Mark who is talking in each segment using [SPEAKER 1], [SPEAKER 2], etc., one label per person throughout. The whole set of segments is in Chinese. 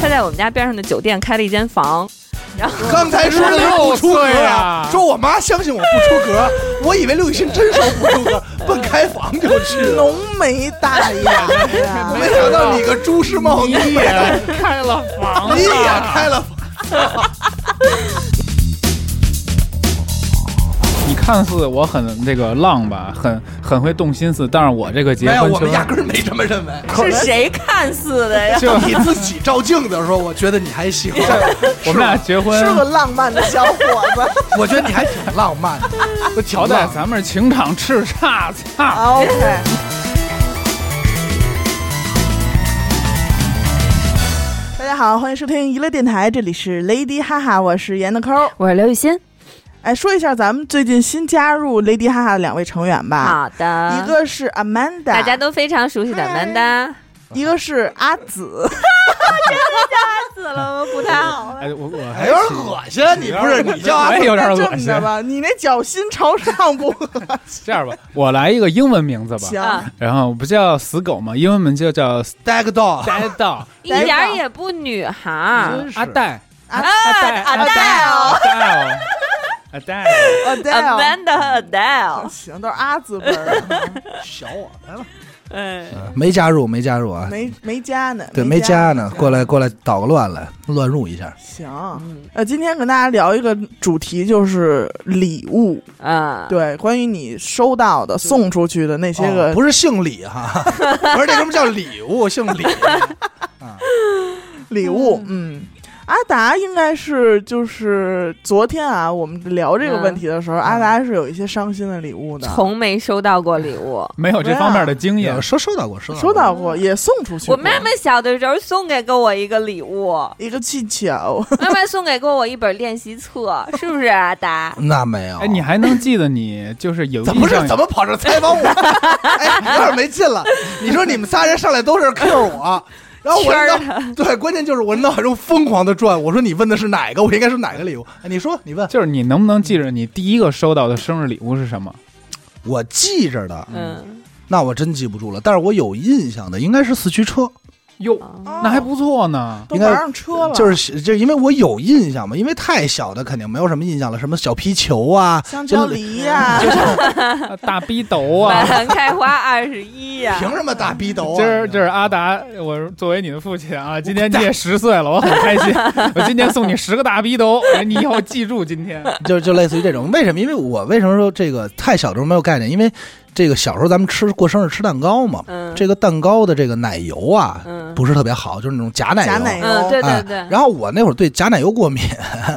[SPEAKER 1] 他在我们家边上的酒店开了一间房，然后
[SPEAKER 2] 刚才说的不出格呀，说我妈相信我不出 格，我以为刘雨欣真说不出格，奔开房就去了。
[SPEAKER 3] 浓眉大眼呀
[SPEAKER 2] 没想到你个朱时茂，你
[SPEAKER 4] 你
[SPEAKER 2] 也
[SPEAKER 4] 也开了房，
[SPEAKER 2] 你也开了房，
[SPEAKER 4] 你看似我很这个浪吧，很很会动心思，但是我这个结
[SPEAKER 2] 没有，
[SPEAKER 4] 婚
[SPEAKER 2] 我们
[SPEAKER 4] 确
[SPEAKER 2] 压
[SPEAKER 4] 实
[SPEAKER 2] 根儿没这么认为。
[SPEAKER 1] 是谁看似的呀？
[SPEAKER 4] 就
[SPEAKER 2] 你自己照镜子的时候，我觉得你还 行，
[SPEAKER 4] 我们俩结婚
[SPEAKER 3] 是个浪漫的小伙 子。
[SPEAKER 2] 我觉得你还挺浪漫的。
[SPEAKER 4] 不瞧在咱们情场叱咤，
[SPEAKER 3] 啊
[SPEAKER 4] 操！
[SPEAKER 3] OK，大家好，欢迎收听娱乐电台，这里是雷迪哈哈，我是严的抠。
[SPEAKER 1] 我是刘雨欣。
[SPEAKER 3] 哎，说一下咱们最近新加入雷迪哈哈的两位成员吧，
[SPEAKER 1] 好的，
[SPEAKER 3] 一个是 Amanda，
[SPEAKER 1] 大家都非常熟悉的
[SPEAKER 3] 嗨
[SPEAKER 1] 南丹，
[SPEAKER 3] 一个是阿紫，
[SPEAKER 1] 死了不太好了。
[SPEAKER 4] 哎，我我还
[SPEAKER 2] 有点恶心，你不是你叫阿
[SPEAKER 4] 我也有点
[SPEAKER 3] 这
[SPEAKER 4] 恶
[SPEAKER 3] 么
[SPEAKER 4] 心
[SPEAKER 3] 着。吧，你那脚心朝 上不
[SPEAKER 4] 这样吧，我来一个英文名字吧，
[SPEAKER 3] 行？
[SPEAKER 1] 啊，
[SPEAKER 4] 然后不叫死狗嘛，英文名就叫
[SPEAKER 2] Stag Dog，
[SPEAKER 4] 呆到
[SPEAKER 1] 一点儿啊也不女孩啊儿。
[SPEAKER 2] 真是
[SPEAKER 4] 阿呆，
[SPEAKER 3] 阿
[SPEAKER 4] 阿呆，
[SPEAKER 1] 阿黛尔
[SPEAKER 4] 阿呆哦，阿呆哦，
[SPEAKER 3] Adele，
[SPEAKER 1] Amanda Adele，
[SPEAKER 3] 行，都是阿字辈儿，
[SPEAKER 2] 小我来了，
[SPEAKER 1] 嗯，
[SPEAKER 2] 没加入，没加入啊，
[SPEAKER 3] 没没加呢，
[SPEAKER 2] 对，没加呢，过
[SPEAKER 3] 来。
[SPEAKER 2] 来过来捣个乱来，乱入一下。
[SPEAKER 3] 行，
[SPEAKER 1] 嗯
[SPEAKER 3] 呃，今天跟大家聊一个主题，就是礼物。
[SPEAKER 1] 啊，嗯
[SPEAKER 3] 对，关于你收到的、送出去的那些
[SPEAKER 2] 哦
[SPEAKER 3] 个，
[SPEAKER 2] 不是姓李哈， 不是这哥们叫礼 物，姓李。
[SPEAKER 3] 礼物，嗯。阿达应该是就是昨天啊，我们聊
[SPEAKER 1] 嗯
[SPEAKER 3] 这个问题的时候，阿达是有一些伤心的礼物的，
[SPEAKER 1] 从没收到过礼物。
[SPEAKER 4] 没有这方面的经验
[SPEAKER 2] 有，收收到过，收
[SPEAKER 3] 收到过，也送出去过。
[SPEAKER 1] 嗯我妈妈小的时候送给过我一个礼 物，
[SPEAKER 3] 一个气球，
[SPEAKER 1] 妈妈送给过我一本练习册，是不是阿达？
[SPEAKER 2] 那没有。
[SPEAKER 4] 哎，你还能记得你就是有
[SPEAKER 2] 怎
[SPEAKER 4] 印
[SPEAKER 2] 么是
[SPEAKER 4] 象
[SPEAKER 2] 怎么跑这采 访我？哎，有点没劲了。你说你们仨人上来都是 Q 我，然后我
[SPEAKER 1] 圈儿
[SPEAKER 2] 脑对，关键就是我脑海中疯狂的转。我说你问的是哪个？我应该是哪个礼物？哎，你说，你 问。
[SPEAKER 4] 就是你能不能记着你第一个收到的生日礼物是什么？
[SPEAKER 2] 我记着的，
[SPEAKER 1] 嗯，
[SPEAKER 2] 那我真记不住了。但是我有印象的，应该是四驱车，
[SPEAKER 1] 嗯
[SPEAKER 4] 哟，
[SPEAKER 1] 哦
[SPEAKER 4] 那还不错 呢。
[SPEAKER 3] 都
[SPEAKER 2] 应该
[SPEAKER 3] 玩上车了，
[SPEAKER 2] 就是就因为我有印象嘛，因为太小的肯定没有什么印象了，什么小皮球啊，
[SPEAKER 3] 香蕉
[SPEAKER 2] 就
[SPEAKER 3] 梨呀、
[SPEAKER 4] 啊大逼 斗
[SPEAKER 1] 满
[SPEAKER 4] 啊！
[SPEAKER 1] 园开花二十一呀，
[SPEAKER 2] 凭什么打逼斗啊？
[SPEAKER 4] 今儿这是阿达，我作为你的父 亲啊，今天你也十岁了，我很开心。我今天送你十个大逼斗，你以后记住 今天。
[SPEAKER 2] 就就类似于这种。为什么？因为我为什么说这个太小的时候没有概念？因为这个小时候咱们吃过生日吃蛋糕嘛，
[SPEAKER 1] 嗯，
[SPEAKER 2] 这个蛋糕的这个奶油啊，
[SPEAKER 1] 嗯
[SPEAKER 2] 不是特别好，就是那种假奶油。
[SPEAKER 3] 假奶油
[SPEAKER 1] 嗯，对对
[SPEAKER 2] 哎
[SPEAKER 1] 对，
[SPEAKER 2] 然后我那会儿对假奶油过敏，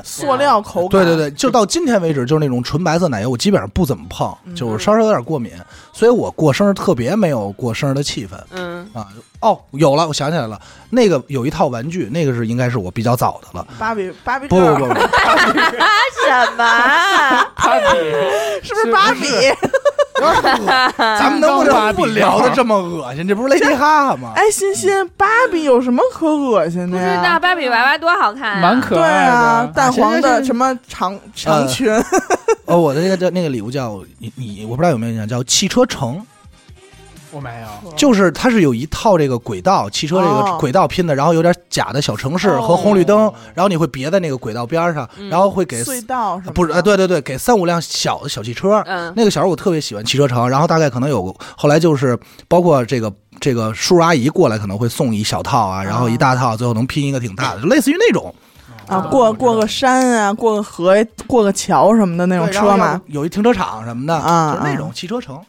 [SPEAKER 3] 塑料口感，
[SPEAKER 2] 对对，对，就到今天为止，就是那种纯白色奶油，我基本上不怎么碰，
[SPEAKER 1] 嗯
[SPEAKER 2] 就是稍稍有点过敏，所以我过生日特别没有过生日的气氛
[SPEAKER 1] 嗯，
[SPEAKER 2] 啊。哦，有了，我想起来了，那个有一套玩具，那个是应该是我比较早的了。
[SPEAKER 3] 芭比芭比
[SPEAKER 2] 不不不
[SPEAKER 3] girl
[SPEAKER 2] 不，
[SPEAKER 1] 什 么？
[SPEAKER 4] 芭比，
[SPEAKER 3] 是不是芭比？
[SPEAKER 2] 啊咱们
[SPEAKER 4] 嗯
[SPEAKER 2] 能不能不聊的这么恶心？这不是雷迪哈哈吗？
[SPEAKER 3] 哎，欣欣，芭比有什么可恶心的
[SPEAKER 1] 不知
[SPEAKER 3] 呀？
[SPEAKER 1] 道芭比娃娃多好看啊，
[SPEAKER 4] 蛮可
[SPEAKER 3] 对
[SPEAKER 4] 爱
[SPEAKER 3] 啊，
[SPEAKER 4] 的。
[SPEAKER 3] 淡黄
[SPEAKER 2] 行行
[SPEAKER 3] 的
[SPEAKER 2] 行
[SPEAKER 3] 什么长
[SPEAKER 2] 呃
[SPEAKER 3] 长裙，
[SPEAKER 2] 哦，我的那个叫那个礼物叫你你，我不知道有没有印象，叫汽车城。
[SPEAKER 4] 我没有，
[SPEAKER 2] 就是它是有一套这个轨道汽车这
[SPEAKER 3] 哦
[SPEAKER 2] 个轨道拼的，然后有点假的小城市和红绿灯，然后你会别在那个轨道边上，然后会 给
[SPEAKER 3] 隧道什么的
[SPEAKER 2] 不是啊，对对对，给三五辆小的小汽车。
[SPEAKER 1] 嗯
[SPEAKER 2] 那个小时候我特别喜欢汽车城，然后大概可能有后来就是包括这个这个叔叔阿姨过来可能会送一小套啊，然后一大套，最后能拼一个挺大的，就类似于那种
[SPEAKER 3] 啊，过过个山啊，过个河，过个桥什么的那种
[SPEAKER 2] 对然后
[SPEAKER 3] 车嘛，
[SPEAKER 2] 有一停车场什么的
[SPEAKER 3] 啊
[SPEAKER 2] 就是那种汽车城。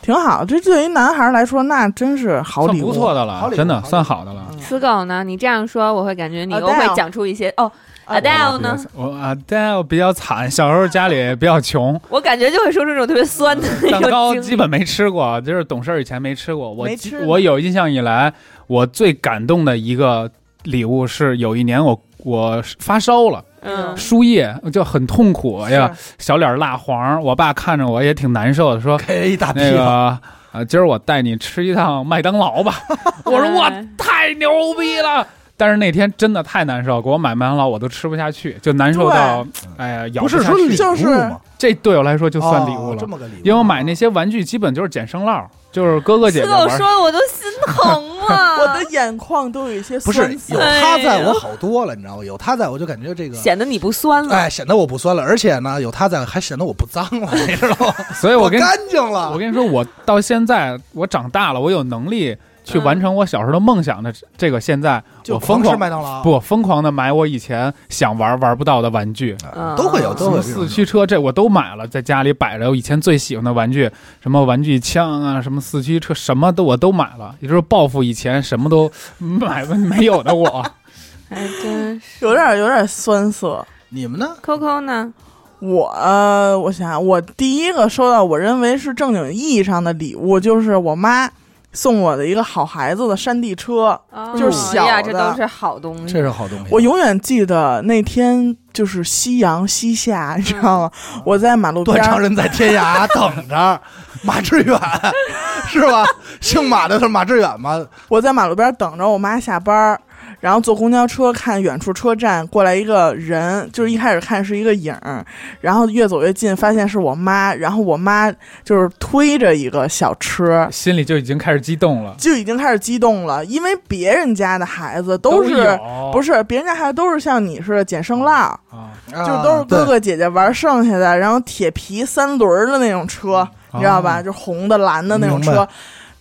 [SPEAKER 3] 挺好。这对于男孩来说，那真是好
[SPEAKER 4] 算
[SPEAKER 3] 礼物，
[SPEAKER 4] 不错的
[SPEAKER 2] 好
[SPEAKER 4] 了，
[SPEAKER 2] 礼物
[SPEAKER 4] 真
[SPEAKER 2] 好
[SPEAKER 4] 的
[SPEAKER 2] 礼物
[SPEAKER 4] 算好的了。
[SPEAKER 1] 死狗呢？你这样说，我会感觉你又
[SPEAKER 3] 哦 Adele
[SPEAKER 1] 会讲出一些哦
[SPEAKER 3] Adele
[SPEAKER 1] ，Adele 呢？
[SPEAKER 4] 我啊，但我比较惨，小时候家里比较穷，
[SPEAKER 1] 我感觉就会说出这种特别酸的 那
[SPEAKER 4] 蛋糕
[SPEAKER 1] 种
[SPEAKER 4] 基
[SPEAKER 1] 经历。
[SPEAKER 4] 本没吃过，就是懂事儿以前没吃过。我
[SPEAKER 3] 没
[SPEAKER 4] 记
[SPEAKER 3] 吃过
[SPEAKER 4] 我有印象以来，我最感动的一个礼物是有一年我我发烧了，
[SPEAKER 1] 嗯，
[SPEAKER 4] 输液就很痛苦，哎呀，小脸儿蜡黄，我爸看着我也挺难受的，说
[SPEAKER 2] 给一大
[SPEAKER 4] 那
[SPEAKER 2] 屁股，
[SPEAKER 4] 个。呃啊，今儿我带你吃一趟麦当劳吧！我说我太牛逼了，但是那天真的太难受，给我买麦当劳我都吃不下去，就难受到，哎呀，咬
[SPEAKER 2] 不是
[SPEAKER 4] 下
[SPEAKER 2] 说
[SPEAKER 4] 去
[SPEAKER 2] 礼
[SPEAKER 3] 就是
[SPEAKER 2] 物吗？
[SPEAKER 4] 这对我来说就
[SPEAKER 2] 就
[SPEAKER 4] 算礼物了
[SPEAKER 2] 哦这，么个礼物。
[SPEAKER 4] 因为我买那些玩具基本就是捡生烙，就是哥哥 姐姐
[SPEAKER 1] 这我
[SPEAKER 4] 玩。
[SPEAKER 1] 说的我都心疼啊！
[SPEAKER 3] 我的眼眶都有一些
[SPEAKER 2] 不
[SPEAKER 3] 酸
[SPEAKER 2] 是有
[SPEAKER 3] 涩。
[SPEAKER 2] 他在我好多了，你知道吗？有他在我就感觉这 个。
[SPEAKER 1] 显得你不酸了。
[SPEAKER 2] 哎，显得我不酸了，而且呢，有他在，还显得我不脏了，你知道吗？
[SPEAKER 4] 所以哎我跟
[SPEAKER 2] 干净了。
[SPEAKER 4] 我跟你说，我到现在我长大了，我有能力去完成我小时候的梦想的这个，现在
[SPEAKER 2] 就
[SPEAKER 4] 我疯
[SPEAKER 2] 狂吃
[SPEAKER 4] 狂
[SPEAKER 2] 麦当劳，
[SPEAKER 4] 不疯狂的买我以前想玩玩不到的玩具，
[SPEAKER 2] 啊都会有，
[SPEAKER 1] 嗯
[SPEAKER 2] 都会有这种
[SPEAKER 4] 四驱车这我都买了，在家里摆着我以前最喜欢的玩具，什么玩具枪啊，什么四驱车，什么都我都买了，也就是报复以前什么都 买不没有的我。
[SPEAKER 1] 还哎真是。
[SPEAKER 3] 有点有点酸涩。
[SPEAKER 2] 你们呢？
[SPEAKER 1] Coco 呢？
[SPEAKER 3] 我呃我想想，我第一个收到我认为是正经意义上的礼物，就是我妈送我的一个好孩子的山地车。
[SPEAKER 2] 就是
[SPEAKER 3] 小
[SPEAKER 1] 哎呀，这
[SPEAKER 3] 的
[SPEAKER 1] 都是好
[SPEAKER 4] 嗯
[SPEAKER 1] 东西。
[SPEAKER 2] 这是好东西。
[SPEAKER 3] 我永远记得那天就是夕阳西下，你知道吗？我在马路边
[SPEAKER 2] 嗯断肠
[SPEAKER 3] 儿，
[SPEAKER 2] 人在天 涯等着，马致远是吧？姓马的是马致远吗？
[SPEAKER 3] 我在马路边儿等着我妈下班儿，然后坐公交车看远处车站过来一个人，就是一开始看是一个影儿，然后越走越近，发现是我妈，然后我妈就是推着一个小车。
[SPEAKER 4] 心里就已经开始激动了，
[SPEAKER 3] 就已经开始激动了，因为别人家的孩子都是不
[SPEAKER 4] 是
[SPEAKER 3] 是，别人家孩子都是像你似的捡生烙，
[SPEAKER 4] 啊，
[SPEAKER 3] 就是都是哥哥姐姐玩剩下的，然后铁皮三轮儿的那种车，你知道吧？就是红的、蓝的那种
[SPEAKER 2] 嗯哦明
[SPEAKER 3] 车
[SPEAKER 2] 白。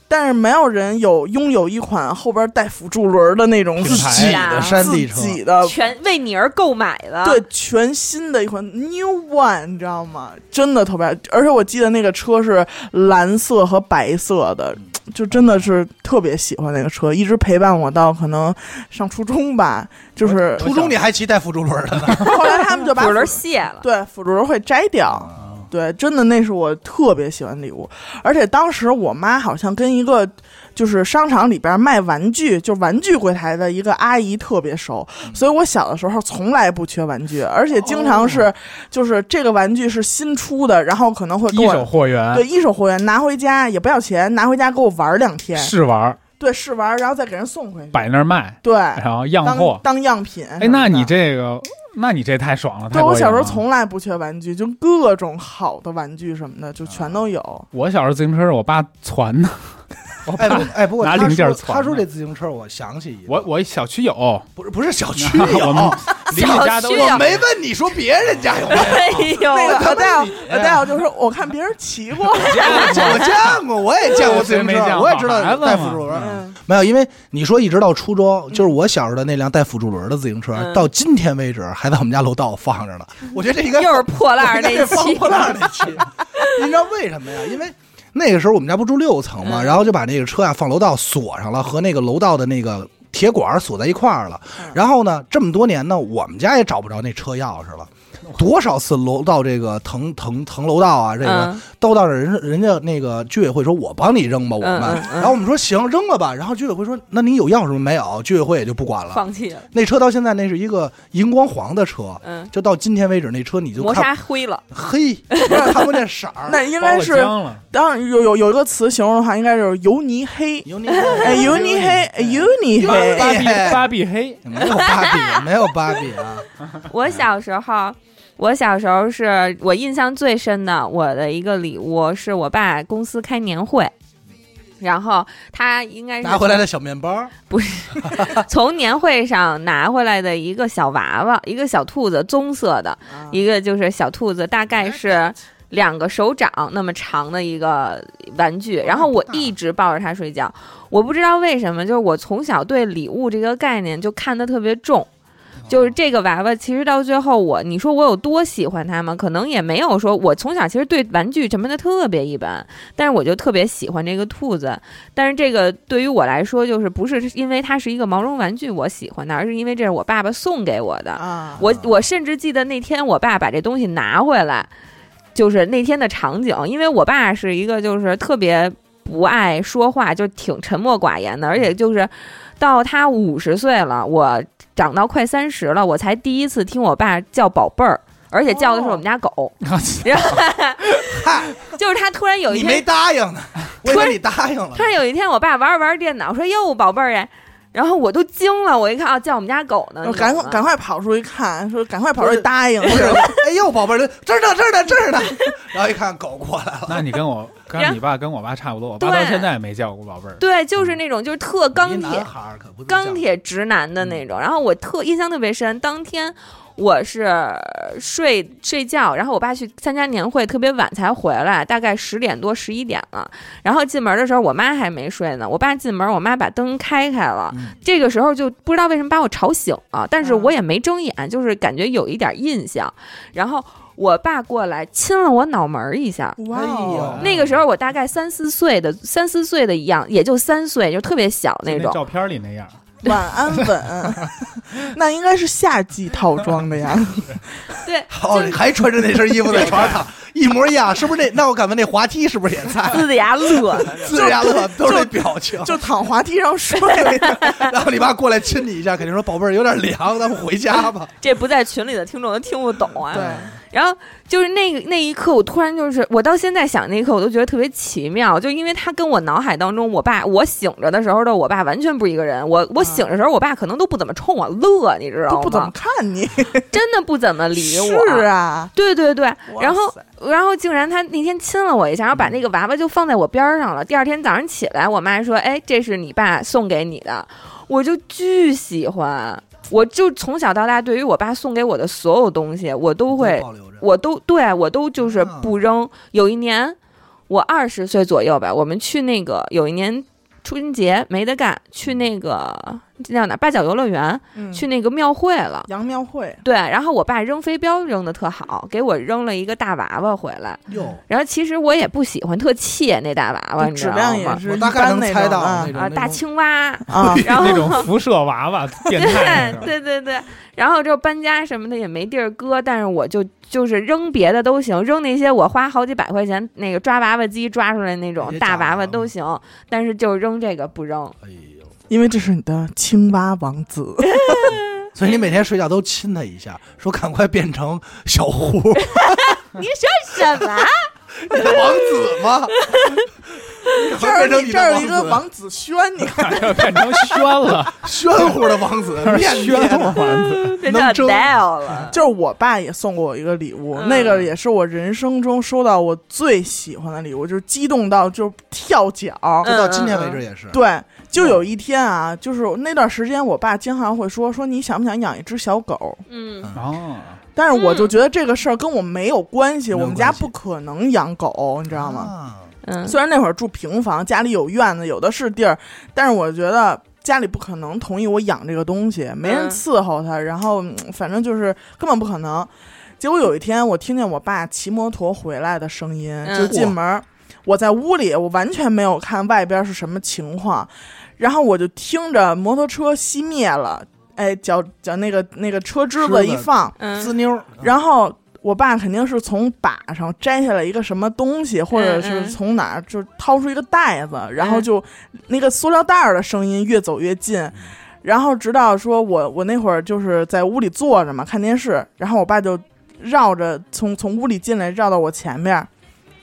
[SPEAKER 3] 但是没有人有拥有一款后边带辅助轮儿的那种
[SPEAKER 2] 对
[SPEAKER 3] 自
[SPEAKER 2] 自
[SPEAKER 4] 牌
[SPEAKER 2] 己的山地车
[SPEAKER 3] 自，己的，
[SPEAKER 1] 全为你而购买的。
[SPEAKER 3] 呃对，全新的一款 new one，你知道吗？真的特别，而且我记得那个车是蓝色和白色的，就真的是特别喜欢那个车，一直陪伴我到可能上初中吧。 就是
[SPEAKER 2] 初中你还骑带辅助轮的呢。
[SPEAKER 3] 后来 他们就把
[SPEAKER 1] 主
[SPEAKER 3] 辅
[SPEAKER 1] 轮卸了。
[SPEAKER 3] 对，辅助轮会摘掉。对，真的那是我特别喜欢的礼物，而且当时我妈好像跟一个就是商场里边卖玩具，就玩具柜台的一个阿姨特别熟，所以我小的时候从来不缺玩具，而且经常是、就是这个玩具是新出的，然后可能会给
[SPEAKER 4] 一手
[SPEAKER 3] 我。
[SPEAKER 4] 货源
[SPEAKER 3] 对，一手货源拿回家也不要钱，拿回家给我玩两天，
[SPEAKER 4] 试玩
[SPEAKER 3] 对，试玩，然后再给人送回去，
[SPEAKER 4] 摆那儿卖，
[SPEAKER 3] 对，
[SPEAKER 4] 然后样
[SPEAKER 3] 当
[SPEAKER 4] 货。
[SPEAKER 3] 当样品什嗯么的。
[SPEAKER 4] 哎，那你这个，那你这太爽了，太
[SPEAKER 3] 对，我
[SPEAKER 4] 过瘾
[SPEAKER 3] 小时候
[SPEAKER 4] 了
[SPEAKER 3] 从来不缺玩具，就各种好的玩具什么的，就全都有。
[SPEAKER 4] 我小时候自行车是我爸传的， 我
[SPEAKER 2] 哎
[SPEAKER 4] 爸
[SPEAKER 2] 不哎，不过
[SPEAKER 4] 拿
[SPEAKER 2] 他
[SPEAKER 4] 零件
[SPEAKER 2] 说
[SPEAKER 4] 攒
[SPEAKER 2] 他说
[SPEAKER 4] 的
[SPEAKER 2] 这自行车，我想起一个，
[SPEAKER 4] 我我小区有，
[SPEAKER 2] 不是不是小区
[SPEAKER 4] 我们
[SPEAKER 2] 有，
[SPEAKER 4] 邻里家都
[SPEAKER 1] 小区啊
[SPEAKER 4] 有
[SPEAKER 1] 有。
[SPEAKER 2] 我没问你说别人家有没有，
[SPEAKER 1] 哎呦，
[SPEAKER 3] 那个
[SPEAKER 2] 他
[SPEAKER 3] 我
[SPEAKER 2] 们
[SPEAKER 3] 带我
[SPEAKER 2] 理
[SPEAKER 3] 我带我就说，我看别人骑 过，
[SPEAKER 2] 我见过，我也见过自行
[SPEAKER 4] 谁没见
[SPEAKER 2] 车，
[SPEAKER 4] 过
[SPEAKER 2] 我也知道
[SPEAKER 4] 孩子嘛
[SPEAKER 2] 带辅助轮。
[SPEAKER 3] 嗯，
[SPEAKER 2] 没有，因为你说一直到初中，就是我小时候的那辆带辅助轮的自行车，
[SPEAKER 1] 嗯
[SPEAKER 2] 到今天为止还在我们家楼道放着呢。我觉得这应该
[SPEAKER 1] 又是破烂儿那
[SPEAKER 2] 这
[SPEAKER 1] 一
[SPEAKER 2] 放
[SPEAKER 1] 期
[SPEAKER 2] 破。烂儿 那期，你知道为什么呀？因为那个时候我们家不住六层嘛，
[SPEAKER 1] 嗯
[SPEAKER 2] 然后就把那个车啊放楼道锁上了，和那个楼道的那个铁管儿锁在一块儿了。
[SPEAKER 1] 嗯
[SPEAKER 2] 然后呢，这么多年呢，我们家也找不着那车钥匙了。
[SPEAKER 1] 嗯
[SPEAKER 2] 多少次楼道这个腾腾腾楼道啊，这个、
[SPEAKER 1] 嗯
[SPEAKER 2] 都到那人人家那个居委会说，我帮你扔吧，我
[SPEAKER 1] 嗯
[SPEAKER 2] 们。
[SPEAKER 1] 嗯嗯
[SPEAKER 2] 然后我们说行，扔了吧。然后居委会说，那你有钥匙吗？没有，居委会也就不管了。
[SPEAKER 1] 放弃了，
[SPEAKER 2] 那车到现在那是一个荧光黄的车，
[SPEAKER 1] 嗯，
[SPEAKER 2] 就到今天为止，那车你就
[SPEAKER 1] 磨
[SPEAKER 2] 看
[SPEAKER 1] 砂灰 了，
[SPEAKER 2] 嘿，我看过那色儿，
[SPEAKER 3] 那应
[SPEAKER 4] 包
[SPEAKER 3] 该
[SPEAKER 4] 了
[SPEAKER 3] 是，
[SPEAKER 4] 浆了，
[SPEAKER 3] 当然有有有一个词形容的话，应该就是油泥 黑，
[SPEAKER 2] 有你
[SPEAKER 3] 哎，
[SPEAKER 2] 哎
[SPEAKER 3] 油泥黑，哎油泥
[SPEAKER 2] 哎
[SPEAKER 3] 黑，
[SPEAKER 4] 芭比芭比黑，
[SPEAKER 2] 没有芭 比，没有芭比啊，
[SPEAKER 1] 我小时候，我小时候是我印象最深的，我的一个礼物是我爸公司开年会，然后他应该是
[SPEAKER 2] 拿回来的小面包，
[SPEAKER 1] 从年会上拿回来的一个小娃娃，一个小兔子，棕色的，
[SPEAKER 2] 啊
[SPEAKER 1] 一个就是小兔子，大概
[SPEAKER 2] 哎
[SPEAKER 1] 是。两个手掌那么长的一个玩具，然后我一直抱着它睡觉。我不知道为什么，就是我从小对礼物这个概念就看得特别重，就是这个娃娃，其实到最后我，你说我有多喜欢它吗？可能也没有说，我从小其实对玩具什么的特别一般，但是我就特别喜欢这个兔子。但是这个对于我来说，就是不是因为它是一个毛绒玩具我喜欢它，而是因为这是我爸爸送给我的。
[SPEAKER 3] 啊，
[SPEAKER 1] 我我甚至记得那天我爸把这东西拿回来，就是那天的场景，因为我爸是一个就是特别不爱说话，就挺沉默寡言的，而且就是到他五十岁了，我长到快三十了，我才第一次听我爸叫宝贝儿。而且叫的是我们家狗，然后
[SPEAKER 3] 嗯
[SPEAKER 1] 就是他突然有一
[SPEAKER 2] 你
[SPEAKER 1] 天
[SPEAKER 2] 没答应呢，我以为你答应了
[SPEAKER 1] 突，然有一天，我爸玩着玩着电脑，说：“哟，宝贝儿哎，然后我都惊了，我一看啊，叫我们家狗呢，
[SPEAKER 3] 我哦赶
[SPEAKER 1] 你
[SPEAKER 3] 快
[SPEAKER 1] 懂吗
[SPEAKER 3] 赶快跑出去看，说赶快跑出
[SPEAKER 2] 不
[SPEAKER 3] 去
[SPEAKER 2] 是
[SPEAKER 3] 答应，
[SPEAKER 2] 不是，哎呦，宝贝儿，这儿呢，这儿呢，这儿呢。然后一看狗过来了，
[SPEAKER 4] 那你跟 我
[SPEAKER 1] 然
[SPEAKER 4] 跟你爸跟我爸差不多，我
[SPEAKER 1] 对
[SPEAKER 4] 爸到现在也没叫过宝贝儿。
[SPEAKER 1] 对，就是那种就是特钢
[SPEAKER 2] 一
[SPEAKER 1] 铁
[SPEAKER 2] 男孩儿可不能
[SPEAKER 1] 钢
[SPEAKER 2] 叫
[SPEAKER 1] 铁直男的那种。然后我特印象特别深，当天我是睡睡觉，然后我爸去参加年会，特别晚才回来，大概十点多十一点了。然后进门的时候，我妈还没睡呢。我爸进门，我妈把灯开开了，
[SPEAKER 2] 嗯
[SPEAKER 1] 这个时候就不知道为什么把我吵醒了、但是
[SPEAKER 3] 啊
[SPEAKER 1] 我也没睁眼，就是感觉有一点印象。然后我爸过来亲了我脑门儿一下，
[SPEAKER 3] 哇
[SPEAKER 2] 哎
[SPEAKER 3] 哦
[SPEAKER 2] 呦，
[SPEAKER 1] 那个时候我大概三四岁的三四岁的样，也就三岁，就特别小那种。
[SPEAKER 4] 照片里那样，
[SPEAKER 3] 晚安吻， 那应该是夏季套装的呀。
[SPEAKER 1] 对，
[SPEAKER 2] 哦，你还穿着那身衣服在床上躺，一模一样，是不是那？那我敢问，那滑梯是不是也在？
[SPEAKER 1] 呲着牙乐。
[SPEAKER 2] 自然了，都是那表情。
[SPEAKER 3] 就躺滑梯上 睡，
[SPEAKER 2] 然后你爸过来亲你一下，肯定说：“宝贝儿，有点凉，咱们回家吧。
[SPEAKER 1] 这不在群里的听众都听不懂
[SPEAKER 3] 对
[SPEAKER 1] 啊。，然后就是那个那一刻，我突然就是，我到现在想那一刻，我都觉得特别奇妙，就因为他跟我脑海当中我爸，我醒着的时候的我爸完全不是一个人。我我
[SPEAKER 3] 啊
[SPEAKER 1] 醒着的时候，我爸可能都不怎么冲我乐，你知道
[SPEAKER 3] 都
[SPEAKER 1] 吗？
[SPEAKER 3] 不怎么看你。
[SPEAKER 1] 真的不怎么理我。
[SPEAKER 3] 是啊，
[SPEAKER 1] 对对对，
[SPEAKER 3] 哇
[SPEAKER 1] 然后
[SPEAKER 3] 塞
[SPEAKER 1] 然后竟然他那天亲了我一下，然后把那个娃娃就放在我边儿上了。第二天早上起来，我妈说：“哎，这是你爸送给你的。”我就巨喜欢，我就从小到大对于我爸送给我的所有东西，我”都会，
[SPEAKER 2] 保留着。
[SPEAKER 1] 我都对我都就是不扔。有一年，我二十岁左右吧，我们去那个有一年春节没得干，去那个这叫哪八角游乐园，
[SPEAKER 3] 嗯
[SPEAKER 1] 去那个庙会了。
[SPEAKER 3] 杨庙会，
[SPEAKER 1] 对，然后我爸扔飞镖扔的特好，给我扔了一个大娃娃回来。
[SPEAKER 2] 哟，
[SPEAKER 1] 然后其实我也不喜欢，特气那大娃娃，你知
[SPEAKER 3] 质
[SPEAKER 1] 道
[SPEAKER 3] 量也
[SPEAKER 1] 吗？
[SPEAKER 3] 是
[SPEAKER 2] 我
[SPEAKER 3] 一
[SPEAKER 2] 大概
[SPEAKER 3] 般
[SPEAKER 2] 能
[SPEAKER 3] 那
[SPEAKER 2] 猜
[SPEAKER 3] 种
[SPEAKER 2] 到
[SPEAKER 3] 啊
[SPEAKER 2] 那种
[SPEAKER 1] 啊，大青蛙，
[SPEAKER 3] 啊，
[SPEAKER 1] 然
[SPEAKER 4] 那种
[SPEAKER 1] 后。
[SPEAKER 4] 辐射娃 娃，变态那
[SPEAKER 1] 对
[SPEAKER 4] 种。
[SPEAKER 1] 对对对，然后这搬家什么的也没地儿搁，但是我就就是扔别的都行，扔那些我花好几百块钱那个抓娃娃机抓出来那种
[SPEAKER 2] 别
[SPEAKER 1] 大
[SPEAKER 2] 假
[SPEAKER 1] 娃娃
[SPEAKER 2] 了
[SPEAKER 1] 都行，但是就扔这个不扔。
[SPEAKER 2] 哎呦，
[SPEAKER 3] 因为这是你的青蛙王 子，
[SPEAKER 2] 所以你每天睡觉都亲他一下，说赶快变成小 胡
[SPEAKER 1] 你说什么？
[SPEAKER 2] 王子吗？赶
[SPEAKER 3] 这
[SPEAKER 2] 快
[SPEAKER 3] 儿
[SPEAKER 2] 变成
[SPEAKER 3] 这儿有一个
[SPEAKER 2] 王
[SPEAKER 3] 王子轩，你看
[SPEAKER 4] 要 变成轩 了，
[SPEAKER 2] 子宣乎的王子，面
[SPEAKER 4] 轩
[SPEAKER 2] 面
[SPEAKER 4] 了丸子。
[SPEAKER 1] 这
[SPEAKER 2] 能
[SPEAKER 1] 叫
[SPEAKER 2] 蒸
[SPEAKER 1] Dell 了。
[SPEAKER 3] 就是我爸也送过我一个礼物，
[SPEAKER 1] 嗯
[SPEAKER 3] 那个也是我人生中收到我最喜欢的礼物，就是激动到就是跳脚。
[SPEAKER 1] 嗯
[SPEAKER 2] 就到今天为止也是。
[SPEAKER 3] 对，就有一天啊，就是那段时间，我爸经常会说说你想不想养一只小狗？
[SPEAKER 1] 嗯
[SPEAKER 2] 嗯
[SPEAKER 4] 哦，
[SPEAKER 3] 但是我就觉得这个事儿跟我没有关系，
[SPEAKER 2] 没有
[SPEAKER 3] 我们家
[SPEAKER 2] 关系
[SPEAKER 3] 不可能养狗，你知道吗？
[SPEAKER 2] 啊
[SPEAKER 1] 嗯，
[SPEAKER 3] 虽然那会儿住平房，家里有院子，有的是地儿，但是我觉得家里不可能同意我养这个东西，没人
[SPEAKER 1] 嗯
[SPEAKER 3] 伺候它，然后嗯反正就是根本不可能。结果有一天，我听见我爸骑摩托回来的声音，
[SPEAKER 1] 嗯
[SPEAKER 3] 就进门儿，我在屋里，我完全没有看外边是什么情况，然后我就听着摩托车熄灭了，哎，脚脚那个那个车枝
[SPEAKER 2] 枝
[SPEAKER 3] 子
[SPEAKER 2] 子
[SPEAKER 3] 一放，
[SPEAKER 2] 滋
[SPEAKER 1] 嗯
[SPEAKER 2] 妞儿，
[SPEAKER 3] 然后我爸肯定是从把上摘下来一个什么东西，或者
[SPEAKER 1] 嗯
[SPEAKER 3] 是从哪儿就掏出一个袋子，然后就那个塑料袋儿的声音越走越近。
[SPEAKER 1] 嗯
[SPEAKER 3] 然后直到说我我那会儿就是在屋里坐着嘛看电视，然后我爸就绕着从从屋里进来绕到我前面儿，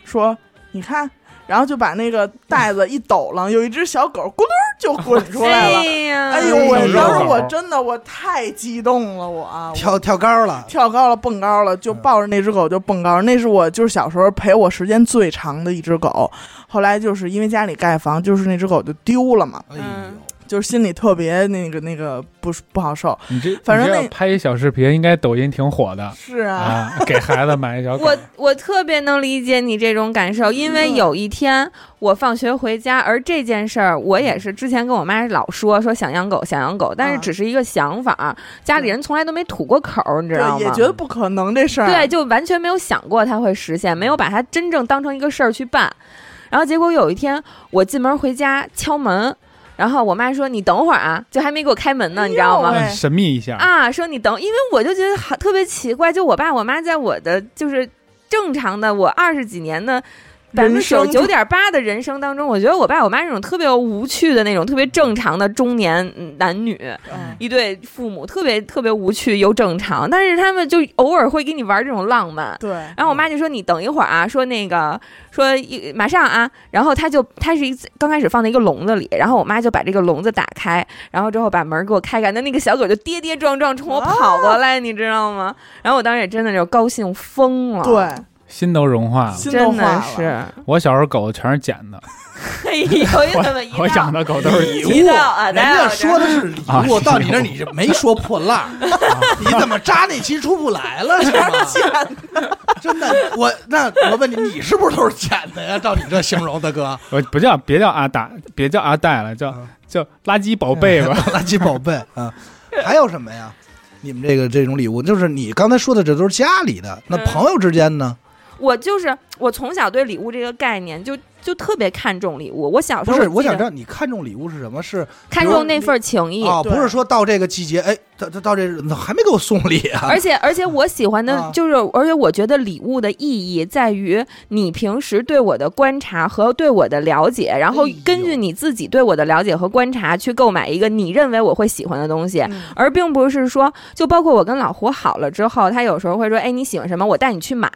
[SPEAKER 3] 说你看，然后就把那个袋子一抖楞，有一只小狗咕噜儿就滚出来了。
[SPEAKER 1] 呀，
[SPEAKER 3] 哎呦我
[SPEAKER 4] 小肉
[SPEAKER 3] 当时我
[SPEAKER 4] 狗
[SPEAKER 3] 真的我太激动了我啊我
[SPEAKER 2] 跳跳高了，
[SPEAKER 3] 跳高了，蹦高了，就抱着那只狗就蹦高了。那是我就是小时候陪我时间最长的一只狗。后来就是因为家里盖房，就是那只狗就丢了嘛，
[SPEAKER 2] 哎呦，
[SPEAKER 1] 嗯
[SPEAKER 3] 就是心里特别那个那个不不好受。
[SPEAKER 4] 你这
[SPEAKER 3] 反
[SPEAKER 4] 你
[SPEAKER 3] 正
[SPEAKER 4] 这
[SPEAKER 3] 那
[SPEAKER 4] 要拍一小视频，应该抖音挺火的
[SPEAKER 3] 是啊，
[SPEAKER 4] 啊， 给孩子买一 小狗。
[SPEAKER 1] 我我特别能理解你这种感受，因
[SPEAKER 3] 嗯
[SPEAKER 1] 为有一天我放学回家，而这件事儿我也是之前跟我妈老说说想养狗想养狗，但是
[SPEAKER 3] 啊
[SPEAKER 1] 只是一个想法，家里人从来都没吐过口儿，你知道
[SPEAKER 3] 对，也
[SPEAKER 1] 吗
[SPEAKER 3] 觉？得不可能这事儿。
[SPEAKER 1] 对，，就完全没有想过它会实现，没有把它真正当成一个事儿去办。然后结果有一天我进门回家敲门，然后我妈说你等会儿啊，就还没给我开门呢，你知道吗？
[SPEAKER 3] 哎呦喂
[SPEAKER 4] 嗯神秘一下，
[SPEAKER 1] 啊，说你等，因为我就觉得好特别奇怪，就我爸我妈在我的就是正常的我二十几年的百分
[SPEAKER 3] 人
[SPEAKER 1] 之九
[SPEAKER 3] 生
[SPEAKER 1] 十九点八的人生当中，我觉得我爸我妈这种特别无趣的那种特别正常的中年男女，
[SPEAKER 3] 嗯
[SPEAKER 1] 一对父母特别特别无趣又正常，但是他们就偶尔会给你玩这种浪漫。
[SPEAKER 3] 对，
[SPEAKER 1] 然后我
[SPEAKER 2] 嗯
[SPEAKER 1] 妈就说：“你等一会儿啊，说那个，说一马上啊。”然后她就她是一刚开始放在一个笼子里，然后我妈就把这个笼子打开，然后之后把门给我开开，那那个小狗就跌跌撞撞冲我
[SPEAKER 2] 啊
[SPEAKER 1] 跑过来，你知道吗？然后我当时也真的就高兴疯了，，
[SPEAKER 3] 对，
[SPEAKER 4] 心都融化了。
[SPEAKER 3] 心都
[SPEAKER 1] 啊真
[SPEAKER 3] 化
[SPEAKER 1] 的
[SPEAKER 3] 了
[SPEAKER 1] 是，，
[SPEAKER 4] 我小时候狗全是捡 的，
[SPEAKER 1] 哎呦，怎么一
[SPEAKER 4] 我
[SPEAKER 1] 道
[SPEAKER 4] 养的狗都是
[SPEAKER 1] 一道啊？
[SPEAKER 2] 人
[SPEAKER 1] 咱俩这
[SPEAKER 2] 家说的 是礼
[SPEAKER 4] 啊
[SPEAKER 2] 物，
[SPEAKER 4] 是
[SPEAKER 2] 到你那儿你就没说破烂儿，啊你怎么扎那期出不来了是吗？真的，我那我问你，你是不是都是捡的呀？照你这形容，大哥，
[SPEAKER 4] 我不叫别叫阿达，别叫阿戴了，叫
[SPEAKER 2] 嗯
[SPEAKER 4] 叫垃圾宝贝吧。
[SPEAKER 2] 垃圾宝贝啊，还有什么呀？你们这个这种礼物，就是你刚才说的，这都是家里的。那
[SPEAKER 1] 嗯
[SPEAKER 2] 朋友之间呢？
[SPEAKER 1] 我就是我从小对礼物这个概念就就特别看重礼物。我小时
[SPEAKER 2] 不
[SPEAKER 1] 候
[SPEAKER 2] 是，
[SPEAKER 1] 记
[SPEAKER 2] 我想
[SPEAKER 1] 得
[SPEAKER 2] 知道你看重礼物是什么？是
[SPEAKER 1] 看重那份情谊，
[SPEAKER 2] 哦，
[SPEAKER 3] 对
[SPEAKER 2] 不是说到这个季节，哎，到到到这日子还没给我送礼啊？
[SPEAKER 1] 而且而且我喜欢的
[SPEAKER 2] 啊
[SPEAKER 1] 就是，而且我觉得礼物的意义在于你平时对我的观察和对我的了解，然后
[SPEAKER 2] 哎呦
[SPEAKER 1] 根据你自己对我的了解和观察去购买一个你认为我会喜欢的东西。
[SPEAKER 3] 嗯
[SPEAKER 1] 而并不是说，就包括我跟老胡好了之后，他有时候会说：“哎，你喜欢什么？我带你去买。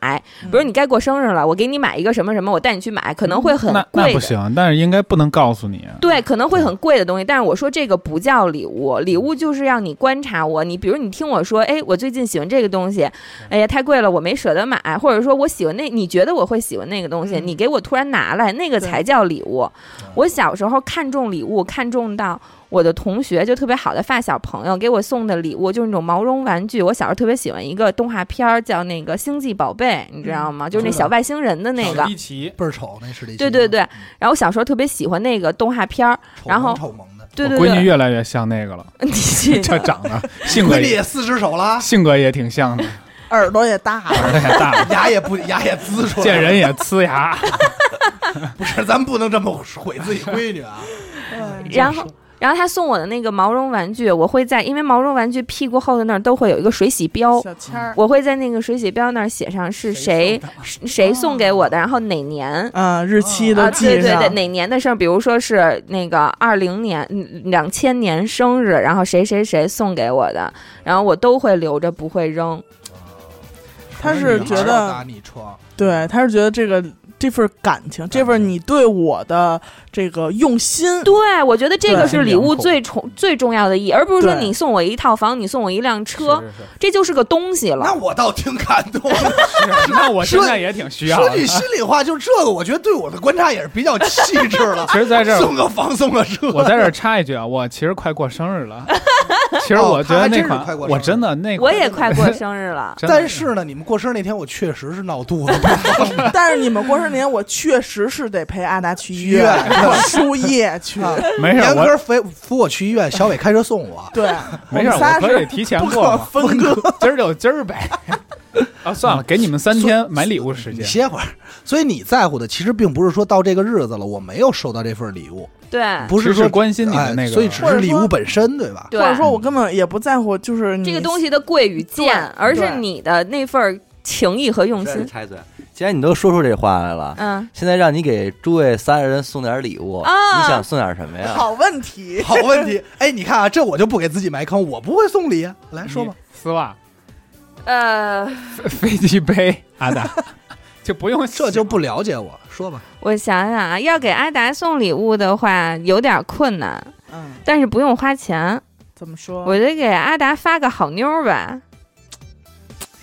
[SPEAKER 1] 比
[SPEAKER 2] 嗯
[SPEAKER 1] 如你该过生日了，我给你买一个什么什么，我带你去买，可能嗯会很
[SPEAKER 4] 那那
[SPEAKER 1] 贵
[SPEAKER 4] 不
[SPEAKER 1] 的。
[SPEAKER 4] 行，但是应该不能告诉你。
[SPEAKER 1] 对，可能会很贵的东西，但是我说这个不叫礼物，礼物就是让你观察我。你比如你听我说，哎，我最近喜欢这个东西，哎呀太贵了，我没舍得买，或者说我喜欢那，你觉得我会喜欢那个东西，
[SPEAKER 3] 嗯
[SPEAKER 1] 你给我突然拿来，那个
[SPEAKER 3] 对
[SPEAKER 1] 才叫礼物。我小时候看重礼物，看重到我的同学就特别好的发小朋友给我送的礼物就是那种毛绒玩具。我小时候特别喜欢一个动画片儿，叫那个《星际宝贝》，你知道吗？就是那嗯
[SPEAKER 2] 知道
[SPEAKER 1] 小外星人的那个。
[SPEAKER 4] 一奇，
[SPEAKER 2] 倍儿丑，那是得
[SPEAKER 1] 对对对，然后我小时候特别喜欢那个动画片儿，
[SPEAKER 2] 丑
[SPEAKER 1] 然后
[SPEAKER 2] 萌丑萌的，
[SPEAKER 1] 对对
[SPEAKER 4] 我闺女
[SPEAKER 1] 对，
[SPEAKER 4] 越来越像那个了，
[SPEAKER 1] 你信
[SPEAKER 4] 这长得 性格
[SPEAKER 2] 闺女
[SPEAKER 4] 也
[SPEAKER 2] 也四只手了，
[SPEAKER 4] 性格也挺像的，
[SPEAKER 3] 耳朵也大了，
[SPEAKER 4] 耳朵也大了，
[SPEAKER 2] 牙也不牙也呲出来，
[SPEAKER 4] 见人也呲牙。
[SPEAKER 2] 不是，咱不能这么毁 自己闺女 啊！
[SPEAKER 1] 然后。然后他送我的那个毛绒玩具，我会在因为毛绒玩具屁股后的那儿都会有一个水洗标，
[SPEAKER 3] 小签儿，
[SPEAKER 1] 我会在那个水洗标那儿写上是谁谁谁送给我的，然后哪年
[SPEAKER 3] 嗯，日期都
[SPEAKER 1] 啊，对
[SPEAKER 3] 记
[SPEAKER 1] 对
[SPEAKER 3] 上
[SPEAKER 1] 对，，哪年的事儿，比如说是那个二零年、嗯两千年生日，然后谁谁谁送给我的，然后我都会留着不会扔。
[SPEAKER 3] 他是觉
[SPEAKER 2] 哪有打
[SPEAKER 1] 啊
[SPEAKER 3] 得，
[SPEAKER 2] 你窗，
[SPEAKER 3] 对，他是觉得这个这份感情，这份你对我的这个用心，
[SPEAKER 1] 对，我觉得这个
[SPEAKER 3] 对
[SPEAKER 1] 是礼物
[SPEAKER 4] 挺
[SPEAKER 1] 最重最重要的意义，而不是说
[SPEAKER 3] 对
[SPEAKER 1] 你送我一套房，你送我一辆车，
[SPEAKER 4] 是是是
[SPEAKER 1] 这就是个东西了。
[SPEAKER 2] 那我倒挺感动。
[SPEAKER 4] 是 那我现在也挺 需要
[SPEAKER 2] 说
[SPEAKER 4] 的。
[SPEAKER 2] 句。心里话，就这个，我觉得对我的观察也是比较细致了
[SPEAKER 4] 其实在这儿
[SPEAKER 2] 送个房，送个车，
[SPEAKER 4] 我在这儿插一句啊，我其实快过生 日了。其实我觉
[SPEAKER 2] 哦他还
[SPEAKER 4] 得那
[SPEAKER 2] 真是快
[SPEAKER 4] 款，
[SPEAKER 2] 过生日
[SPEAKER 4] 我真的那款，
[SPEAKER 1] 我也快过生日了
[SPEAKER 4] 真的
[SPEAKER 2] 但是呢，你们过生日那天，我确实是闹肚子，不
[SPEAKER 3] 但是你们过生年，我确实是得陪阿达去医
[SPEAKER 2] 医
[SPEAKER 3] 院
[SPEAKER 2] 院
[SPEAKER 3] 我输液去。
[SPEAKER 4] 没事，
[SPEAKER 2] 严
[SPEAKER 4] 我
[SPEAKER 2] 哥扶扶我去医院，小伟开车送 我。
[SPEAKER 3] 对，
[SPEAKER 4] 没事，
[SPEAKER 3] 我们
[SPEAKER 4] 我
[SPEAKER 3] 仨
[SPEAKER 4] 可以
[SPEAKER 3] 是
[SPEAKER 4] 提前
[SPEAKER 3] 不
[SPEAKER 4] 过
[SPEAKER 3] 可
[SPEAKER 4] 嘛，
[SPEAKER 3] 分割。
[SPEAKER 4] 今儿就今 儿呗。啊，算了，给你们三天买礼物时
[SPEAKER 2] 你
[SPEAKER 4] 间。
[SPEAKER 2] 歇会儿，所以你在乎的其实并不是说到这个日子了，我没有收到这份礼物，
[SPEAKER 1] 对
[SPEAKER 2] 不
[SPEAKER 4] 啊只
[SPEAKER 2] 说
[SPEAKER 4] 是关心你的
[SPEAKER 2] 哎
[SPEAKER 4] 那个
[SPEAKER 2] 所以只
[SPEAKER 3] 或
[SPEAKER 2] 是
[SPEAKER 3] 者
[SPEAKER 2] 礼
[SPEAKER 3] 说
[SPEAKER 2] 物本身，对吧？
[SPEAKER 1] 对
[SPEAKER 3] 或，者说我根本也不在乎，嗯就是你
[SPEAKER 1] 这个东西的贵与贱，
[SPEAKER 3] 对
[SPEAKER 1] 而是
[SPEAKER 3] 对
[SPEAKER 1] 你的那份儿情谊和用
[SPEAKER 5] 实在是
[SPEAKER 1] 心。
[SPEAKER 5] 插一嘴，既然你都说出这话来了，
[SPEAKER 1] 嗯，
[SPEAKER 5] 现在让你给诸位三人送点礼物，
[SPEAKER 1] 啊
[SPEAKER 5] 你想送点
[SPEAKER 4] 哎
[SPEAKER 5] 什么呀？
[SPEAKER 3] 好问题。
[SPEAKER 2] 好问题，哎，你看啊，这我就不给自己埋坑，我不会送礼啊，来说吧。，
[SPEAKER 4] 丝袜、
[SPEAKER 1] 呃，
[SPEAKER 4] 飞机杯，阿达 就不用
[SPEAKER 2] 这就
[SPEAKER 4] 想
[SPEAKER 2] 不了解我，说吧。
[SPEAKER 1] 我想想啊，要给阿达送礼物的话有点困难，
[SPEAKER 3] 嗯，
[SPEAKER 1] 但是不用花钱，
[SPEAKER 3] 怎么说？
[SPEAKER 1] 我就给阿达发个好妞儿吧，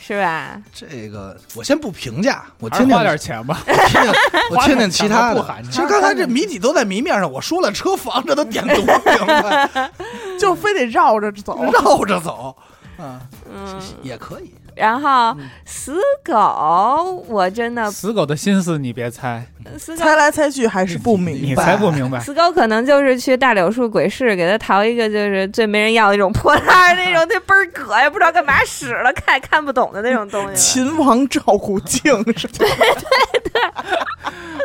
[SPEAKER 1] 是吧？
[SPEAKER 2] 这个我先不评价，我
[SPEAKER 4] 还是
[SPEAKER 2] 听听
[SPEAKER 4] 花点钱吧。
[SPEAKER 2] 我听听，我听听其他
[SPEAKER 4] 花点钱吧不
[SPEAKER 2] 的
[SPEAKER 4] 寒。碜
[SPEAKER 2] 其实刚才这谜底都在谜面上，我说了车房，这都点多明白，
[SPEAKER 3] 就非得绕着走。
[SPEAKER 2] 绕着走，啊，
[SPEAKER 1] 嗯，
[SPEAKER 2] 也可以。
[SPEAKER 1] 然后死狗，我真的
[SPEAKER 4] 死狗的心思你别猜，
[SPEAKER 1] 死狗
[SPEAKER 3] 猜来猜去还是不
[SPEAKER 4] 你
[SPEAKER 3] 明白。
[SPEAKER 4] 猜不 明白。
[SPEAKER 1] 死狗可能就是去大柳树鬼市给他淘一个就是最没人要的那种破烂儿那种，那倍儿葛呀，不知道干嘛使了，看也看不懂的那种东西。
[SPEAKER 3] 秦王赵古镜是吧？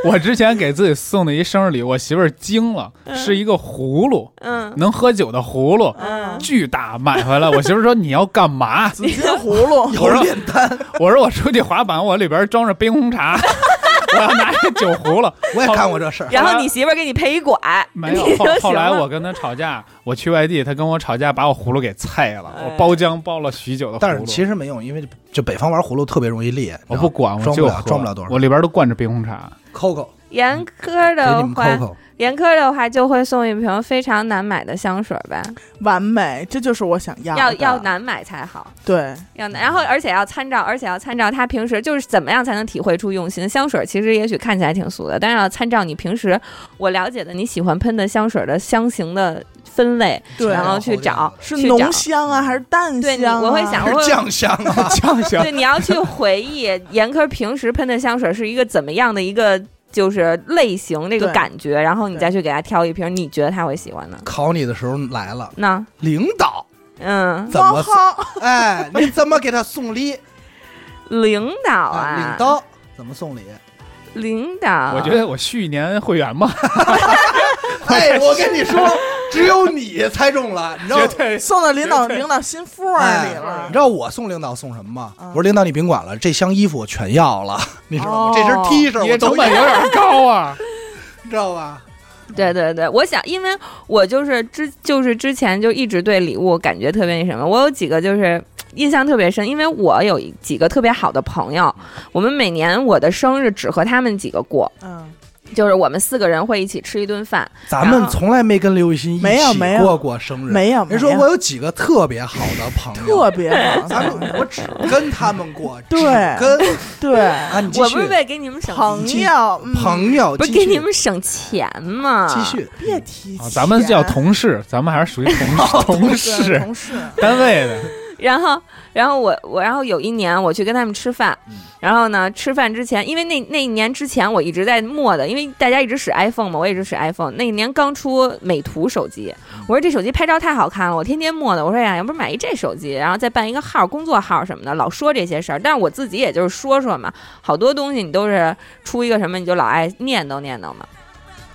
[SPEAKER 4] 我之前给自己送的一生日礼，物，我媳妇儿惊了，是一个葫芦，
[SPEAKER 1] 嗯
[SPEAKER 4] 能喝酒的葫芦，
[SPEAKER 1] 嗯，
[SPEAKER 4] 巨大，买回来。我媳妇儿说你要干嘛？
[SPEAKER 3] 紫金葫芦，
[SPEAKER 2] 有炼丹，
[SPEAKER 4] 我说我出去滑板，我里边装着冰红茶。 我要拿这酒壶了。
[SPEAKER 2] 我也干过这事儿。
[SPEAKER 1] 然后你媳妇儿给你赔一管，
[SPEAKER 4] 没 有
[SPEAKER 1] 你，
[SPEAKER 4] 后
[SPEAKER 1] 就行
[SPEAKER 4] 后来
[SPEAKER 1] 了
[SPEAKER 4] 我跟他吵架，我去外地，他跟我吵架，把我葫芦给菜了，
[SPEAKER 1] 哎
[SPEAKER 4] 我包浆包了许久的葫
[SPEAKER 2] 但是
[SPEAKER 4] 芦。
[SPEAKER 2] 其实没用，因为就就北方玩葫芦特别容易裂。
[SPEAKER 4] 我不管，我
[SPEAKER 2] 装不
[SPEAKER 4] 就
[SPEAKER 2] 了
[SPEAKER 4] 喝
[SPEAKER 2] 装不了多少
[SPEAKER 4] 我里边都灌着冰 红茶。
[SPEAKER 2] ，Coco
[SPEAKER 1] 严苛
[SPEAKER 2] 给你
[SPEAKER 1] 的
[SPEAKER 2] 们
[SPEAKER 1] 话，
[SPEAKER 2] Coco，
[SPEAKER 1] 严苛的话就会送一瓶非常难买的香水呗，
[SPEAKER 3] 完美，这就是我想要的。
[SPEAKER 1] 要要难买才好，
[SPEAKER 3] 对，
[SPEAKER 4] 嗯
[SPEAKER 1] 要难然后而且要参照，而且要参照他平时就是怎么样才能体会出用心。香水其实也许看起来挺俗的，但是要参照你平时我了解的你喜欢喷的香水的香型的分类，
[SPEAKER 3] 对
[SPEAKER 1] 然后去找
[SPEAKER 3] 是
[SPEAKER 1] 去找
[SPEAKER 3] 浓香啊还是淡
[SPEAKER 1] 对你
[SPEAKER 3] 香啊？
[SPEAKER 1] 我会想
[SPEAKER 2] 还是酱香 啊，
[SPEAKER 4] 酱香
[SPEAKER 1] 对，你要去回忆严科平时喷的香水是一个怎么样的一个就是类型那个
[SPEAKER 3] 对
[SPEAKER 1] 感觉，然后你
[SPEAKER 3] 对
[SPEAKER 1] 再去给他挑一瓶你觉得他会喜欢的。
[SPEAKER 2] 考你的时候来了，
[SPEAKER 1] 那
[SPEAKER 2] 领导
[SPEAKER 1] 嗯，
[SPEAKER 2] 怎么
[SPEAKER 3] 汪浩
[SPEAKER 2] 哎，你怎么给他送礼
[SPEAKER 1] 领导啊，
[SPEAKER 2] 啊？领导怎么送礼？
[SPEAKER 1] 领导，
[SPEAKER 4] 我觉得我续一年会员 吧，
[SPEAKER 2] 哎，我跟你说， 只有你猜中了，你知道
[SPEAKER 4] 绝对
[SPEAKER 3] 送到领导
[SPEAKER 4] 绝对
[SPEAKER 3] 领导心腹儿里
[SPEAKER 4] 哎
[SPEAKER 2] 你
[SPEAKER 3] 了
[SPEAKER 2] 知。道我送领导送什么吗？
[SPEAKER 3] 嗯
[SPEAKER 2] 我说领导你甭管了，这箱衣服我全要了， 你知道吗？
[SPEAKER 1] 哦
[SPEAKER 2] 这身 T 恤
[SPEAKER 4] 你
[SPEAKER 2] 我都
[SPEAKER 4] 这成本有
[SPEAKER 2] 要，
[SPEAKER 4] 点高啊。
[SPEAKER 2] 你知道吧？
[SPEAKER 1] 对对对，我想，因为我就是之就是之前就一直对礼物感觉特别那什么，我有几个就是印象特别深，因为我有一几个特别好的朋友，我们每年我的生日只和他们几个过，
[SPEAKER 3] 嗯，
[SPEAKER 1] 就是我们四个人会一起吃一顿饭，
[SPEAKER 2] 咱们从来没跟刘雨欣一
[SPEAKER 3] 没有
[SPEAKER 2] 起
[SPEAKER 3] 没有
[SPEAKER 2] 过过生日，
[SPEAKER 3] 没有，
[SPEAKER 2] 人
[SPEAKER 3] 没
[SPEAKER 2] 说
[SPEAKER 3] 有
[SPEAKER 2] 我有几个特别好的朋友，
[SPEAKER 3] 特别好，
[SPEAKER 2] 咱们我只跟他们过，
[SPEAKER 3] 对
[SPEAKER 2] 只跟
[SPEAKER 3] 对
[SPEAKER 2] 啊，你继
[SPEAKER 1] 我
[SPEAKER 2] 续
[SPEAKER 1] 不是为了给你们省
[SPEAKER 3] 朋
[SPEAKER 2] 继续
[SPEAKER 3] 友嗯
[SPEAKER 2] 朋友，
[SPEAKER 1] 不是
[SPEAKER 2] 继
[SPEAKER 1] 给
[SPEAKER 2] 续
[SPEAKER 1] 你们省钱吗？
[SPEAKER 2] 继续
[SPEAKER 3] 别提
[SPEAKER 4] 啊
[SPEAKER 3] 钱，
[SPEAKER 4] 咱们叫同事，咱们还是属于
[SPEAKER 2] 哦
[SPEAKER 4] 同同
[SPEAKER 3] 对
[SPEAKER 4] 事
[SPEAKER 3] 同事，
[SPEAKER 4] 单位的。
[SPEAKER 1] 然后，然后我我然后有一年我去跟他们吃饭，
[SPEAKER 2] 嗯
[SPEAKER 1] 然后呢，吃饭之前，因为那那一年之前我一直在磨的，因为大家一直使 iPhone 嘛，我也一直使 iPhone。那一年刚出美图手机，我说这手机拍照太好看了，我天天磨的。我说哎呀，要不买一这手机，然后再办一个号，工作号什么的，老说这些事儿。但是我自己也就是说说嘛，好多东西你都是出一个什么你就老爱念叨念叨嘛。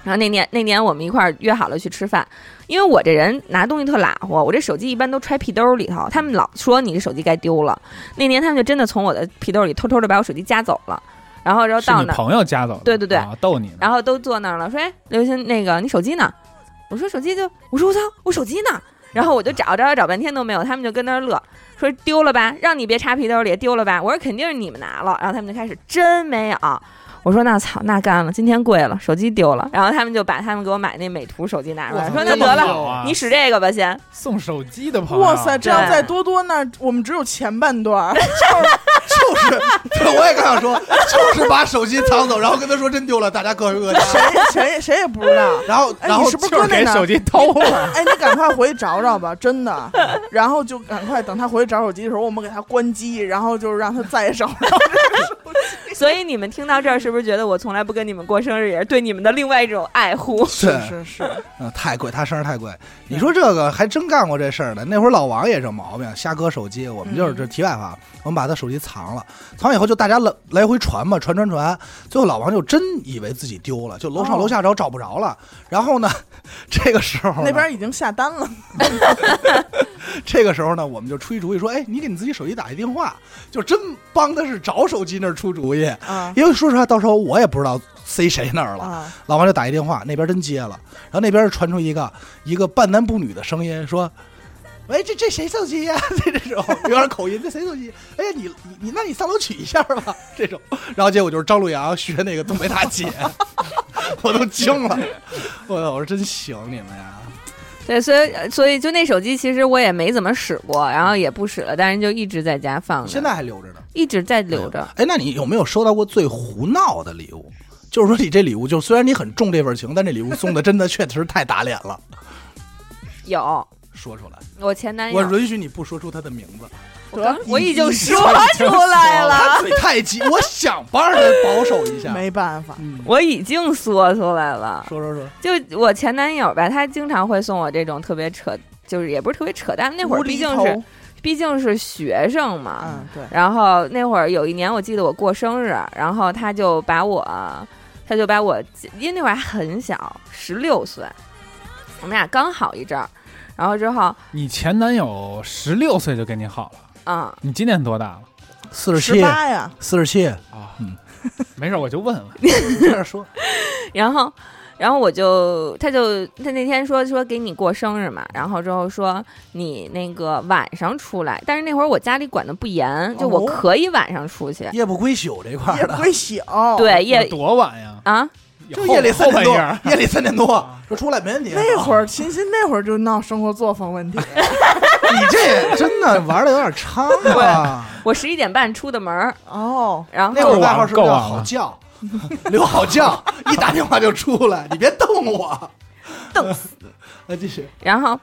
[SPEAKER 1] 然后那年那年我们一块儿约好了去吃饭，因为我这人拿东西特懒活，我这手机一般都揣屁兜里头。他们老说你这手机该丢了，那年他们就真的从我的屁兜里偷偷的把我手机夹走了，然后然后
[SPEAKER 4] 是
[SPEAKER 1] 到
[SPEAKER 4] 你
[SPEAKER 1] 那儿，
[SPEAKER 4] 朋友家走的，
[SPEAKER 1] 对对对
[SPEAKER 4] 啊，逗你呢。
[SPEAKER 1] 然后都坐那儿了，说哎，刘星那个你手机呢？我说手机就，我说我操，我手机呢？然后我就找找找半天都没有，他们就跟那儿乐，说丢了吧，让你别插皮兜里，丢了吧。我说肯定是你们拿了，然后他们就开始真没有。我说那操，那干了，今天贵了，手机丢了。然后他们就把他们给我买那美图手机拿出来，
[SPEAKER 2] 哇
[SPEAKER 1] 说那
[SPEAKER 4] 这么
[SPEAKER 1] 得了，
[SPEAKER 4] 好啊
[SPEAKER 1] 你使这个吧先。
[SPEAKER 4] 送手机的朋友，
[SPEAKER 3] 哇塞，这要
[SPEAKER 1] 对
[SPEAKER 3] 在多多那儿，我们只有前半段儿，
[SPEAKER 2] 就是，对， 我也刚想说，就是把手机藏走，然后跟他说真丢了，大家各回 各家。
[SPEAKER 3] 谁谁也谁也不知道。
[SPEAKER 2] 然后，
[SPEAKER 3] 哎
[SPEAKER 2] 然后
[SPEAKER 3] 你是不是
[SPEAKER 4] 就是
[SPEAKER 3] 搁那
[SPEAKER 4] 给
[SPEAKER 3] 哪
[SPEAKER 4] 手
[SPEAKER 3] 儿？
[SPEAKER 4] 机偷了。
[SPEAKER 3] 哎，你赶快回去找找吧，真的。然后就赶快等他回去找手机的时候，我们给他关机，然后就是让他再找不着。
[SPEAKER 1] 所以你们听到这儿，是不是觉得我从来不跟你们过生日，也是对你们的另外一种爱护？
[SPEAKER 2] 是
[SPEAKER 3] 是是，
[SPEAKER 2] 嗯，太贵，他生日太贵。你说这个还真干过这事儿呢。那会儿老王也这毛病，瞎搁手机。我们
[SPEAKER 3] 嗯
[SPEAKER 2] 就是这题外话，我们把他手机藏了，藏了以后就大家来来回传嘛，传传传。最后老王就真以为自己丢了，就楼上
[SPEAKER 3] 哦
[SPEAKER 2] 楼下找找不着了。然后呢， 这个时候呢
[SPEAKER 3] 那边已经下单了，
[SPEAKER 2] 这个时候呢，我们就出一主意说，哎，你给你自己手机打一电话，就真帮他是找手机那儿出主意。
[SPEAKER 3] 啊
[SPEAKER 2] 因为说实话，到时候我也不知道塞谁那儿了。
[SPEAKER 3] 啊！
[SPEAKER 2] 老王就打一电话，那边真接了，然后那边传出一个一个半男不女的声音说：“喂，这这谁手机呀、 这这种有点口音，这谁手机？哎呀，你你你，那你上楼取一下吧。”这种，然后结果就是张陆阳学那个东北大姐， 我都惊了，我我说真行你们呀！
[SPEAKER 1] 对，所以呃所以就那手机，其实我也没怎么使过，然后也不使了，但是就一直在家放着，
[SPEAKER 2] 现在还留着呢。
[SPEAKER 1] 一直在留着。
[SPEAKER 2] 哎，那你有没有收到过最胡闹的礼物？就是说，你这礼物就虽然你很重这份情，但这礼物送的真的 确实太打脸了。
[SPEAKER 1] 有
[SPEAKER 2] 说出来，
[SPEAKER 1] 我前男友，
[SPEAKER 2] 我
[SPEAKER 1] 我
[SPEAKER 2] 允许你不说出他的名字。
[SPEAKER 1] 刚
[SPEAKER 3] 得
[SPEAKER 1] 我已经说出
[SPEAKER 2] 他
[SPEAKER 1] 来了，
[SPEAKER 2] 嘴太急，我想帮着他保守一下。
[SPEAKER 3] 没办法，
[SPEAKER 4] 嗯
[SPEAKER 1] 我已经说出来了。
[SPEAKER 2] 说说说，
[SPEAKER 1] 就我前男友吧，他经常会送我这种特别扯，就是也不是特别扯淡，那会儿
[SPEAKER 3] 无
[SPEAKER 1] 毕
[SPEAKER 3] 厘
[SPEAKER 1] 竟
[SPEAKER 3] 头
[SPEAKER 1] 是毕竟是学生嘛，
[SPEAKER 3] 嗯，对，
[SPEAKER 1] 然后那会儿有一年，我记得我过生日，然后他就把我，他就把我，因为那会儿还很小，十六岁，我们俩刚好一阵儿。然后之后，
[SPEAKER 4] 你前男友十六岁就跟你好了，
[SPEAKER 1] 嗯，
[SPEAKER 4] 你今年多大了？
[SPEAKER 2] 四十
[SPEAKER 3] 十
[SPEAKER 2] 七，
[SPEAKER 3] 八呀，
[SPEAKER 2] 四十七，
[SPEAKER 4] 啊， 没事，我就问问。
[SPEAKER 2] 接着说，
[SPEAKER 1] 然后，然后我就，他就他那天说说给你过生日嘛，然后之后说你那个晚上出来，但是那会儿我家里管的不严，就我
[SPEAKER 3] 哦
[SPEAKER 1] 可以晚上出去，
[SPEAKER 2] 夜不归宿这块
[SPEAKER 3] 也
[SPEAKER 2] 儿的，
[SPEAKER 3] 会醒。，
[SPEAKER 1] 对夜
[SPEAKER 4] 有多晚呀？
[SPEAKER 1] 啊，
[SPEAKER 2] 就夜里
[SPEAKER 4] 后
[SPEAKER 2] 三
[SPEAKER 4] 半
[SPEAKER 2] 点
[SPEAKER 4] 夜 儿。
[SPEAKER 2] 多，夜里三点多说出来没问题。啊
[SPEAKER 3] 那会儿秦鑫那会儿就闹生活作风 问题，
[SPEAKER 2] 你这真的玩的有点差啊！
[SPEAKER 1] 我十一点半出的门儿，
[SPEAKER 3] 哦，
[SPEAKER 1] 然后
[SPEAKER 2] 那会儿外号是不是
[SPEAKER 4] 够
[SPEAKER 2] 叫
[SPEAKER 4] 晚了
[SPEAKER 2] 好叫， 刘好叫，一打电话就出来，你别动我，
[SPEAKER 1] 瞪
[SPEAKER 2] 死。那继续，
[SPEAKER 1] 然后，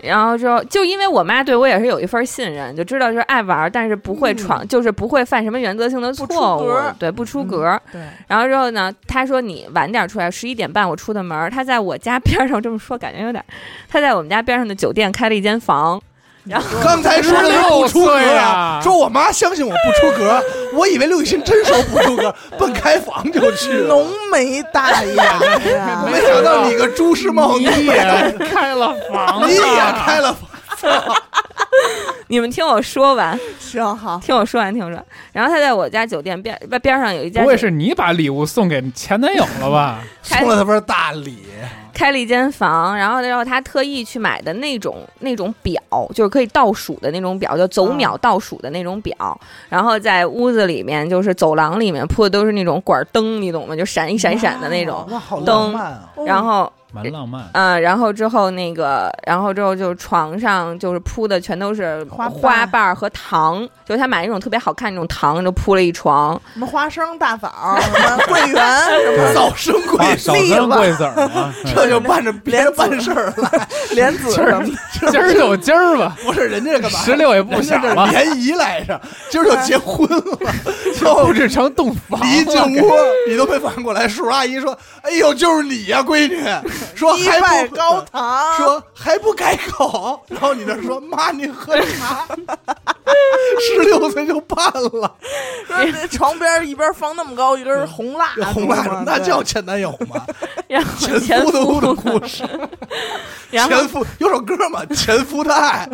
[SPEAKER 1] 然后之后就因为我妈对我也是有一份信任，就知道就是爱玩，但是不会闯，就是不会犯什么原则性的
[SPEAKER 3] 嗯不出
[SPEAKER 1] 错误
[SPEAKER 3] 格儿，嗯
[SPEAKER 1] 对，不出格。
[SPEAKER 3] 对，
[SPEAKER 1] 然后之后呢，他说你晚点出来，十一点半我出的门儿。他在我家边上这么说，感觉有点，他在我们家边上的酒店开了一间房，
[SPEAKER 2] 刚才说的是不出格
[SPEAKER 4] 16岁
[SPEAKER 2] 啊
[SPEAKER 4] 啊，
[SPEAKER 2] 说我妈相信我不出格，我以为刘雨欣真说不出格，奔开房就去了，
[SPEAKER 3] 浓眉大眼呀，
[SPEAKER 2] 没想到你个朱时茂，你
[SPEAKER 4] 你
[SPEAKER 2] 也
[SPEAKER 4] 也开了房啊
[SPEAKER 2] 你也
[SPEAKER 4] 了，
[SPEAKER 2] 开了房，
[SPEAKER 1] 你们听我说完，
[SPEAKER 3] 行好，
[SPEAKER 1] 听我说完，听我说完。然后他在我家酒店边边边上有一家
[SPEAKER 4] 不会
[SPEAKER 1] 酒
[SPEAKER 4] 是你把礼物送给前男友了吧？
[SPEAKER 1] 开
[SPEAKER 2] 送了他份大礼，
[SPEAKER 1] 开了一间房，然后然后他特意去买的那种那种表，就是可以倒数的那种表，叫走秒
[SPEAKER 3] 啊
[SPEAKER 1] 倒数的那种表。然后在屋子里面，就是走廊里面铺的都是那种管灯，你懂吗？就闪一闪闪的那种。
[SPEAKER 2] 哇，好
[SPEAKER 1] 灯
[SPEAKER 2] 漫啊！
[SPEAKER 3] 哦
[SPEAKER 1] 然后，
[SPEAKER 4] 蛮 浪漫。
[SPEAKER 1] 嗯、然后之后那个，然后之后就床上就是铺的全都是
[SPEAKER 3] 花瓣
[SPEAKER 1] 花瓣儿和糖，就是他买那种特别好看那种糖，就铺了一床。
[SPEAKER 3] 什么花生大 枣，什么桂圆，什么
[SPEAKER 2] 早生
[SPEAKER 4] 啊
[SPEAKER 2] 贵
[SPEAKER 4] 少
[SPEAKER 2] 子，
[SPEAKER 4] 生贵子儿啊！
[SPEAKER 2] 这就办着别人办事儿 了，
[SPEAKER 3] 莲子什么的，
[SPEAKER 4] 今儿有今儿吧，
[SPEAKER 2] 不是人家这干嘛？
[SPEAKER 4] 十六也不
[SPEAKER 2] 人
[SPEAKER 4] 小
[SPEAKER 2] 家这
[SPEAKER 4] 了，
[SPEAKER 2] 联谊来着，今儿就结婚 了，就
[SPEAKER 4] 布置成洞房
[SPEAKER 2] 离
[SPEAKER 4] 了。
[SPEAKER 2] 进屋 你都没反应过来。叔叔阿姨说：“哎呦，就是你呀、闺女。”说
[SPEAKER 3] 一
[SPEAKER 2] 还
[SPEAKER 3] 拜
[SPEAKER 2] 不
[SPEAKER 3] 高
[SPEAKER 1] 啊
[SPEAKER 3] 堂，
[SPEAKER 2] 说还不改口，然后你这说妈，你喝茶， 十六岁就办了，
[SPEAKER 3] 说这 床边一边放那么嗯高一根红蜡烛
[SPEAKER 2] 这
[SPEAKER 3] 嘛，
[SPEAKER 2] 红蜡烛那
[SPEAKER 3] 对
[SPEAKER 2] 叫前男友 吗？
[SPEAKER 1] 然后前
[SPEAKER 2] 前夫的
[SPEAKER 1] 夫，
[SPEAKER 2] 的故事，
[SPEAKER 1] 然后
[SPEAKER 2] 前夫有首歌 嘛，《前夫的爱》，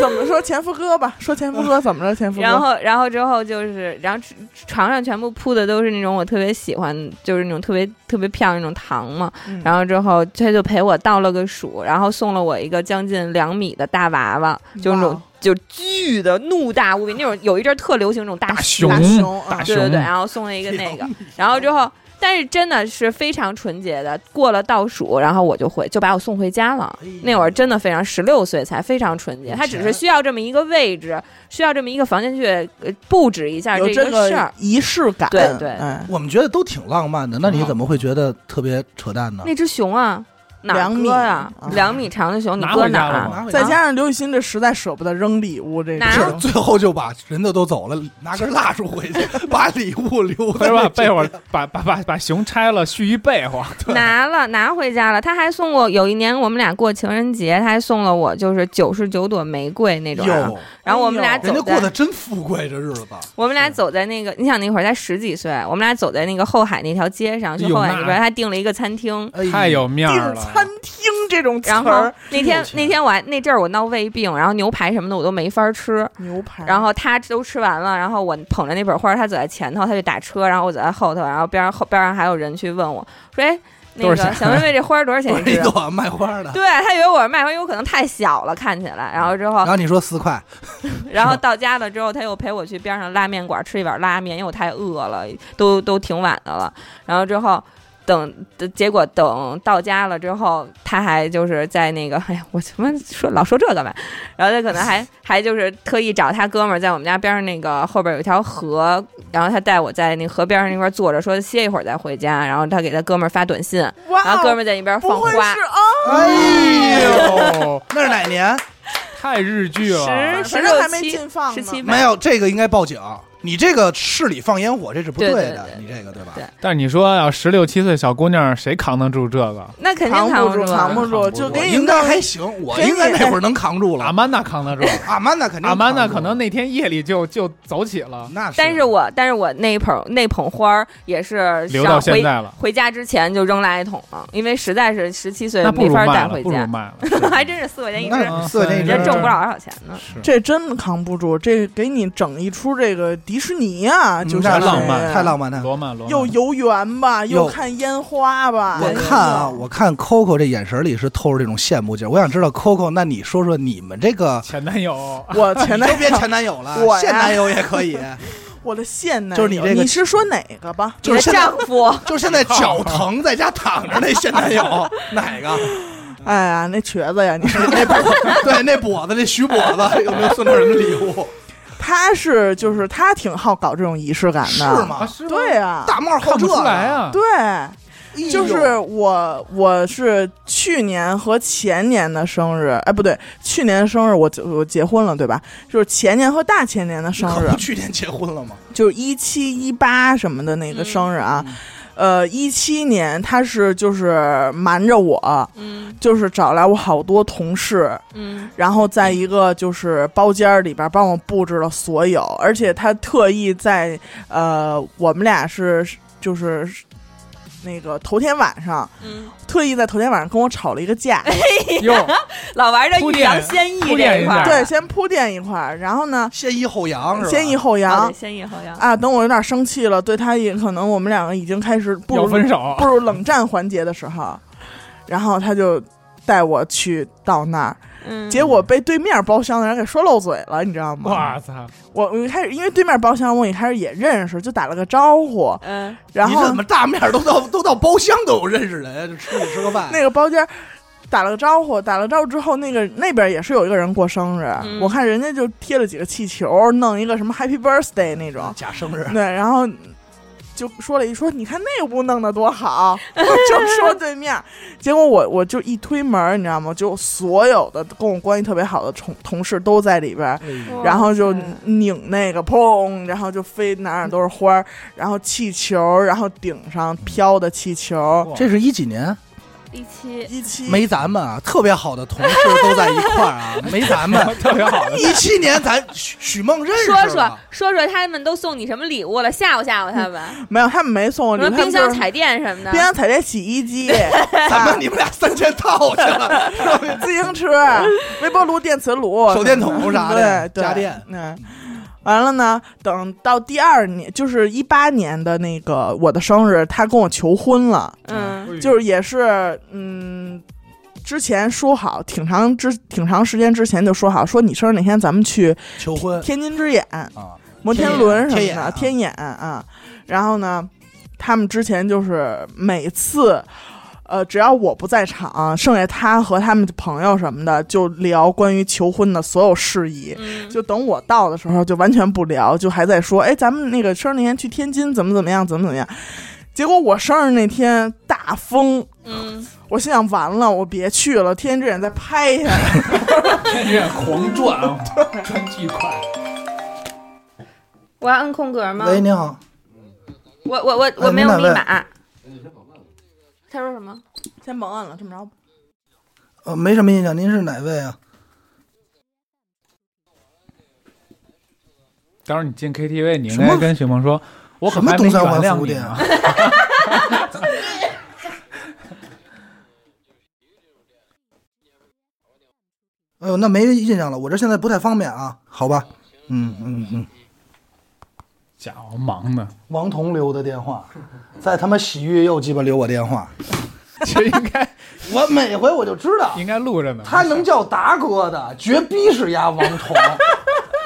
[SPEAKER 3] 怎么说前夫哥吧？说前夫哥怎么着？前夫哥，
[SPEAKER 1] 然后，然后之后就是，然后床上全部铺的都是那种我特别喜欢，就是那种特别特别漂亮那种糖嘛。
[SPEAKER 3] 嗯
[SPEAKER 1] 然后之后他就陪我倒了个数，然后送了我一个将近两米的大娃娃，就那种
[SPEAKER 3] 哇哦
[SPEAKER 1] 就巨的怒大无比那种。有一阵儿特流行那种大熊，
[SPEAKER 4] 熊
[SPEAKER 3] 大熊
[SPEAKER 4] 大
[SPEAKER 3] 啊
[SPEAKER 1] 对
[SPEAKER 4] 熊，
[SPEAKER 1] 对对，然后送了一个那个，然后之后。但是真的是非常纯洁的，过了倒数，然后我就回就把我送回家了。那会儿真的非常，十六岁才非常纯洁，他只是需要这么一个位置，需要这么一个房间去呃布置一下
[SPEAKER 3] 有这
[SPEAKER 1] 个事儿
[SPEAKER 3] 个。啊仪式感，
[SPEAKER 1] 对对
[SPEAKER 3] 哎
[SPEAKER 2] 我们觉得都挺浪漫的，那你怎么会觉得特别扯淡呢？
[SPEAKER 1] 那只熊啊，哪儿
[SPEAKER 3] 两米
[SPEAKER 1] 搁呀
[SPEAKER 3] 啊？
[SPEAKER 1] 两米长的熊，你
[SPEAKER 4] 拿
[SPEAKER 1] 搁
[SPEAKER 4] 回
[SPEAKER 1] 哪
[SPEAKER 4] 家
[SPEAKER 1] 儿
[SPEAKER 4] 了
[SPEAKER 1] 啊？
[SPEAKER 4] 吗？
[SPEAKER 2] 拿回
[SPEAKER 3] 再
[SPEAKER 2] 家
[SPEAKER 3] 加上刘雨欣这实在舍不得扔礼物，这
[SPEAKER 1] 拿
[SPEAKER 2] 是
[SPEAKER 3] 个
[SPEAKER 2] 最后就把人家都走了，拿根蜡烛回去，把礼物 留
[SPEAKER 4] 或
[SPEAKER 2] 在
[SPEAKER 4] 者 把
[SPEAKER 2] 那
[SPEAKER 4] 被窝，把把把把熊拆了，续一被窝。
[SPEAKER 1] 拿了，拿回家了。他还送我，有一年我们俩过情人节，他还送了我就是九十九朵玫瑰那种啊。
[SPEAKER 2] 哟，
[SPEAKER 1] 然后我们俩
[SPEAKER 3] 哎
[SPEAKER 1] 走
[SPEAKER 2] 人家
[SPEAKER 1] 在
[SPEAKER 2] 过得真富贵，这日子
[SPEAKER 1] 我们俩走在那个，你想那会儿才十几岁，我们俩走在那个后海那条街上，去后海那
[SPEAKER 4] 哎呦
[SPEAKER 1] 边，
[SPEAKER 4] 那
[SPEAKER 1] 他订了一个餐厅。
[SPEAKER 2] 哎呦
[SPEAKER 4] 太有面儿
[SPEAKER 3] 订
[SPEAKER 4] 了。
[SPEAKER 3] 餐厅这种词
[SPEAKER 1] 然后
[SPEAKER 3] 儿，
[SPEAKER 1] 那天
[SPEAKER 2] 有
[SPEAKER 4] 啊
[SPEAKER 2] 钱
[SPEAKER 1] 那天我还那阵儿我闹胃病，然后牛排什么的我都没法吃。
[SPEAKER 3] 牛
[SPEAKER 4] 嗯
[SPEAKER 3] 排，
[SPEAKER 1] 然后他都吃完了，然后我捧着那本花，他走在前头，他就打车，然后我走在后头，然后边上后边上还有人去问我说：“哎，那
[SPEAKER 4] 多
[SPEAKER 1] 个
[SPEAKER 4] 少钱
[SPEAKER 1] 小妹妹这花多少 钱
[SPEAKER 2] 不
[SPEAKER 1] 一
[SPEAKER 2] 是一
[SPEAKER 1] 只
[SPEAKER 2] 朵卖花？”的。
[SPEAKER 1] 对他以为我是卖花，因为我可能太小了看起来。然后之后
[SPEAKER 2] 然，后你说四块，
[SPEAKER 1] 然后到家了之后，他又陪我去边上拉面馆吃一碗拉面，因为我太饿了，都都挺晚的了。然后之后等，等结果等到家了之后，他还就是在那个，哎呀，我怎么说老说这干嘛？然后他可能还还就是特意找他哥们儿在我们家边上那个后边有一条河，然后他带我在那河边上那块坐着，说歇一会儿再回家。然后他给他哥们儿发短信，
[SPEAKER 3] 哇，哦
[SPEAKER 1] 然后哥们儿在那边放
[SPEAKER 3] 不会
[SPEAKER 1] 花
[SPEAKER 3] 是。哦，
[SPEAKER 2] 哎呦，
[SPEAKER 4] 呦，
[SPEAKER 2] 那是哪年？
[SPEAKER 4] 太日剧了
[SPEAKER 1] 十！
[SPEAKER 3] 反
[SPEAKER 1] 16
[SPEAKER 3] 正还没
[SPEAKER 1] 期
[SPEAKER 3] 禁放
[SPEAKER 1] 十
[SPEAKER 3] 呢，
[SPEAKER 1] 七
[SPEAKER 2] 没有这个应该报警。你这个市里放烟火，这是不的，
[SPEAKER 1] 对对对
[SPEAKER 2] 你这个对吧？
[SPEAKER 1] 对
[SPEAKER 4] 但是你说要十六七岁小姑娘，谁扛得住这个？
[SPEAKER 1] 那肯定
[SPEAKER 3] 扛
[SPEAKER 1] 扛
[SPEAKER 3] 不住，
[SPEAKER 1] 住啊
[SPEAKER 3] 扛不
[SPEAKER 4] 扛
[SPEAKER 3] 住，
[SPEAKER 4] 不
[SPEAKER 3] 就
[SPEAKER 4] 住
[SPEAKER 2] 我
[SPEAKER 3] 给
[SPEAKER 2] 应
[SPEAKER 3] 你
[SPEAKER 2] 该
[SPEAKER 3] 弄
[SPEAKER 2] 还行，我
[SPEAKER 3] 给你
[SPEAKER 2] 应该那会儿能扛住
[SPEAKER 4] 阿
[SPEAKER 2] 了。
[SPEAKER 4] 曼达扛得住，
[SPEAKER 2] 阿曼达肯定，
[SPEAKER 4] 阿曼达可能，那天夜里就就走起了，
[SPEAKER 2] 那是。
[SPEAKER 1] 但是我但是我那捧那捧花儿也是
[SPEAKER 4] 留到
[SPEAKER 1] 上回
[SPEAKER 4] 现在了。
[SPEAKER 1] 回家之前就扔垃圾桶了，因为实在是十七岁
[SPEAKER 4] 那不
[SPEAKER 1] 没
[SPEAKER 4] 如
[SPEAKER 1] 法
[SPEAKER 4] 卖
[SPEAKER 1] 带
[SPEAKER 4] 了，
[SPEAKER 1] 回
[SPEAKER 4] 不如
[SPEAKER 1] 家，
[SPEAKER 4] 卖了。
[SPEAKER 1] 还真是四块钱一只，
[SPEAKER 2] 那
[SPEAKER 1] 人
[SPEAKER 2] 是四块钱一
[SPEAKER 4] 嗯
[SPEAKER 1] 家
[SPEAKER 4] 那
[SPEAKER 2] 只
[SPEAKER 4] 是
[SPEAKER 1] 挣不了多少钱呢。
[SPEAKER 4] 是
[SPEAKER 3] 这真扛不住，这给你整一出这个迪士尼啊，就是
[SPEAKER 4] 嗯太浪漫嗯
[SPEAKER 3] 谁
[SPEAKER 2] 嗯太浪漫了。
[SPEAKER 4] 罗曼罗曼
[SPEAKER 3] 又游园吧，
[SPEAKER 2] 又
[SPEAKER 3] 又看烟花吧。
[SPEAKER 1] 哎
[SPEAKER 3] 哎
[SPEAKER 2] 我看啊，我看 Coco 这眼神里是透着这种羡慕劲儿。我想知道 Coco，那你说说你们这个
[SPEAKER 4] 前男友，
[SPEAKER 3] 我
[SPEAKER 2] 你
[SPEAKER 3] 前男
[SPEAKER 2] 都别前男友了，
[SPEAKER 3] 我呀
[SPEAKER 2] 现男友 也可以。
[SPEAKER 3] 我的现男友，
[SPEAKER 2] 就是你这个
[SPEAKER 3] 你是说哪个吧？
[SPEAKER 1] 你
[SPEAKER 2] 就
[SPEAKER 1] 的
[SPEAKER 2] 是现在
[SPEAKER 1] 丈夫
[SPEAKER 2] 就是现在脚疼，在家躺着那现 男友哪个？
[SPEAKER 3] 哎呀，那瘸子呀，你
[SPEAKER 2] 那跛对那跛子，那徐跛 子有没有送点什么礼物？
[SPEAKER 3] 他是就是他挺好搞这种仪式感的，
[SPEAKER 2] 是？
[SPEAKER 4] 啊
[SPEAKER 2] 吗？
[SPEAKER 4] 是吗
[SPEAKER 3] 对啊，
[SPEAKER 2] 大帽好
[SPEAKER 4] 看
[SPEAKER 2] 这
[SPEAKER 4] 不出
[SPEAKER 2] 个
[SPEAKER 4] 来！啊，
[SPEAKER 3] 对，
[SPEAKER 2] 哎呦
[SPEAKER 3] 就是我我是去年和前年的生日，哎不对，去年生日我就我结婚了对吧？就是前年和大前年的生
[SPEAKER 2] 可
[SPEAKER 3] 日
[SPEAKER 2] 不，去年结婚了吗？嗯
[SPEAKER 3] 就是一七一八什么的那个生日啊。呃，一七年他是就是瞒着我，
[SPEAKER 1] 嗯
[SPEAKER 3] 就是找来我好多同事，
[SPEAKER 1] 嗯，
[SPEAKER 3] 然后在一个就是包间儿里边儿帮我布置了所有，而且他特意在呃，我们俩是就是那个头天晚上，
[SPEAKER 1] 嗯
[SPEAKER 3] 特意在头天晚上跟我吵了一个架，
[SPEAKER 4] 哎哟，
[SPEAKER 1] 老玩这
[SPEAKER 4] 铺
[SPEAKER 1] 欲
[SPEAKER 4] 垫
[SPEAKER 1] 扬先抑
[SPEAKER 4] 铺
[SPEAKER 1] 这
[SPEAKER 4] 垫
[SPEAKER 1] 一
[SPEAKER 4] 一
[SPEAKER 1] 块
[SPEAKER 4] 下
[SPEAKER 1] 儿，
[SPEAKER 3] 对，先铺垫一块儿，然后呢，
[SPEAKER 2] 先抑后扬是吧？
[SPEAKER 3] 先抑后
[SPEAKER 1] 啊
[SPEAKER 3] 扬
[SPEAKER 1] 对先抑后扬，
[SPEAKER 3] 啊，等我有点生气了，对他也可能我们两个已经开始步
[SPEAKER 4] 要
[SPEAKER 3] 入
[SPEAKER 4] 分手
[SPEAKER 3] 步，入冷战环节的时候，然后他就带我去到那儿，
[SPEAKER 1] 嗯，
[SPEAKER 3] 结果被对面包厢的人给说漏嘴了，你知道吗？
[SPEAKER 4] 哇操，
[SPEAKER 3] 我我一开始因为对面包厢我一开始也认识，就打了个招呼，
[SPEAKER 1] 嗯
[SPEAKER 3] 然
[SPEAKER 2] 你
[SPEAKER 3] 后
[SPEAKER 2] 怎么大面儿都到都到包厢都有认识人啊？就吃你吃个饭，
[SPEAKER 3] 那个包间儿打了个招呼，打了招呼之后，那个那边也是有一个人过生日，
[SPEAKER 1] 嗯
[SPEAKER 3] 我看人家就贴了几个气球，弄一个什么 Happy Birthday 那种，
[SPEAKER 2] 假生
[SPEAKER 1] 嗯
[SPEAKER 2] 日，
[SPEAKER 3] 对，然后。就说了一说，你看那屋弄得多好， 就说对面。结果我我就一推门，你知道吗？就所有的跟我关系特别好的同同事都在里边
[SPEAKER 2] 哎
[SPEAKER 3] 儿，
[SPEAKER 1] 哇
[SPEAKER 3] 然后就
[SPEAKER 1] 塞
[SPEAKER 3] 拧那个砰，然后就飞哪儿哪儿都是花儿，然后气球，然后顶上飘的气球，
[SPEAKER 2] 这是一几年？
[SPEAKER 1] 一期
[SPEAKER 3] 一七
[SPEAKER 2] 没咱们啊，特别好的同事都在一块儿啊，没咱 们。
[SPEAKER 4] 特别好的，
[SPEAKER 2] 一七年咱许许梦认识
[SPEAKER 1] 说
[SPEAKER 2] 了
[SPEAKER 1] 说说说他们都送你什么礼物了，吓唬吓唬他们，
[SPEAKER 3] 没有，他们没送我
[SPEAKER 1] 什
[SPEAKER 3] 礼物，
[SPEAKER 1] 么
[SPEAKER 3] 他
[SPEAKER 1] 冰
[SPEAKER 3] 哦们就是
[SPEAKER 1] 箱、彩电什么的
[SPEAKER 3] 冰，箱、彩电、洗 衣机、
[SPEAKER 2] 咱们你们俩三千套去 了，
[SPEAKER 3] 自行车、微波炉、电磁炉、
[SPEAKER 2] 手电筒啥的
[SPEAKER 3] 对对
[SPEAKER 2] 家电
[SPEAKER 3] 嗯。完了呢，等到第二年，就是一八年的那个我的生日，他跟我求婚了，
[SPEAKER 1] 嗯
[SPEAKER 3] 就是也是，嗯，之前说好，挺长之挺长时间之前就说好，说你生日那天咱们去
[SPEAKER 2] 求婚
[SPEAKER 3] 天津之眼、
[SPEAKER 2] 呃啊，
[SPEAKER 3] 摩天轮
[SPEAKER 2] 天
[SPEAKER 3] 什么
[SPEAKER 2] 眼
[SPEAKER 3] 的，
[SPEAKER 2] 啊
[SPEAKER 3] 天眼啊。然后呢，他们之前就是每次。呃，只要我不在场，剩下他和他们的朋友什么的，就聊关于求婚的所有事宜。
[SPEAKER 1] 嗯，
[SPEAKER 3] 就等我到的时候，就完全不聊，就还在说，哎，咱们那个生日那天去天津，怎么怎么样，怎么怎么样。结果我生日那天大风，
[SPEAKER 1] 嗯
[SPEAKER 3] 我心想完了，我别去了，天津之眼再拍下来。
[SPEAKER 4] 这狂转，转巨快，
[SPEAKER 1] 我要摁空格吗？
[SPEAKER 2] 喂，你好，
[SPEAKER 1] 我我我
[SPEAKER 3] 啊
[SPEAKER 1] 我
[SPEAKER 2] 哎
[SPEAKER 1] 没有
[SPEAKER 2] 您
[SPEAKER 1] 密
[SPEAKER 2] 哪位
[SPEAKER 1] 码。他说什么？
[SPEAKER 3] 先甭按了，这么着吧。
[SPEAKER 2] 呃，没什么印象，您是哪位啊？
[SPEAKER 4] 当时你进 KTV，你应
[SPEAKER 2] 什
[SPEAKER 4] 该
[SPEAKER 2] 么
[SPEAKER 4] 跟许梦说，我可
[SPEAKER 2] 什么
[SPEAKER 4] 还没
[SPEAKER 2] 东三环
[SPEAKER 4] 原
[SPEAKER 2] 服
[SPEAKER 4] 谅
[SPEAKER 2] 务
[SPEAKER 4] 你
[SPEAKER 2] 店啊
[SPEAKER 4] 呢。？
[SPEAKER 2] 哎呦，那没印象了，我这现在不太方便啊，好吧，嗯嗯嗯。
[SPEAKER 4] 家伙忙 的，
[SPEAKER 2] 王彤留的电话，在他妈洗浴又鸡巴留我电话，
[SPEAKER 4] 其实应该
[SPEAKER 2] 我每回我就知道
[SPEAKER 4] 应该录 着呢。
[SPEAKER 2] 他能叫达哥的，绝逼是丫王彤，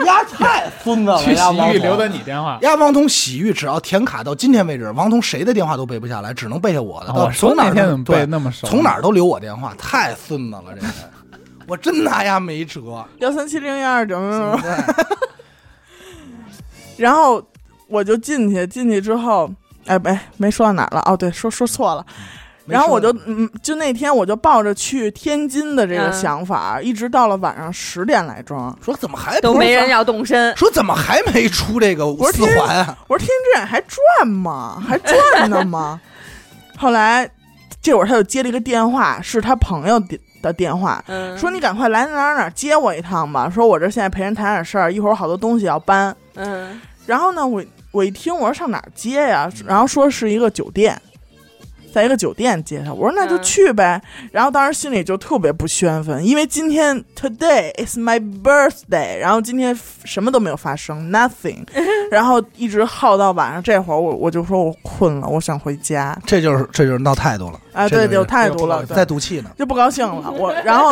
[SPEAKER 2] 丫太孙子了，
[SPEAKER 4] 去
[SPEAKER 2] 丫王
[SPEAKER 4] 洗浴
[SPEAKER 2] 彤
[SPEAKER 4] 留的你电 话，
[SPEAKER 2] 丫王彤洗浴只要填卡到今天为止，王彤谁的电话都背不下来，只能背下我的。
[SPEAKER 4] 啊
[SPEAKER 2] 到
[SPEAKER 4] 我说
[SPEAKER 2] 哦从哪儿
[SPEAKER 4] 那天
[SPEAKER 2] 都
[SPEAKER 4] 怎么背
[SPEAKER 2] 对
[SPEAKER 4] 那么熟
[SPEAKER 2] 从哪儿都留我电话，太孙子了，这人，我真拿丫没辙。
[SPEAKER 3] 幺三七零幺二九
[SPEAKER 2] 对，
[SPEAKER 3] 然后我就进去，进去之后，哎，没没说到哪儿了，哦，对，说说错了。 然后我就嗯，就那天我就抱着去天津的这个
[SPEAKER 1] 嗯
[SPEAKER 3] 想法，一直到了晚上十点来钟。
[SPEAKER 2] 说怎么还
[SPEAKER 1] 都没人
[SPEAKER 2] 要，
[SPEAKER 1] 要动身。
[SPEAKER 2] 说怎么还没出这个
[SPEAKER 3] 不是
[SPEAKER 2] 四环啊？
[SPEAKER 3] 我说天津之眼还转吗？还转呢吗？后来这会儿他又接了一个电话，是他朋友的的电话，
[SPEAKER 1] 嗯，
[SPEAKER 3] 说你赶快来哪儿哪儿接我一趟吧。说我这现在陪人谈点事儿，一会儿好多东西要搬。
[SPEAKER 1] 嗯，
[SPEAKER 3] 然后呢，我我一听我说上哪儿接呀？然后说是一个酒店，在一个酒店接他。我说那就
[SPEAKER 1] 嗯
[SPEAKER 3] 去呗。然后当时心里就特别不宣愤，因为今天 today is my birthday，然后今天什么都没有发生，nothing，然后一直耗到晚上这会儿，我我就说我困了，我想回家
[SPEAKER 2] 这就是这就是闹态度了
[SPEAKER 3] 啊，
[SPEAKER 2] 这
[SPEAKER 3] 对，
[SPEAKER 2] 就是
[SPEAKER 3] 有态度了，对
[SPEAKER 2] 在赌气呢。
[SPEAKER 3] 就不高兴了。我然后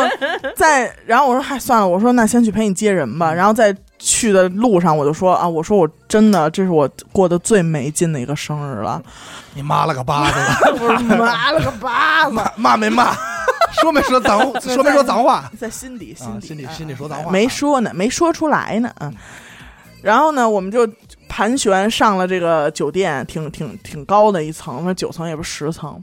[SPEAKER 3] 再然后我说嗨算了，我说那先去陪你接人吧。然后在去的路上我就说啊，我说我真的这是我过得最没劲的一个生日了，
[SPEAKER 2] 你妈了个巴子，
[SPEAKER 3] 我说妈了个巴子，
[SPEAKER 2] 骂骂没骂？说没说脏？说没说脏话？
[SPEAKER 3] 在心底
[SPEAKER 2] 啊
[SPEAKER 3] 心底
[SPEAKER 2] 心里
[SPEAKER 3] 啊
[SPEAKER 2] 心里说脏话
[SPEAKER 3] 没说呢，没说出来呢，嗯。然后呢，我们就盘旋上了这个酒店，挺挺挺高的一层，反正九层也不是十层。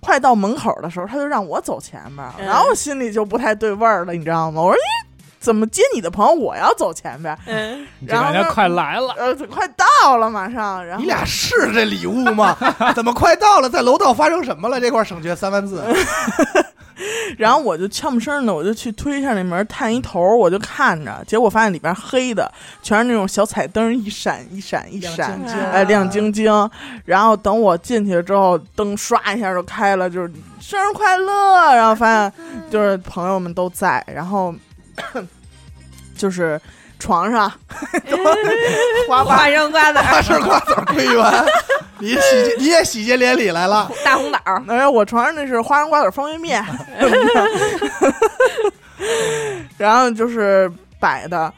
[SPEAKER 3] 快到门口的时候，他就让我走前面儿，
[SPEAKER 1] 嗯
[SPEAKER 3] 然后我心里就不太对味儿了，你知道吗？我说咦，怎么接你的朋友我要走前边儿？
[SPEAKER 1] 嗯，
[SPEAKER 4] 这大
[SPEAKER 3] 然后
[SPEAKER 4] 家
[SPEAKER 3] 呢
[SPEAKER 4] 快来 了，
[SPEAKER 3] 呃，快到了，马上，然后
[SPEAKER 2] 你俩是这礼物吗？怎么快到了？在楼道发生什么了？这块省略三万字。
[SPEAKER 3] 然后我就悄没声儿的，我就去推一下那门，探一头，我就看着，结果发现里边黑的，全是那种小彩灯，一闪一闪一闪，
[SPEAKER 1] 晶晶
[SPEAKER 3] 哎，亮晶晶。然后等我进去之后，灯唰一下就开了，就是生日快乐。然后发现就是朋友们都在，然后就是床上都花瓣
[SPEAKER 1] 花生瓜子儿、
[SPEAKER 2] 大事瓜子儿归元，你喜你也喜结连理来了。
[SPEAKER 1] 大红枣儿，
[SPEAKER 3] 哎呀，我床上那是花生瓜子方便面，然后就是摆的。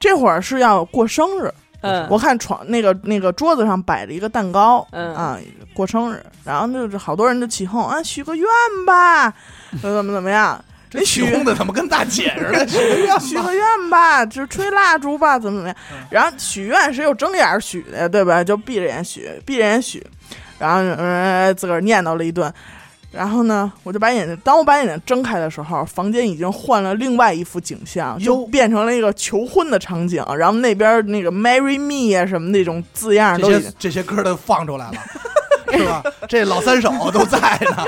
[SPEAKER 3] 这会儿是要过生日，
[SPEAKER 1] 嗯，
[SPEAKER 3] 我看床那个那个桌子上摆着一个蛋糕，
[SPEAKER 1] 嗯
[SPEAKER 3] 啊，过生日，然后就是好多人就起哄啊，许个愿吧，怎么怎么怎么样，
[SPEAKER 2] 这许
[SPEAKER 3] 许
[SPEAKER 2] 公的怎么跟大姐似的？许个愿
[SPEAKER 3] 许
[SPEAKER 2] 吧
[SPEAKER 3] 个愿吧，就是吹蜡烛吧，怎么怎么样。然后许愿谁有睁眼儿许的呀，对吧？就闭着眼许，闭着眼许，然后呃自个儿念叨了一顿。然后呢，我就把眼睛，当我把眼睛睁开的时候，房间已经换了另外一幅景象，就
[SPEAKER 2] 哟
[SPEAKER 3] 变成了一个求婚的场景。然后那边那个 “marry me” 啊什么那种字样都
[SPEAKER 2] 这
[SPEAKER 3] 已经
[SPEAKER 2] 些这些歌都放出来了，是吧？这老三手都在呢，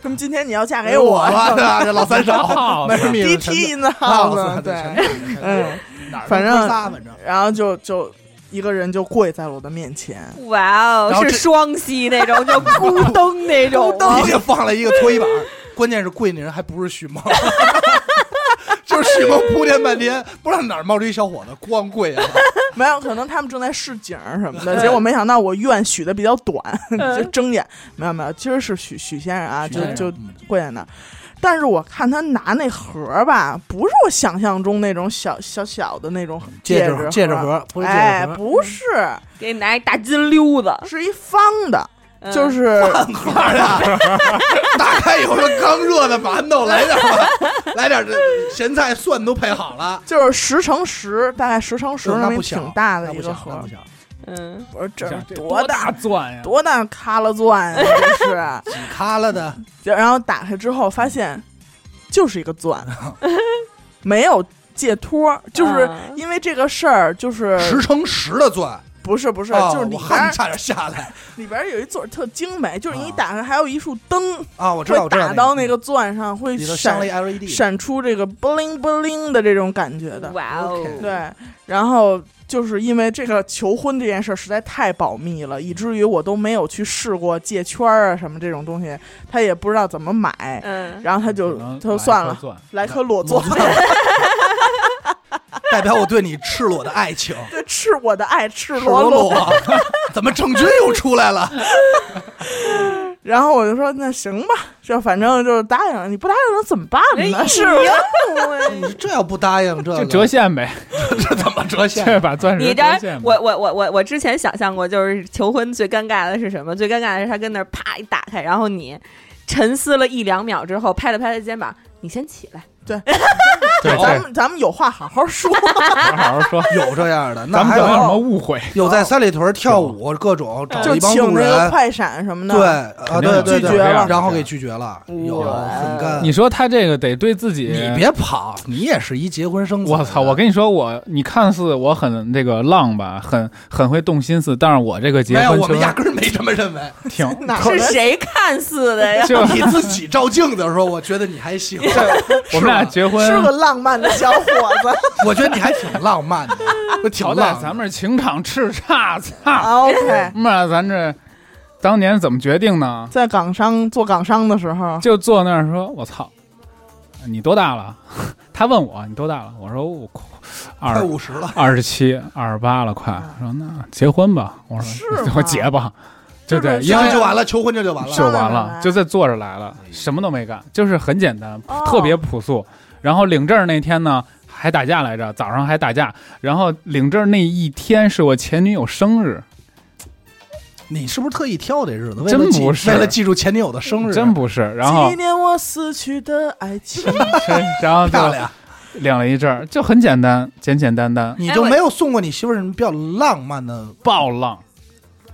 [SPEAKER 3] 什么今天你要嫁
[SPEAKER 2] 给
[SPEAKER 3] 给我
[SPEAKER 2] 了， 对吧？这老三手
[SPEAKER 4] 好，
[SPEAKER 2] 那是你
[SPEAKER 3] ，DT in the
[SPEAKER 2] 耗
[SPEAKER 3] house，对， 嗯，
[SPEAKER 2] 哪儿都
[SPEAKER 3] 反正
[SPEAKER 2] 哥仨反正
[SPEAKER 3] 然后就就一个人就跪在了我的面前，
[SPEAKER 1] 哇哦，
[SPEAKER 2] 然后
[SPEAKER 1] 是
[SPEAKER 2] 这
[SPEAKER 1] 双膝那种，就孤灯那种，
[SPEAKER 3] 啊
[SPEAKER 2] 你也放了一个搓衣板儿，关键是跪那人还不是许梦。 就是许梦铺垫半天，不知道哪儿冒出一小伙子，光跪 啊！
[SPEAKER 3] 没有，可能他们正在试景儿什么的，结果没想到我愿许的比较短，就睁眼，没有没有，其实是许许先生啊，
[SPEAKER 2] 许
[SPEAKER 3] 就
[SPEAKER 2] 先生嗯
[SPEAKER 3] 就跪在那儿。但是我看他拿那盒儿吧，不是我想象中那种小小小的那种指
[SPEAKER 2] 指嗯戒指盒，不是戒
[SPEAKER 3] 哎
[SPEAKER 2] 指，盒，嗯
[SPEAKER 3] 不是，
[SPEAKER 1] 给你拿一大金溜子，
[SPEAKER 3] 是一方的，
[SPEAKER 1] 嗯
[SPEAKER 3] 就是
[SPEAKER 2] 饭盒啊！ 打开以后，刚热的馒头，来点儿吧，来点儿这咸菜、蒜都配好了。
[SPEAKER 3] 就是十乘十，大概十乘十
[SPEAKER 2] 嗯那
[SPEAKER 3] 么
[SPEAKER 2] 不
[SPEAKER 3] 一
[SPEAKER 2] 小
[SPEAKER 3] 挺大
[SPEAKER 2] 那
[SPEAKER 3] 的
[SPEAKER 2] 不
[SPEAKER 3] 一
[SPEAKER 2] 小
[SPEAKER 3] 个盒
[SPEAKER 2] 那
[SPEAKER 3] 儿
[SPEAKER 2] 不，小
[SPEAKER 1] 嗯，
[SPEAKER 3] 我说这
[SPEAKER 4] 想
[SPEAKER 3] 是
[SPEAKER 4] 多
[SPEAKER 3] 大
[SPEAKER 4] 钻呀！
[SPEAKER 3] 多大卡拉钻呀、这是。
[SPEAKER 2] 几卡了的，
[SPEAKER 3] 就然后打开之后发现就是一个钻， 没有借托，就是
[SPEAKER 1] 啊
[SPEAKER 3] 因为这个事儿，就是
[SPEAKER 2] 十乘十的钻，
[SPEAKER 3] 不是不是，
[SPEAKER 2] 哦
[SPEAKER 3] 就是里
[SPEAKER 2] 我
[SPEAKER 3] 边
[SPEAKER 2] 汗
[SPEAKER 3] 儿
[SPEAKER 2] 差点下来
[SPEAKER 3] 里边儿有一座特精美，就是你
[SPEAKER 2] 啊
[SPEAKER 3] 打开还有一束灯
[SPEAKER 2] 啊！我知道，
[SPEAKER 3] 会
[SPEAKER 2] 我知道
[SPEAKER 3] 打到那个钻上，会
[SPEAKER 2] 里头镶
[SPEAKER 3] 闪
[SPEAKER 2] 了一 LED，
[SPEAKER 3] 闪出这个 bling bling 的这种感觉的，
[SPEAKER 1] 哇哦，
[SPEAKER 2] OK
[SPEAKER 3] 对，然后就是因为这个求婚这件事儿实在太保密了，以至于我都没有去试过戒圈儿啊什么这种东西，他也不知道怎么买，
[SPEAKER 1] 嗯，
[SPEAKER 3] 然后他就
[SPEAKER 4] 只能
[SPEAKER 3] 他就算
[SPEAKER 4] 来
[SPEAKER 3] 了
[SPEAKER 4] 颗，钻
[SPEAKER 3] 来颗裸钻，
[SPEAKER 2] 代表我对你赤裸的爱情，
[SPEAKER 3] 这赤我的爱，赤
[SPEAKER 2] 赤
[SPEAKER 3] 裸
[SPEAKER 2] 裸
[SPEAKER 3] 裸。
[SPEAKER 2] 裸， 怎么郑钧又出来了？
[SPEAKER 3] 然后我就说那行吧，这反正就是答应了，你不答应能怎么办
[SPEAKER 1] 哎
[SPEAKER 3] 呢？是吧
[SPEAKER 1] 不
[SPEAKER 2] 哎你这要不答应这
[SPEAKER 4] 就
[SPEAKER 2] 个，
[SPEAKER 4] 折现 呗，
[SPEAKER 2] 这怎么折现？
[SPEAKER 4] 这把 钻石
[SPEAKER 1] 你这
[SPEAKER 4] 折现呗。
[SPEAKER 1] 我我我我我之前想象过，就是求婚最尴尬的是什么？最尴尬的是他跟那儿啪一打开，然后你沉思了一两秒之后，拍了拍他的肩膀，你先起来，
[SPEAKER 4] 对
[SPEAKER 3] 咱
[SPEAKER 4] 对，
[SPEAKER 3] 们咱们有话好好说。
[SPEAKER 4] 好好说，
[SPEAKER 2] 有这样的， 那
[SPEAKER 4] 咱们
[SPEAKER 2] 还
[SPEAKER 4] 有没有什么
[SPEAKER 2] 有
[SPEAKER 4] 误会？
[SPEAKER 2] 有在三里屯跳舞，各种找
[SPEAKER 3] 就
[SPEAKER 2] 一帮
[SPEAKER 3] 请
[SPEAKER 2] 路
[SPEAKER 3] 那个
[SPEAKER 2] 人，
[SPEAKER 3] 快闪什么的，
[SPEAKER 2] 对，啊，
[SPEAKER 4] 肯定有
[SPEAKER 2] 对对对，
[SPEAKER 3] 拒绝了
[SPEAKER 2] 然后给拒绝了，有很干。
[SPEAKER 4] 你说他这个得对自己，
[SPEAKER 2] 嗯你别跑，你也是一结婚生子的
[SPEAKER 4] 我
[SPEAKER 2] 人。
[SPEAKER 4] 操！我跟你说，我你看似我很这个浪吧，很很会动心思，但是我这个结
[SPEAKER 2] 没有，
[SPEAKER 4] 婚
[SPEAKER 2] 我
[SPEAKER 4] 求
[SPEAKER 2] 们压
[SPEAKER 4] 婚
[SPEAKER 2] 根儿没这么认为。
[SPEAKER 4] 挺
[SPEAKER 3] 哪儿
[SPEAKER 1] 是
[SPEAKER 3] 来
[SPEAKER 1] 谁看似的呀？
[SPEAKER 4] 就
[SPEAKER 2] 你自己照镜子的时候，我觉得你还行。
[SPEAKER 4] 我们俩
[SPEAKER 2] 是吧
[SPEAKER 4] 结婚
[SPEAKER 3] 是个浪漫的小伙子
[SPEAKER 2] 我觉得你还挺浪漫 的，我挺
[SPEAKER 4] 好
[SPEAKER 2] 浪
[SPEAKER 4] 歹
[SPEAKER 2] 漫。
[SPEAKER 4] 咱们是情场叱咤，操！
[SPEAKER 3] 啊？OK，
[SPEAKER 4] 妈，咱这当年怎么决定呢？
[SPEAKER 3] 在港商做港商的时候，
[SPEAKER 4] 就坐那儿说：“我操，你多大了？” 他问我：“你多大了？”我说：“我
[SPEAKER 2] 快
[SPEAKER 4] 二
[SPEAKER 2] 五十了，
[SPEAKER 4] 二十七、二十八了，快。”说：“那结婚吧。”我
[SPEAKER 3] 啊是
[SPEAKER 4] 说：“
[SPEAKER 3] 吗
[SPEAKER 4] 我结吧。”对对，
[SPEAKER 3] 就
[SPEAKER 4] 因
[SPEAKER 3] 是
[SPEAKER 2] 结婚
[SPEAKER 4] 为
[SPEAKER 2] 就完了，求婚这就完了。
[SPEAKER 4] 就完
[SPEAKER 3] 当然
[SPEAKER 4] 了
[SPEAKER 3] 了，
[SPEAKER 4] 就在坐着来了，
[SPEAKER 2] 哎
[SPEAKER 4] 什么都没干，就是很简单，
[SPEAKER 3] 哦
[SPEAKER 4] 特别朴素。然后领证那天呢，还打架来着，早上还打架。然后领证那一天是我前女友生日，
[SPEAKER 2] 你是不是特意挑这日子？为
[SPEAKER 4] 真
[SPEAKER 2] 了记
[SPEAKER 4] 不是
[SPEAKER 2] 为了记住前女友的生日，啊
[SPEAKER 4] 真不是。然后
[SPEAKER 3] 纪，念我死去的爱情。
[SPEAKER 4] 然后
[SPEAKER 2] 漂
[SPEAKER 4] 就
[SPEAKER 2] 亮。
[SPEAKER 4] 领了一阵儿，就很简单，简简单单，
[SPEAKER 2] 你就没有送过你媳妇儿什么比较浪漫的？
[SPEAKER 4] 爆浪，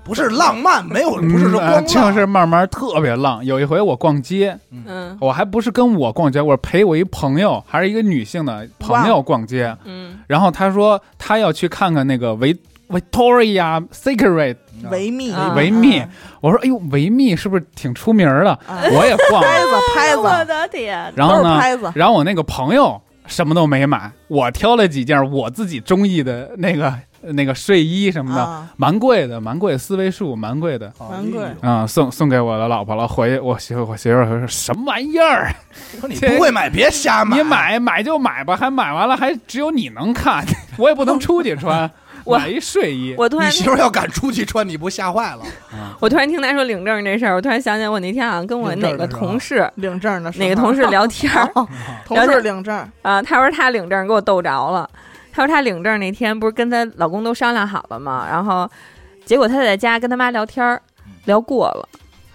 [SPEAKER 2] 不是浪漫，没有，不啊是
[SPEAKER 4] 嗯
[SPEAKER 2] 说光
[SPEAKER 4] 呃
[SPEAKER 2] 浪，
[SPEAKER 4] 就是慢慢特别浪。有一回我逛街，
[SPEAKER 1] 嗯
[SPEAKER 4] 我还不是跟我逛街，我是陪我一朋友，还是一个女性的朋友逛街。
[SPEAKER 1] 嗯
[SPEAKER 4] 然后他说他要去看看那个维 Victoria Secret
[SPEAKER 2] 嗯
[SPEAKER 3] 维密，
[SPEAKER 1] 啊
[SPEAKER 4] 维密，我说哎呦维密是不是挺出名儿的？
[SPEAKER 3] 啊
[SPEAKER 4] 我也逛。
[SPEAKER 3] 拍子拍
[SPEAKER 1] 我
[SPEAKER 3] 子，
[SPEAKER 1] 的天，
[SPEAKER 4] 然后
[SPEAKER 3] 都是
[SPEAKER 4] 呢，
[SPEAKER 3] 拍子，
[SPEAKER 4] 然后我那个朋友什么都没买，我挑了几件我自己中意的那个那个睡衣什么的，
[SPEAKER 3] 啊，
[SPEAKER 4] 蛮贵的，蛮贵，四位数，蛮贵的。
[SPEAKER 3] 难怪
[SPEAKER 2] 哎呦
[SPEAKER 4] 啊、送送给我的老婆了。回去我媳妇，我媳妇说什么玩意儿？
[SPEAKER 2] 说你不会买，别瞎买。
[SPEAKER 4] 你买买就买吧，还买完了还只有你能看， 我也不能出去穿，
[SPEAKER 1] 我
[SPEAKER 4] 买一睡衣。
[SPEAKER 1] 我突
[SPEAKER 2] 你
[SPEAKER 1] 然
[SPEAKER 2] 媳妇儿要敢出去穿，你不吓坏了？
[SPEAKER 1] 我突然听他说领证这事儿，我突然想起来我那天好像跟我
[SPEAKER 2] 领证
[SPEAKER 1] 哪
[SPEAKER 2] 的
[SPEAKER 1] 个
[SPEAKER 2] 时候
[SPEAKER 1] 同事
[SPEAKER 3] 领证的时候
[SPEAKER 1] 哪个同事聊天儿
[SPEAKER 3] 同事领证，
[SPEAKER 1] 啊，他说他领证给我逗着了，他说他领证那天不是跟她老公都商量好了嘛，然后结果她在家跟他妈聊天儿，
[SPEAKER 3] 嗯
[SPEAKER 1] 聊过了。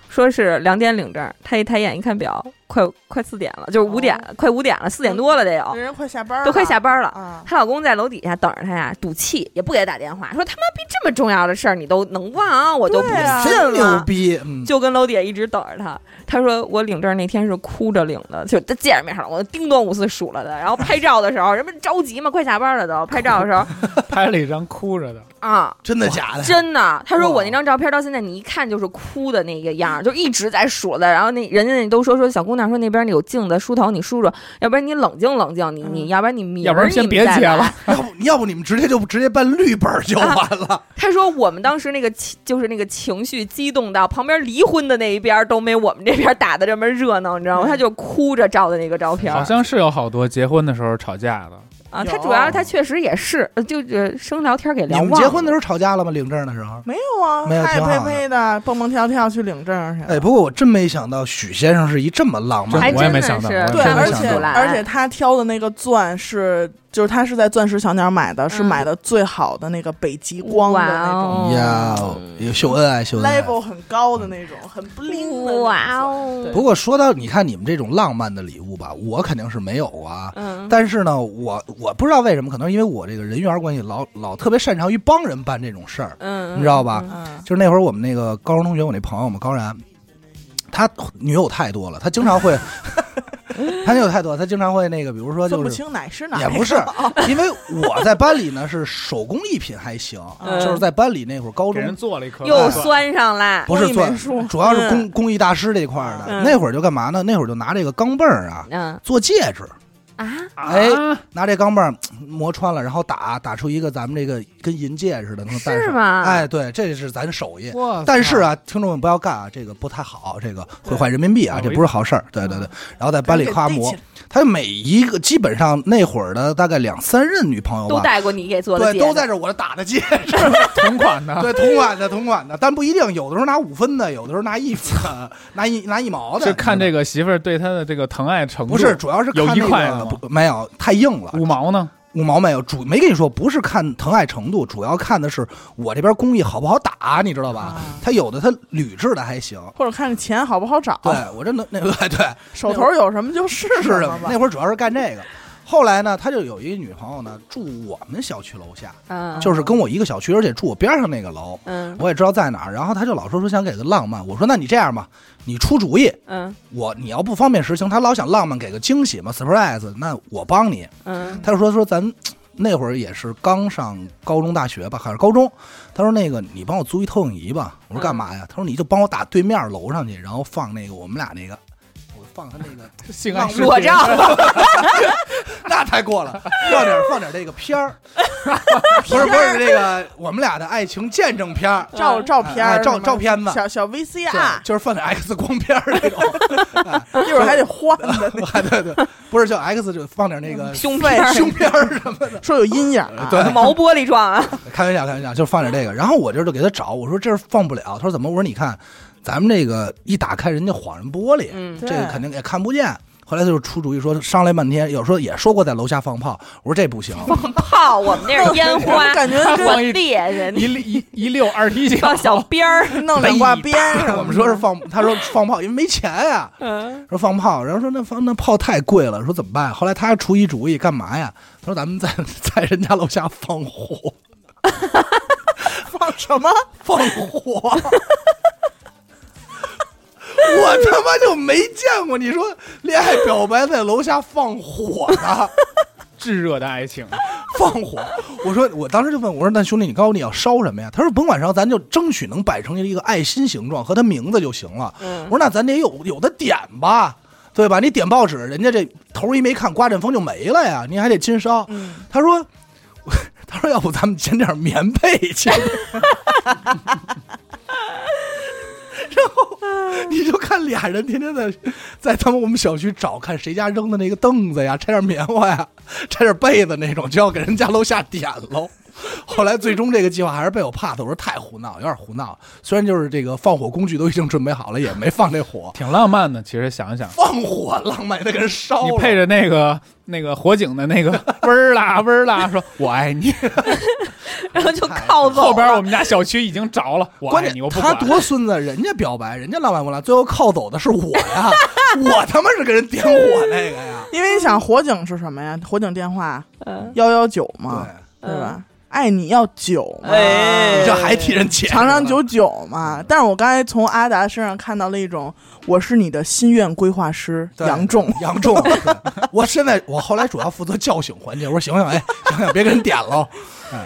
[SPEAKER 1] 说是两点领证，他一抬眼一看表，快快四点了，就是五点，
[SPEAKER 3] 哦
[SPEAKER 1] 快五点了，四点多了得有
[SPEAKER 3] 那，人快下班了，
[SPEAKER 1] 哦都快下班了。
[SPEAKER 3] 啊，
[SPEAKER 1] 她老公在楼底下等着她呀，赌气也不给她打电话，说他妈逼这么重要的事儿你都能忘，我都不
[SPEAKER 3] 对啊
[SPEAKER 1] 信
[SPEAKER 2] 真牛
[SPEAKER 1] 了。
[SPEAKER 2] 逼！嗯，
[SPEAKER 1] 就跟楼底下一直等着她。她说我领证那天是哭着领的，就她见着面上了，我叮咚五四数了她。然后拍照的时候，人们着急嘛，快下班了都。拍照的 时候
[SPEAKER 4] 拍了一张哭着的，
[SPEAKER 1] 啊，
[SPEAKER 2] 真的假的？
[SPEAKER 1] 真的，她说
[SPEAKER 2] 哇
[SPEAKER 1] 我那张照片到现在你一看就是哭的那个样儿，就一直在数了。然后那人家那都说说小姑娘说那边有镜子梳头，你梳梳，要不然你冷静冷静，你你
[SPEAKER 3] 嗯
[SPEAKER 1] 要不然你明儿
[SPEAKER 4] 要不然先
[SPEAKER 1] 你们
[SPEAKER 4] 别
[SPEAKER 1] 再
[SPEAKER 4] 结
[SPEAKER 1] 来
[SPEAKER 4] 了。
[SPEAKER 2] 要不要不你们直接就直接办绿本儿就完了。
[SPEAKER 1] 他说我们当时那个情就是那个情绪激动到旁边离婚的那一边都没我们这边打的这么热闹，你
[SPEAKER 4] 哎
[SPEAKER 1] 知道吗？
[SPEAKER 3] 嗯
[SPEAKER 1] 他就哭着照的那个照片
[SPEAKER 4] 好
[SPEAKER 1] 儿
[SPEAKER 4] 像是有好多结婚的时候吵架的，
[SPEAKER 1] 啊。
[SPEAKER 3] 有
[SPEAKER 1] 他主要他确实也是，呃就是生聊天给
[SPEAKER 2] 你
[SPEAKER 1] 聊
[SPEAKER 2] 们
[SPEAKER 1] 忘
[SPEAKER 2] 结婚的
[SPEAKER 1] 了。
[SPEAKER 2] 时候吵架了吗？领证的时候？
[SPEAKER 3] 没有啊，
[SPEAKER 2] 没有
[SPEAKER 3] 嗨
[SPEAKER 2] 挺好
[SPEAKER 3] 呸
[SPEAKER 2] 的
[SPEAKER 3] 呸的，蹦蹦跳跳去领证去了。
[SPEAKER 2] 哎，不过我真没想到许先生是一这么浪漫的
[SPEAKER 4] 真
[SPEAKER 1] 还
[SPEAKER 2] 人。
[SPEAKER 4] 我
[SPEAKER 1] 真
[SPEAKER 4] 也没
[SPEAKER 1] 的
[SPEAKER 4] 想到
[SPEAKER 1] 是
[SPEAKER 3] 对，
[SPEAKER 2] 真没
[SPEAKER 3] 而
[SPEAKER 1] 看不
[SPEAKER 2] 想
[SPEAKER 3] 且
[SPEAKER 1] 出
[SPEAKER 2] 到
[SPEAKER 1] 来，
[SPEAKER 3] 而且他挑的那个钻是，就是他是在钻石小鸟买的，是
[SPEAKER 1] 嗯
[SPEAKER 3] 买的最好的那个北极光的那
[SPEAKER 1] 哇
[SPEAKER 3] 种
[SPEAKER 1] 哦
[SPEAKER 2] 哎呀，有秀恩爱，秀恩爱。
[SPEAKER 3] ，level 很高的那种，很 bling 的那种
[SPEAKER 1] 哇哦，
[SPEAKER 2] 不过说到你看你们这种浪漫的礼物吧，我肯定是没有啊。
[SPEAKER 1] 嗯，
[SPEAKER 2] 但是呢，我我不知道为什么，可能是因为我这个人缘关系老，老特别擅长于帮人办这种事儿。
[SPEAKER 1] 嗯，
[SPEAKER 2] 你知道吧
[SPEAKER 3] 嗯，
[SPEAKER 2] 就是那会儿我们那个高中同学，我那朋友嘛，高然，他女友太多了，他经 常会，他女友太多，他经常会那个，比如说
[SPEAKER 3] 分
[SPEAKER 2] 就
[SPEAKER 3] 不
[SPEAKER 2] 是
[SPEAKER 3] 清哪是哪
[SPEAKER 2] 也
[SPEAKER 3] 个，哦
[SPEAKER 2] 不是， 因为我在班里呢是手工艺品还行，
[SPEAKER 1] 嗯
[SPEAKER 2] 就是在班里那会儿高
[SPEAKER 4] 给人
[SPEAKER 2] 中
[SPEAKER 4] 做了一颗，
[SPEAKER 1] 又酸上啦，
[SPEAKER 2] 不是
[SPEAKER 3] 工艺
[SPEAKER 2] 做
[SPEAKER 3] 美术，
[SPEAKER 2] 主要是
[SPEAKER 3] 嗯
[SPEAKER 2] 工工艺大师这块儿的，
[SPEAKER 1] 嗯
[SPEAKER 2] 那会儿就干嘛呢？那会儿就拿这个钢镚儿啊
[SPEAKER 1] 嗯
[SPEAKER 2] 做戒指。
[SPEAKER 1] 啊，
[SPEAKER 2] 嗯
[SPEAKER 4] 哎，
[SPEAKER 2] 拿这钢镚儿嘖磨穿了，然后打打出一个咱们这个跟银戒似的，能戴
[SPEAKER 1] 是
[SPEAKER 2] 上。
[SPEAKER 1] 吗？
[SPEAKER 2] 哎，对，这是咱手艺。
[SPEAKER 4] 哇塞
[SPEAKER 2] 但是， 啊，听众们不要干啊，这个不太好，这个会坏人民币啊，这
[SPEAKER 4] 对
[SPEAKER 2] 不是好事儿。对对
[SPEAKER 1] 嗯
[SPEAKER 2] 对，然后在班里夸磨
[SPEAKER 3] 给逮，
[SPEAKER 2] 他每一个基本上那会儿的大概两三任女朋友
[SPEAKER 1] 都
[SPEAKER 2] 吧，
[SPEAKER 1] 带过你给做的
[SPEAKER 2] 对，
[SPEAKER 1] 戒
[SPEAKER 2] 都
[SPEAKER 1] 指
[SPEAKER 2] 在这我这打的 戒，
[SPEAKER 4] 同款的，
[SPEAKER 2] 对，同款的同款的，但不一定，有的时候拿五分的，有的时候拿一分 的，拿一拿一毛的，
[SPEAKER 4] 就看这个媳妇儿对他的这个疼爱程度，
[SPEAKER 2] 不是，主要是看
[SPEAKER 4] 有一
[SPEAKER 2] 那
[SPEAKER 4] 块
[SPEAKER 2] 个
[SPEAKER 4] 的吗
[SPEAKER 2] 不没有太硬了，
[SPEAKER 4] 五毛呢，
[SPEAKER 2] 五毛没有主没跟你说，不是看疼爱程度，主要看的是我这边工艺好不好打，你知道吧？他有的他铝制的还行，
[SPEAKER 3] 或者看钱好不好找，
[SPEAKER 2] 对我真的那 个对
[SPEAKER 3] 手头有什么就是
[SPEAKER 2] 是
[SPEAKER 3] 什
[SPEAKER 2] 的
[SPEAKER 3] 么，吧
[SPEAKER 2] 那。会儿主要是干这个。后来呢，他就有一个女朋友呢，住我们小区楼下，
[SPEAKER 1] 嗯，
[SPEAKER 2] 就是跟我一个小区，而且住我边上那个楼，
[SPEAKER 1] 嗯
[SPEAKER 2] 我也知道在哪儿。然后他就老说说想给个浪漫，我说那你这样吧，你出主意，
[SPEAKER 1] 嗯
[SPEAKER 2] 我你要不方便实行，他老想浪漫给个惊喜嘛，surprise，那我帮你。
[SPEAKER 1] 嗯
[SPEAKER 2] 他就说说咱那会儿也是刚上高中大学吧，还是高中。他说那个你帮我租一投影仪吧。我说干嘛呀？他说你就帮我打对面楼上去，然后放那个我们俩那个。我放他那 个，
[SPEAKER 4] 性
[SPEAKER 2] 爱
[SPEAKER 4] 爱
[SPEAKER 2] 视
[SPEAKER 4] 视
[SPEAKER 2] 频
[SPEAKER 1] 裸照，
[SPEAKER 2] 那太过了，放点放点这个片 儿，不是不是这个我们俩的爱情见证片儿，
[SPEAKER 1] 嗯
[SPEAKER 3] 照照片
[SPEAKER 2] 哎
[SPEAKER 3] 儿、
[SPEAKER 2] 照照片子
[SPEAKER 3] 小小
[SPEAKER 2] 对
[SPEAKER 3] VCR，
[SPEAKER 2] 就是啊放点 X 光片儿那种，
[SPEAKER 3] 一会儿还得换的，
[SPEAKER 2] 哎对对，不是就 X 就放点那个
[SPEAKER 1] 胸片儿
[SPEAKER 2] 嗯胸片儿什么的。
[SPEAKER 3] 说有阴影啊。
[SPEAKER 2] 对
[SPEAKER 1] 毛玻璃状啊，
[SPEAKER 2] 开玩笑，开玩笑，就是放点这个。然后我这就给他找，我说这儿放不了。他说怎么？我说你看，咱们这个一打开人家晃人玻璃，
[SPEAKER 1] 嗯
[SPEAKER 2] 这
[SPEAKER 3] 对
[SPEAKER 2] 个肯定也看不见。后来他就出主意说，商量半天，有时候也说过在楼下放炮。我说这不行，
[SPEAKER 1] 炮，我们那是烟
[SPEAKER 3] 我
[SPEAKER 1] 花，
[SPEAKER 3] 感觉跟
[SPEAKER 1] 我烈人
[SPEAKER 4] 一溜一一溜二踢
[SPEAKER 1] 放
[SPEAKER 4] 脚，
[SPEAKER 1] 小鞭儿，
[SPEAKER 3] 弄两挂鞭什么的
[SPEAKER 2] 我们说是放，他说放炮，因为没钱呀、
[SPEAKER 1] 嗯，
[SPEAKER 2] 说放炮，然后说那放那炮太贵了，说怎么办？后来他还出一主意，干嘛呀？他说咱们在在人家楼下放火，
[SPEAKER 3] 放什么？
[SPEAKER 2] 放火。我他妈就没见过，你说恋爱表白在楼下放火呢？
[SPEAKER 4] 炙热的爱情，
[SPEAKER 2] 放火！我说，我当时就问我说：“那兄弟，你告诉我你要烧什么呀？”他说：“甭管烧，咱就争取能摆成一个爱心形状和他名字就行了。我说：“那咱得有有的点吧，对吧？你点报纸，人家这头一没看，刮阵风就没了呀，你还得金烧。他说：“ 我他说要不咱们捡点棉被去。” 然后你就看俩人天天在在他们我们小区找，看谁家扔的那个凳子呀，拆点棉花呀，拆点被子那种，就要给人家楼下点喽。后来最终这个计划还是被我 pass，我说太胡闹，有点胡闹。虽然就是这个放火工具都已经准备好了，也没放这火，
[SPEAKER 4] 挺浪漫的。其实想一想，
[SPEAKER 2] 放火浪漫得给人烧了。
[SPEAKER 4] 你配着那个那个火警的那个嗡儿啦嗡儿啦，说我爱你。
[SPEAKER 1] 然后就靠走了。
[SPEAKER 4] 后边我们家小区已经着了，我
[SPEAKER 2] 关
[SPEAKER 4] 爱
[SPEAKER 2] 键
[SPEAKER 4] 你，我不
[SPEAKER 2] 他
[SPEAKER 4] 管。
[SPEAKER 2] 多孙子，人家表白，人家浪漫不浪，最后靠走的是我呀，我他妈是给人点火那个呀，
[SPEAKER 3] 因为你想火警是什么呀？火警电话
[SPEAKER 1] 嗯
[SPEAKER 3] 幺幺九嘛，
[SPEAKER 2] 对，
[SPEAKER 3] 对吧？爱你要久嘛，
[SPEAKER 1] 哎
[SPEAKER 2] 你这还替人解释
[SPEAKER 3] 长长
[SPEAKER 2] 了
[SPEAKER 3] 久久
[SPEAKER 2] 嗯
[SPEAKER 3] 嘛。但是我刚才从阿达身上看到了一种我是你的心愿规划师
[SPEAKER 2] 对
[SPEAKER 3] 杨仲，
[SPEAKER 2] 杨重， 我现在我后来主要负责叫醒环节，我说醒醒，哎，醒醒，别给人点了，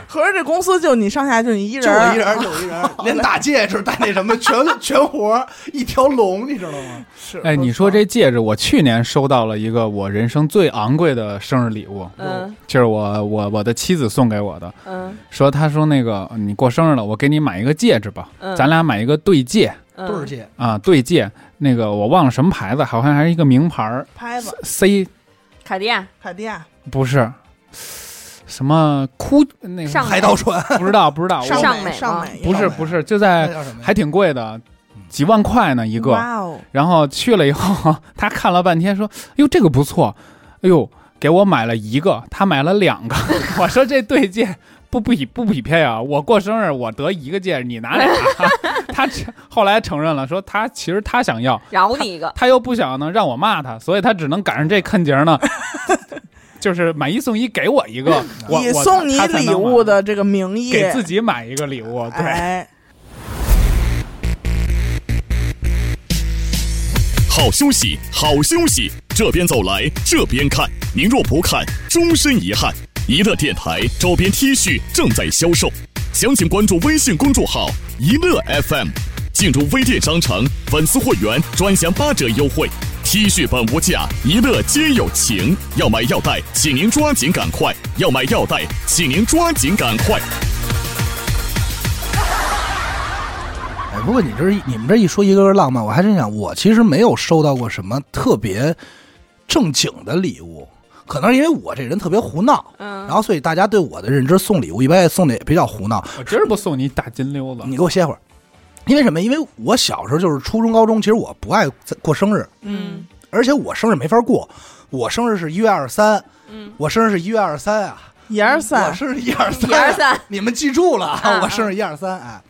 [SPEAKER 3] 合着这公司就你上下就你一人，
[SPEAKER 2] 就我一人，就我一人，连打戒指带那什么全全活儿一条龙，你知道吗？
[SPEAKER 3] 是
[SPEAKER 4] 哎，你说这戒指，我去年收到了一个我人生最昂贵的生日礼物，
[SPEAKER 1] 嗯
[SPEAKER 4] 就是我我我的妻子送给我的，
[SPEAKER 1] 嗯
[SPEAKER 4] 说她说那个你过生日了，我给你买一个戒指吧，
[SPEAKER 1] 嗯
[SPEAKER 4] 咱俩买一个对戒
[SPEAKER 1] 嗯，
[SPEAKER 2] 对儿去，
[SPEAKER 4] 啊，对戒，那个我忘了什么牌子，好像还是一个名牌儿
[SPEAKER 3] 拍吧，
[SPEAKER 4] C
[SPEAKER 1] 卡地亚
[SPEAKER 3] 卡地亚
[SPEAKER 4] 不是。什么哭那个
[SPEAKER 1] 上
[SPEAKER 2] 海盗船
[SPEAKER 4] 不知道不知
[SPEAKER 2] 啊
[SPEAKER 4] 道，
[SPEAKER 1] 上
[SPEAKER 4] 我
[SPEAKER 1] 美
[SPEAKER 3] 美
[SPEAKER 1] 吗
[SPEAKER 3] 上美
[SPEAKER 4] 不
[SPEAKER 2] 上
[SPEAKER 4] 是
[SPEAKER 2] 美
[SPEAKER 4] 不是就
[SPEAKER 2] 那
[SPEAKER 4] 在
[SPEAKER 2] 叫什么呀？
[SPEAKER 4] 还挺贵的，几万块呢一
[SPEAKER 3] 一
[SPEAKER 4] 个，
[SPEAKER 3] 哇哦，
[SPEAKER 4] 然后去了以后，他看了半天，说：“哎呦，这个不错，哎呦，给我买了一个，他买了两个。” 我说：“这对戒不比不匹配啊！我过生日我得一个戒指，你拿俩。” 他后来承认了，说他其实他想要，
[SPEAKER 1] 饶你一个，
[SPEAKER 4] 他又不想呢让我骂他，所以他只能赶上这坑节儿呢， 就是买一送一给我一个，我
[SPEAKER 3] 以
[SPEAKER 4] 我
[SPEAKER 3] 送你
[SPEAKER 4] 他才能
[SPEAKER 3] 礼
[SPEAKER 4] 买
[SPEAKER 3] 物的这个名义
[SPEAKER 4] 给自己买一个礼物，对。
[SPEAKER 3] 哎，
[SPEAKER 6] 好休息，好休息，这边走来这边看，您若不看，终身遗憾。一乐电台周边 T 恤正在销售，详情关注微信公众号“一乐 FM”，进入微店商城，粉丝会员专享八折优惠。T 恤本无价，一乐皆有情。要买要带，请您抓紧赶快；要买要带，请您抓紧赶快。
[SPEAKER 2] 哎，不过你这一你们这一说一个个浪漫，我还真想，我其实没有收到过什么特别正经的礼物，可能是因为我这人特别胡闹，
[SPEAKER 1] 嗯
[SPEAKER 2] 然后所以大家对我的认知送礼物一般也送的也比较胡闹。
[SPEAKER 4] 我今儿不送你大金溜子，
[SPEAKER 2] 你给我歇会儿，因为什么？因为我小时候就是初中、高中，其实我不爱在过生日，
[SPEAKER 1] 嗯
[SPEAKER 2] 而且我生日没法过，我生日是一月二十三，
[SPEAKER 1] 嗯，
[SPEAKER 2] 我生日是一月二十三啊，
[SPEAKER 3] 一二
[SPEAKER 2] 我
[SPEAKER 3] 三，
[SPEAKER 2] 生日一二三，啊
[SPEAKER 1] 123
[SPEAKER 2] 你们记住了啊，
[SPEAKER 1] 嗯
[SPEAKER 2] 我生日一二三，哎，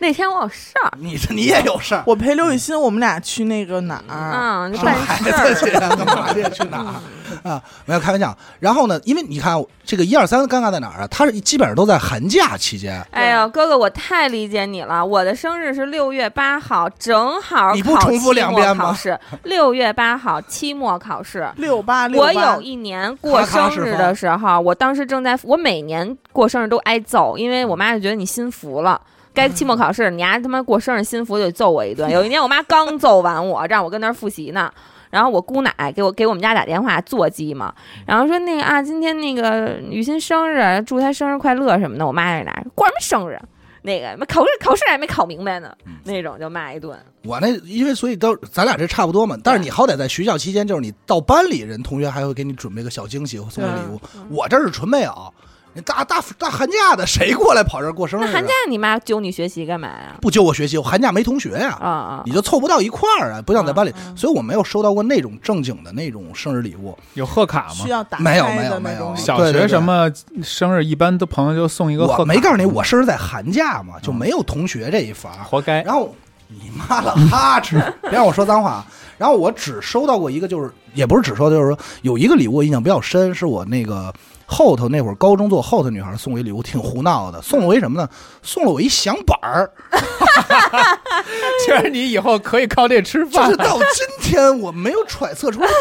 [SPEAKER 1] 那天我有事儿，
[SPEAKER 2] 你这你也有事 儿。
[SPEAKER 3] 我陪刘雨欣，我们俩去那个哪儿？
[SPEAKER 1] 嗯，就
[SPEAKER 2] 生
[SPEAKER 1] 办
[SPEAKER 2] 啊孩
[SPEAKER 1] 事
[SPEAKER 2] 子去
[SPEAKER 1] 儿，
[SPEAKER 2] 干嘛去？去哪儿啊？没有开玩笑。然后呢，因为你看这个一二三尴尬在哪儿啊？它是基本上都在寒假期间，
[SPEAKER 1] 哎呦，哥哥，我太理解你了。我的生日是六月八号，正好
[SPEAKER 2] 你不
[SPEAKER 1] 考
[SPEAKER 2] 重复
[SPEAKER 1] 期
[SPEAKER 2] 两
[SPEAKER 1] 末
[SPEAKER 2] 遍吗
[SPEAKER 1] 考试，六月八号期末考试。
[SPEAKER 3] 六八六
[SPEAKER 1] 我
[SPEAKER 3] 八
[SPEAKER 1] 有，一年过生日的时候，我当时正在，我每年过生日都挨揍，因为我妈就觉得你心服了。该期
[SPEAKER 3] 嗯
[SPEAKER 1] 末考试，你丫他妈过生日心服就得揍我一顿。有一年我妈刚揍完我，让我跟那儿复习呢，然后我姑奶给我给我们家打电话座机嘛，
[SPEAKER 3] 嗯
[SPEAKER 1] 然后说那个啊，今天那个雨欣生日，祝她生日快乐什么的。我妈也来，过什么生日？啊那个考试考试还没考明白呢，
[SPEAKER 3] 嗯
[SPEAKER 1] 那种就骂一顿。
[SPEAKER 2] 我那因为所以都咱俩这差不多嘛，但是你好歹在学校期间，就是你到班里人同学还会给你准备个小惊喜或送个礼物，我这是纯没有。你大大大寒假的谁过来跑这儿过生日
[SPEAKER 1] 那
[SPEAKER 2] 啊？
[SPEAKER 1] 寒假你妈揪你学习干嘛呀？
[SPEAKER 2] 不揪我学习，我寒假没同学呀、
[SPEAKER 1] 啊啊！
[SPEAKER 2] 你就凑不到一块儿啊，不像在班里，所以我没有收到过那种正经的那种生日礼物。
[SPEAKER 4] 有贺卡吗
[SPEAKER 3] 需？要打
[SPEAKER 2] 没有
[SPEAKER 3] 开
[SPEAKER 2] 没有
[SPEAKER 3] 的那
[SPEAKER 2] 没有
[SPEAKER 3] 种礼物
[SPEAKER 4] 小
[SPEAKER 2] 啊对对
[SPEAKER 4] 学
[SPEAKER 2] 对
[SPEAKER 4] 什么生日，一般都朋友就送一个贺卡。
[SPEAKER 2] 我没告诉你，我生日在寒假嘛，就没有同学这一伐。
[SPEAKER 4] 活该。
[SPEAKER 2] 然后你妈了哈哧，别让我说脏话啊。然后我只收到过一个，就是也不是只收到，就是说有一个礼物我印象比较深，是我那个后头那会儿高中做后头女孩送我一礼物，挺胡闹的，送了我一什么呢？送了我一响板儿。
[SPEAKER 4] 其实你以后可以靠这吃
[SPEAKER 2] 就
[SPEAKER 4] 饭
[SPEAKER 2] 是。到今天我没有揣测出来这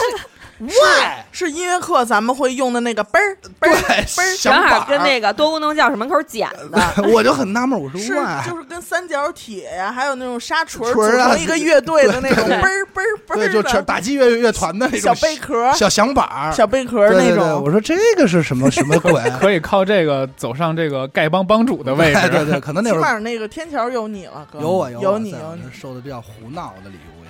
[SPEAKER 2] why
[SPEAKER 3] 是音乐课咱们会用的那个嘣儿 嘣儿
[SPEAKER 2] 对
[SPEAKER 3] 嘣儿，
[SPEAKER 2] 响
[SPEAKER 1] 正好
[SPEAKER 2] 板
[SPEAKER 1] 跟
[SPEAKER 2] 儿，呃
[SPEAKER 1] 那个多功能教室门口捡的。
[SPEAKER 2] 我就很纳闷，我说
[SPEAKER 3] 是
[SPEAKER 2] why
[SPEAKER 3] 就是跟三角铁呀，还有那种沙锤儿
[SPEAKER 2] 锤
[SPEAKER 3] 组
[SPEAKER 2] 儿啊
[SPEAKER 3] 成一个乐队的那种
[SPEAKER 1] 对
[SPEAKER 3] 嘣儿嘣儿嘣
[SPEAKER 2] 对，
[SPEAKER 3] 儿
[SPEAKER 2] 就全
[SPEAKER 3] 的
[SPEAKER 2] 打击乐乐团的那
[SPEAKER 3] 小
[SPEAKER 2] 种
[SPEAKER 3] 贝壳、
[SPEAKER 2] 小响板儿，
[SPEAKER 3] 小贝壳
[SPEAKER 2] 对
[SPEAKER 3] 那
[SPEAKER 2] 对对，
[SPEAKER 3] 种。
[SPEAKER 2] 我说这个是什么什么鬼？啊
[SPEAKER 4] 可以靠这个走上这个丐帮帮主的位置。
[SPEAKER 2] 对 对对，可能那
[SPEAKER 3] 起
[SPEAKER 2] 会儿
[SPEAKER 3] 码那个天桥有你了，哥，
[SPEAKER 2] 有我
[SPEAKER 3] 有
[SPEAKER 2] 有
[SPEAKER 3] 你
[SPEAKER 2] 在我
[SPEAKER 3] 有
[SPEAKER 2] 这
[SPEAKER 3] 你
[SPEAKER 2] 儿，收的比较胡闹的礼物也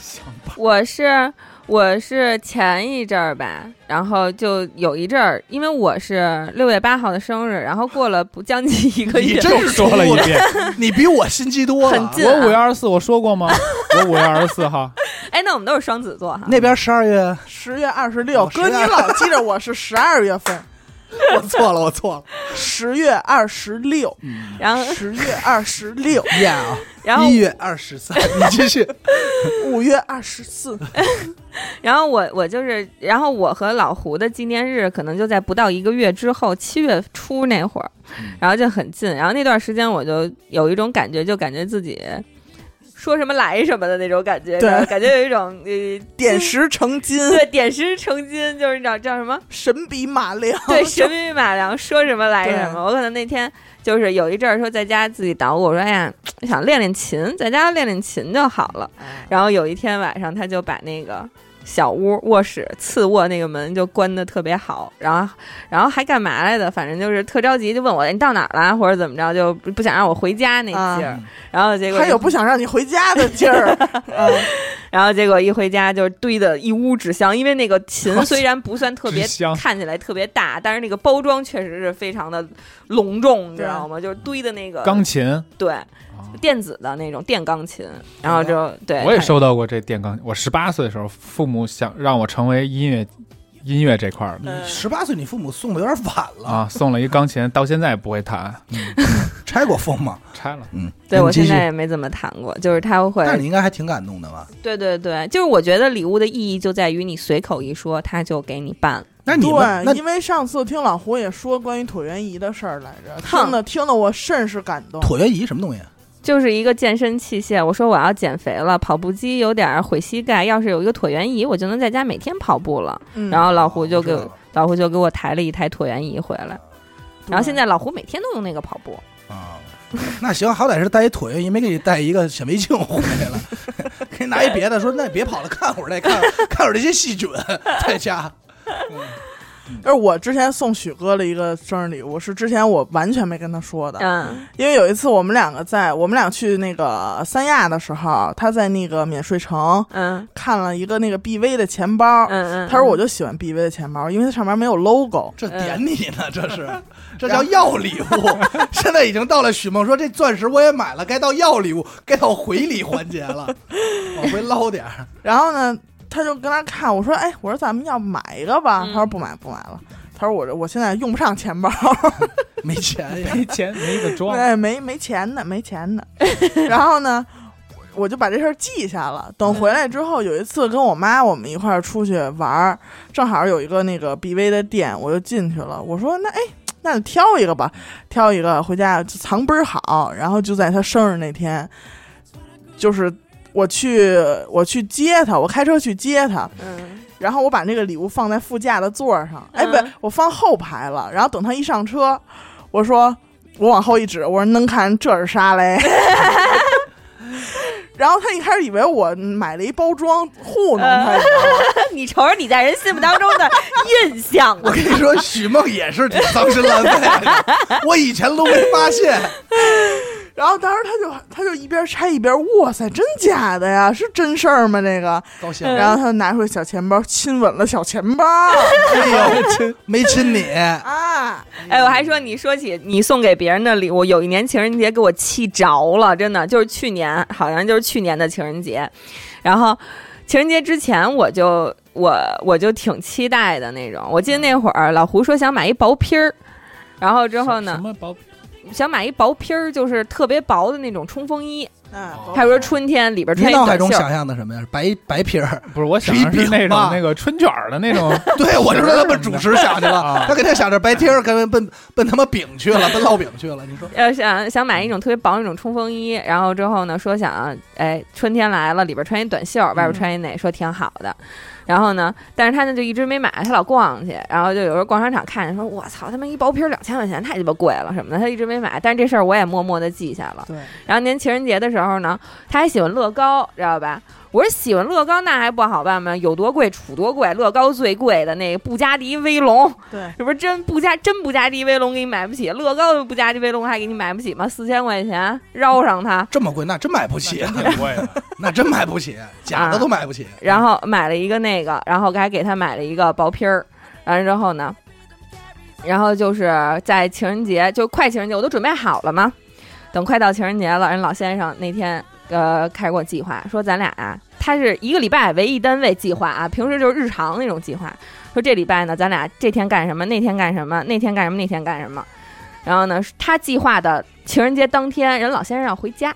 [SPEAKER 2] 是，
[SPEAKER 1] 我是我是前一阵儿吧，然后就有一阵儿，因为我是六月八号的生日，然后过了不将近一个月
[SPEAKER 2] 你，真是
[SPEAKER 4] 说了一遍，
[SPEAKER 2] 你比我心机多
[SPEAKER 1] 很
[SPEAKER 2] 了。
[SPEAKER 1] 近、
[SPEAKER 4] 我五月
[SPEAKER 1] 啊。
[SPEAKER 4] 二十四我说 过吗？我五月二十四号，
[SPEAKER 1] 哎，那我们都是双子座哈。
[SPEAKER 2] 那边十二月，
[SPEAKER 3] 十月二十六，
[SPEAKER 2] 我
[SPEAKER 3] 哥，
[SPEAKER 2] 12
[SPEAKER 3] 你老记着我是十二月份，
[SPEAKER 2] 我错了，我错了。
[SPEAKER 3] 十月二十六，
[SPEAKER 2] 嗯
[SPEAKER 1] 然后
[SPEAKER 3] 十月二十 六，
[SPEAKER 2] 呀，
[SPEAKER 1] 然后
[SPEAKER 2] 一月二十三，你继续。
[SPEAKER 3] 五月二十四，
[SPEAKER 1] 然后我我就是，然后我和老胡的纪念日可能就在不到一个月之后，七月初那会儿，
[SPEAKER 2] 嗯
[SPEAKER 1] 然后就很近。然后那段时间我就有一种感觉，就感觉自己说什么来什么的那种感觉，
[SPEAKER 3] 对
[SPEAKER 1] 然后感觉有一种呃
[SPEAKER 3] 点石成金，
[SPEAKER 1] 对点石成金，就是你知道叫什么？
[SPEAKER 3] 神笔马良，
[SPEAKER 1] 对，神笔马良说什么来什么。我可能那天就是有一阵儿说在家自己捣鼓，我说哎呀，想练练琴，在家练练琴就好了。
[SPEAKER 3] 哎
[SPEAKER 1] 然后有一天晚上，他就把那个小屋卧室次卧那个门就关的特别好，然后然后还干嘛来的？反正就是特着急，就问我哎你到哪儿了，或者怎么着，就不不想让我回家那劲儿。
[SPEAKER 3] 啊
[SPEAKER 1] 然后结果
[SPEAKER 3] 还有不想让你回家的劲儿，嗯
[SPEAKER 1] 然后结果一回家就堆的一屋纸箱，因为那个琴虽然不算特别
[SPEAKER 4] 纸箱
[SPEAKER 1] 看起来特别大，但是那个包装确实是非常的隆重，你知道吗？就是堆的那个
[SPEAKER 4] 钢琴。哦
[SPEAKER 1] 对电子的那种电钢琴，然后就对
[SPEAKER 4] 啊我也
[SPEAKER 1] 看
[SPEAKER 4] 收到过这电钢琴。我十八岁的时候，父母想让我成为音乐音乐这块
[SPEAKER 1] 嗯
[SPEAKER 4] 儿的
[SPEAKER 2] 十八岁，你父母送的有点晚了，
[SPEAKER 4] 啊，送了一钢琴，到现在也不会弹，
[SPEAKER 2] 拆过封吗？
[SPEAKER 4] 拆了。
[SPEAKER 2] 嗯，
[SPEAKER 1] 对
[SPEAKER 2] 你
[SPEAKER 1] 我
[SPEAKER 2] 继
[SPEAKER 1] 现
[SPEAKER 2] 续
[SPEAKER 1] 在也没怎么弹过，就是他会
[SPEAKER 2] 但是你应该还挺感动的吧？
[SPEAKER 1] 对对对，就是我觉得礼物的意义就在于你随口一说，他就给你办了。
[SPEAKER 2] 那你们那
[SPEAKER 3] 对，因为上次听老胡也说关于椭圆仪的事儿来着，
[SPEAKER 1] 哼
[SPEAKER 3] 听的听的我甚是感动。
[SPEAKER 2] 椭圆仪什么东西？
[SPEAKER 1] 就是一个健身器械，我说我要减肥了，跑步机有点毁膝盖，要是有一个椭圆仪，我就能在家每天跑步了。
[SPEAKER 3] 嗯，
[SPEAKER 1] 然后老胡就给
[SPEAKER 2] 我知
[SPEAKER 1] 我
[SPEAKER 2] 道
[SPEAKER 1] 老胡就给我抬了一台椭圆仪回来，
[SPEAKER 3] 对
[SPEAKER 1] 然后现在老胡每天都用那个跑步，
[SPEAKER 2] 啊， 那行，好歹是带一椭圆仪，没给你带一个显微镜回来了，给你拿一别的，说那你别跑了，看会儿再看看会儿这些细菌在家。
[SPEAKER 3] 但是我之前送许哥了一个生日礼物，是之前我完全没跟他说的，
[SPEAKER 1] 嗯
[SPEAKER 3] 因为有一次我们两个在我们俩去那个三亚的时候，他在那个免税城
[SPEAKER 1] 嗯
[SPEAKER 3] 看了一个那个 BV 的钱包，
[SPEAKER 1] 嗯嗯，
[SPEAKER 3] 哦他说我就喜欢 BV 的钱包，因为它上面没有 logo。
[SPEAKER 2] 这点你呢，这是这叫要礼物。现在已经到了许梦说这钻石我也买了，该到要礼物，该到回礼环节了，往回捞点儿。
[SPEAKER 3] 然后呢，他就跟那儿看，我说哎，我说咱们要买一个吧，
[SPEAKER 1] 嗯
[SPEAKER 3] 他说不买不买了。他说我这我现在用不上钱包，
[SPEAKER 2] 没钱呀，
[SPEAKER 4] 没钱没个装，
[SPEAKER 3] 哎，没没钱的，没钱的。然后呢，我就把这事儿记下了。等回来之后，有一次跟我妈我们一块儿出去玩儿，正好有一个那个 BV 的店，我就进去了。我说那哎，那就挑一个吧，挑一个回家就藏倍儿好。然后就在他生日那天，就是我去我去接他，我开车去接他，
[SPEAKER 1] 嗯
[SPEAKER 3] 然后我把那个礼物放在副驾的座儿上，哎，不
[SPEAKER 1] 嗯，
[SPEAKER 3] 我放后排了。然后等他一上车，我说我往后一指，我说能看这是啥嘞？然后他一开始以为我买了一包装糊弄他，
[SPEAKER 1] 呃
[SPEAKER 3] 你知道吗？
[SPEAKER 1] 你瞅瞅你在人心目当中的印象啊
[SPEAKER 2] 我跟你说，许梦也是挺丧心烂肺的，我以前都没发现。
[SPEAKER 3] 然后当时他就他就一边拆一边，哇塞，真假的呀？是真事儿吗？这个？
[SPEAKER 2] 高兴，
[SPEAKER 3] 嗯然后他就拿出小钱包，亲吻了小钱包
[SPEAKER 2] 哎呦，亲没亲你？
[SPEAKER 3] 啊！
[SPEAKER 1] 哎，我还说你说起你送给别人的礼物，有一年情人节给我气着了，真的就是去年，好像就是去年的情人节。然后情人节之前我就我我就挺期待的那种。我记得那会儿老胡说想买一薄皮儿，然后之后
[SPEAKER 4] 什
[SPEAKER 1] 呢
[SPEAKER 4] 么包？
[SPEAKER 1] 想买一薄皮儿，就是特别薄的那种冲锋衣。
[SPEAKER 3] 啊
[SPEAKER 1] 他说春天里边
[SPEAKER 2] 你
[SPEAKER 1] 穿一
[SPEAKER 2] 哦脑
[SPEAKER 1] 短
[SPEAKER 2] 海中
[SPEAKER 1] 袖儿。
[SPEAKER 2] 想象的什么呀？白白皮儿？
[SPEAKER 4] 不是，我想的
[SPEAKER 2] 皮
[SPEAKER 4] 是
[SPEAKER 2] 饼
[SPEAKER 4] 那种
[SPEAKER 2] 吧
[SPEAKER 4] 那个春卷儿的那种
[SPEAKER 2] 对，我就知道他奔主食想去了，他肯定想着白天儿跟奔奔他妈饼去了，奔烙饼去了。你说
[SPEAKER 1] 呃，想想买一种特别薄的那种冲锋衣，然后之后呢，说想，哎，春天来了，里边穿一短袖，外边穿一内，说挺好的。然后呢，但是她呢就一直没买，她老逛去，然后就有时候逛商场看见，说我操，他妈一薄皮两千块钱，太鸡巴贵了什么的，她一直没买。但是这事儿我也默默的记下了。
[SPEAKER 3] 对，
[SPEAKER 1] 然后年情人节的时候呢，她还喜欢乐高，知道吧？我说喜欢乐高那还不好办吗？有多贵处多贵，乐高最贵的那个布加迪威龙，
[SPEAKER 3] 对，
[SPEAKER 1] 这不是真不加真不加迪威龙给你买不起，乐高的不加迪威龙还给你买不起吗？四千块钱绕上它，
[SPEAKER 2] 这么贵，那真买不起，
[SPEAKER 4] 挺贵的。
[SPEAKER 2] 那真买不起，假的都买不起。
[SPEAKER 1] 啊然后买了一个那个，然后还给他买了一个薄皮儿，完了之后呢，然后就是在情人节就快情人节，我都准备好了嘛，等快到情人节了，人老先生那天呃开始给我计划说咱俩啊，他是一个礼拜为一单位计划啊，平时就是日常那种计划，说这礼拜呢咱俩这天干什么，那天干什么，那天干什么，那天干什么，然后呢他计划的情人节当天，人老先生要回家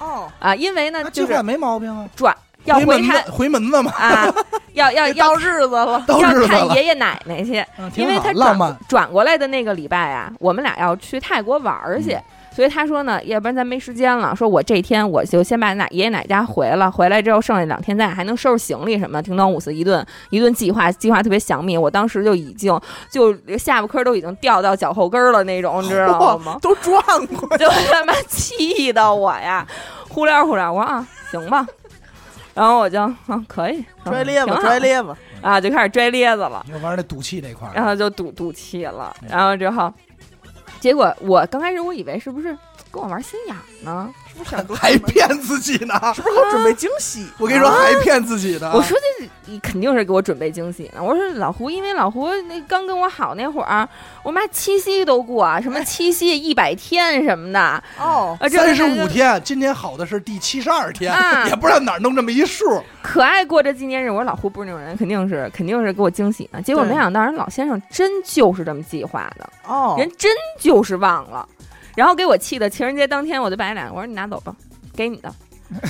[SPEAKER 3] 哦，
[SPEAKER 1] 啊，因为呢
[SPEAKER 2] 那计
[SPEAKER 1] 就是
[SPEAKER 2] 划没毛病啊，
[SPEAKER 1] 转要
[SPEAKER 2] 回
[SPEAKER 1] 回
[SPEAKER 2] 门
[SPEAKER 1] 他
[SPEAKER 2] 子回门子嘛，
[SPEAKER 1] 啊， 要要要
[SPEAKER 3] 到日子了，
[SPEAKER 2] 到日
[SPEAKER 1] 要
[SPEAKER 2] 子
[SPEAKER 1] 看
[SPEAKER 2] 了，
[SPEAKER 1] 爷爷奶奶去，
[SPEAKER 2] 嗯挺
[SPEAKER 1] 因为
[SPEAKER 2] 好
[SPEAKER 1] 他
[SPEAKER 2] 浪
[SPEAKER 1] 转
[SPEAKER 2] 漫。
[SPEAKER 1] 转过来的那个礼拜啊，我们俩要去泰国玩儿
[SPEAKER 2] 嗯
[SPEAKER 1] 去，所以他说呢，要不然咱没时间了，说我这天我就先把奶爷爷奶家回了，回来之后剩下两天咱俩还能收拾行李什么的，挺懂五四一顿一顿计划，计划特别详密，我当时就已经就下巴颏都已经掉到脚后跟儿了那种，你知道 吗？
[SPEAKER 3] 都撞过去
[SPEAKER 1] 就他妈气的我呀，呼啦呼啦，我说啊行吧，然后我就啊可以，啊
[SPEAKER 3] 拽咧
[SPEAKER 1] 挺好
[SPEAKER 3] 吧，拽咧吧，
[SPEAKER 1] 啊就开始拽咧子了。
[SPEAKER 2] 你就玩那赌气那块
[SPEAKER 1] 然后
[SPEAKER 2] 儿，
[SPEAKER 1] 就赌赌气了，然后之后，结果我刚开始我以为是不是跟我玩心眼儿呢？
[SPEAKER 3] 是不是想给我
[SPEAKER 2] 还
[SPEAKER 3] 准备
[SPEAKER 2] 骗自己呢。
[SPEAKER 3] 是不是给我准备惊喜？
[SPEAKER 2] 我跟你说，还骗自己呢。
[SPEAKER 1] 啊我说这你肯定是给我准备惊喜呢。我说老胡，因为老胡那刚跟我好那会儿，我妈七夕都过，什么七夕一百天什么的，啊，
[SPEAKER 3] 哦，
[SPEAKER 1] 这
[SPEAKER 2] 三十五天，今天好的是第七十二天
[SPEAKER 1] 啊，
[SPEAKER 2] 也不知道哪儿弄这么一数。
[SPEAKER 1] 可爱过这纪念日。我说老胡不是那种人，肯定是肯定是给我惊喜呢。结果
[SPEAKER 3] 对
[SPEAKER 1] 没想到人老先生真就是这么计划的，
[SPEAKER 3] 哦，
[SPEAKER 1] 人真就是忘了，然后给我气的，情人节当天我就白脸，我说你拿走吧，给你的，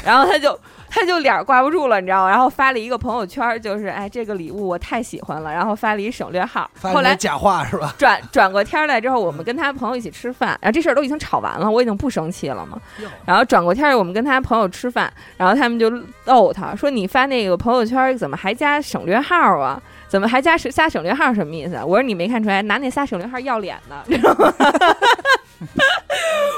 [SPEAKER 1] 然后他就他就脸儿挂不住了，你知道吗？然后发了一个朋友圈，就是哎这个礼物我太喜欢了，然后发了一省略号。
[SPEAKER 2] 发
[SPEAKER 1] 后
[SPEAKER 2] 现
[SPEAKER 1] 来
[SPEAKER 2] 假话是吧？
[SPEAKER 1] 转转过天儿来之后，我
[SPEAKER 2] 嗯
[SPEAKER 1] 们跟他朋友一起吃饭，然后这事儿都已经吵完了，我已经不生气了嘛。然后转过天儿，我们跟他朋友吃饭，然后他们就逗他说：“你发那个朋友圈儿怎么还加省略号啊？怎么还加是加省略号什么意思啊？”我说：“你没看出来，拿那仨省略号要脸呢，知道吗？”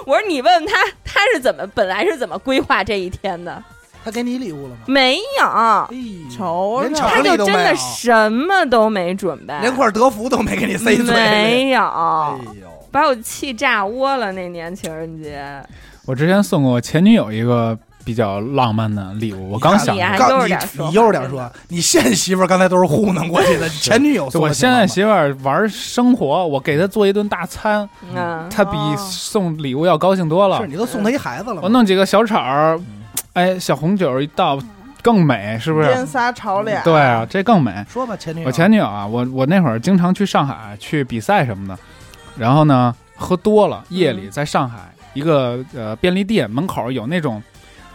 [SPEAKER 1] 我说：“你问问他，他是怎么本来是怎么规划这一天的？
[SPEAKER 2] 他给你礼物了吗？
[SPEAKER 1] 没有，
[SPEAKER 2] 哎呦
[SPEAKER 3] 瞅
[SPEAKER 2] 连巧
[SPEAKER 3] 瞅
[SPEAKER 1] 他
[SPEAKER 2] 克
[SPEAKER 1] 就
[SPEAKER 2] 力
[SPEAKER 1] 真
[SPEAKER 2] 都没
[SPEAKER 1] 的
[SPEAKER 2] 有，
[SPEAKER 1] 什么都没准备，
[SPEAKER 2] 连块德芙都没给你塞嘴里。
[SPEAKER 1] 没有。
[SPEAKER 2] 哎呦，
[SPEAKER 1] 把我气炸窝了。那年情人节，
[SPEAKER 4] 我之前送过我前女友一个比较浪漫的礼物，我刚想
[SPEAKER 1] 你还
[SPEAKER 4] 着，
[SPEAKER 2] 刚
[SPEAKER 1] 悠着
[SPEAKER 2] 你
[SPEAKER 1] 点说
[SPEAKER 2] 你悠着点说，你现媳妇儿刚才都是糊弄过去 的，前女友
[SPEAKER 4] 就
[SPEAKER 2] 送
[SPEAKER 4] 我
[SPEAKER 2] 的
[SPEAKER 4] 现
[SPEAKER 2] 情
[SPEAKER 4] 在
[SPEAKER 2] 况吗
[SPEAKER 4] 媳妇儿玩生活，我给她做一顿大餐，
[SPEAKER 1] 嗯，
[SPEAKER 4] 她比
[SPEAKER 3] 哦
[SPEAKER 4] 送礼物要高兴多了
[SPEAKER 2] 是。你嗯都送她一孩子了
[SPEAKER 4] 我
[SPEAKER 2] 吗？
[SPEAKER 4] 弄几个小炒儿，哎，小红酒一倒更美，是不
[SPEAKER 3] 边
[SPEAKER 4] 是？
[SPEAKER 3] 仨吵俩，
[SPEAKER 4] 对啊，这更美。
[SPEAKER 2] 说吧，前女友。
[SPEAKER 4] 我前女友啊，我我那会儿经常去上海去比赛什么的，然后呢喝多了，夜里在上海一个呃便利店门口有那种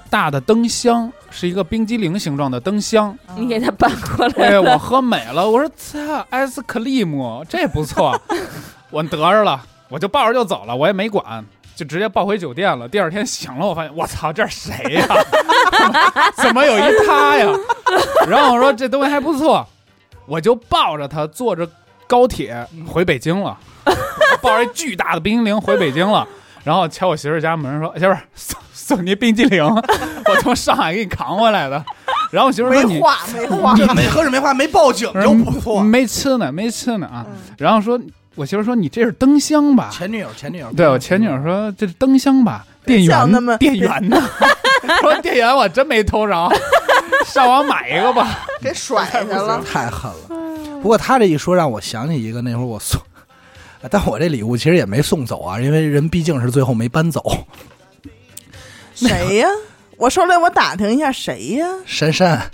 [SPEAKER 4] 大的灯箱，是一个冰激凌形状的灯箱。
[SPEAKER 1] 你
[SPEAKER 3] 嗯
[SPEAKER 1] 给他搬过 来
[SPEAKER 4] 哎，
[SPEAKER 1] 了。
[SPEAKER 4] 我喝美了，我说擦，艾斯克利姆这不错，我得着了，我就抱着就走了，我也没管。就直接抱回酒店了。第二天醒了，我发现我操，这是谁呀、 怎么有一他呀？然后我说这东西还不错，我就抱着它坐着高铁回北京了，抱着一巨大 哎的冰激凌回北京了。然后敲我媳妇儿家门说：“媳妇儿，送送你冰激凌。”我从上海给你扛回来的。然后我媳妇儿
[SPEAKER 3] 没
[SPEAKER 4] 说你
[SPEAKER 3] 话没话，
[SPEAKER 2] 这没喝水没话没报警
[SPEAKER 4] 我
[SPEAKER 2] 就
[SPEAKER 4] 说
[SPEAKER 2] 不错。
[SPEAKER 4] 嗯没吃呢，没吃呢啊。
[SPEAKER 3] 嗯
[SPEAKER 4] 然后说，我媳妇儿说你这是灯箱吧？
[SPEAKER 2] 前女友，前女友，
[SPEAKER 4] 对我前女友说这是灯箱吧？电
[SPEAKER 3] 像那么
[SPEAKER 4] 源，电源呢？ 说电源我真没偷着，上网买一个 吧。
[SPEAKER 3] 给甩 下去了。
[SPEAKER 2] 太狠
[SPEAKER 1] 哎
[SPEAKER 2] 了。不过他这一说让我想起一个，那会儿我送， 但我这礼物其实也没送走啊，因为人毕竟是最后没搬走。
[SPEAKER 3] 谁呀？我手里我打听一下谁呀？
[SPEAKER 2] 珊珊，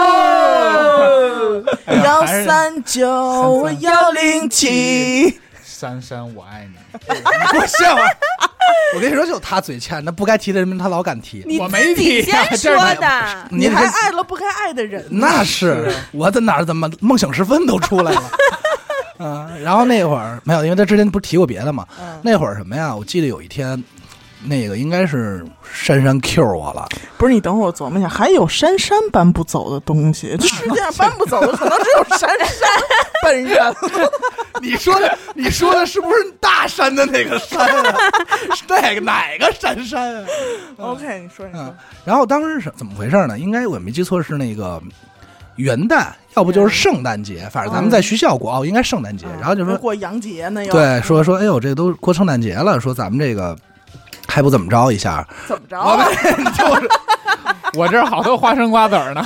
[SPEAKER 3] 哦，
[SPEAKER 4] 哎呀
[SPEAKER 3] 幺
[SPEAKER 4] 还是
[SPEAKER 3] 三九
[SPEAKER 4] 339
[SPEAKER 3] 幺零七，
[SPEAKER 4] 珊珊，我爱你。
[SPEAKER 2] 你 给我笑话！我跟你说，就他嘴欠，那不该提的人他老敢提。
[SPEAKER 1] 你
[SPEAKER 4] 我没
[SPEAKER 1] 自己
[SPEAKER 4] 提呀
[SPEAKER 1] 先
[SPEAKER 4] 这是
[SPEAKER 1] 说
[SPEAKER 4] 你
[SPEAKER 1] 的，
[SPEAKER 3] 你还
[SPEAKER 2] 这
[SPEAKER 3] 爱了不该爱的人，
[SPEAKER 2] 那是啊我在哪儿怎么梦醒时分都出来 了。嗯、然后那会儿没有，因为他之前不是提过别的嘛。
[SPEAKER 3] 嗯
[SPEAKER 2] 那会儿什么呀？我记得有一天，那个应该是珊珊 Q 我了，
[SPEAKER 3] 不是你等会儿我琢磨一下，还有珊珊搬不走的东西，这世界上搬不走的可能只有珊珊 本人。
[SPEAKER 2] 你说的，你说的是不是大山的那个山 啊？是哪个哪个山山啊？
[SPEAKER 3] OK，你说你说
[SPEAKER 2] 嗯，然后当时是怎么回事呢？应该我没记错是那个元旦，要不就是圣诞节，反正咱们在学校过哦，应该圣诞节。然后就
[SPEAKER 3] 还
[SPEAKER 2] 说，
[SPEAKER 3] 嗯过洋节呢，又
[SPEAKER 2] 对，说说，哎呦，这都过圣诞节了，说咱们这个还不怎么着一下？
[SPEAKER 3] 怎么着
[SPEAKER 2] 我
[SPEAKER 3] 啊？
[SPEAKER 2] 们就是，
[SPEAKER 4] 我这儿好多花生瓜子儿呢。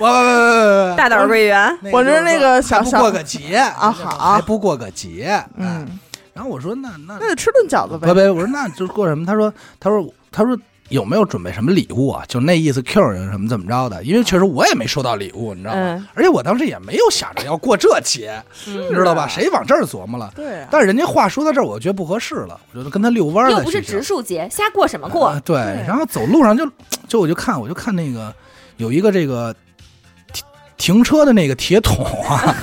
[SPEAKER 2] 我我
[SPEAKER 1] 大枣桂圆，
[SPEAKER 2] 我
[SPEAKER 3] 我这那个小
[SPEAKER 2] 不
[SPEAKER 3] 小
[SPEAKER 2] 过个节
[SPEAKER 3] 啊好
[SPEAKER 2] 还不过个节，哎。
[SPEAKER 3] 嗯，
[SPEAKER 2] 然后我说那那
[SPEAKER 3] 那得吃顿饺子
[SPEAKER 2] 不
[SPEAKER 3] 呗。
[SPEAKER 2] 不，我说那就过什么？他说他说他说有没有准备什么礼物啊？就那意思 Q 人什么怎么着的？因为确实我也没收到礼物，你知道吗？
[SPEAKER 1] 嗯
[SPEAKER 2] 而且我当时也没有想着要过这节，你知道吧？谁往这儿琢磨了？
[SPEAKER 3] 对啊，
[SPEAKER 2] 但是人家话说到这儿，我觉得不合适了，我就跟他遛弯儿
[SPEAKER 7] 又
[SPEAKER 2] 了。
[SPEAKER 7] 不是
[SPEAKER 2] 其实
[SPEAKER 7] 植树节，瞎过什么
[SPEAKER 2] 啊
[SPEAKER 7] 过？
[SPEAKER 2] 对，
[SPEAKER 3] 对
[SPEAKER 2] 然后走路上就就我就看我就看那个有一个这个停停车的那个铁桶啊，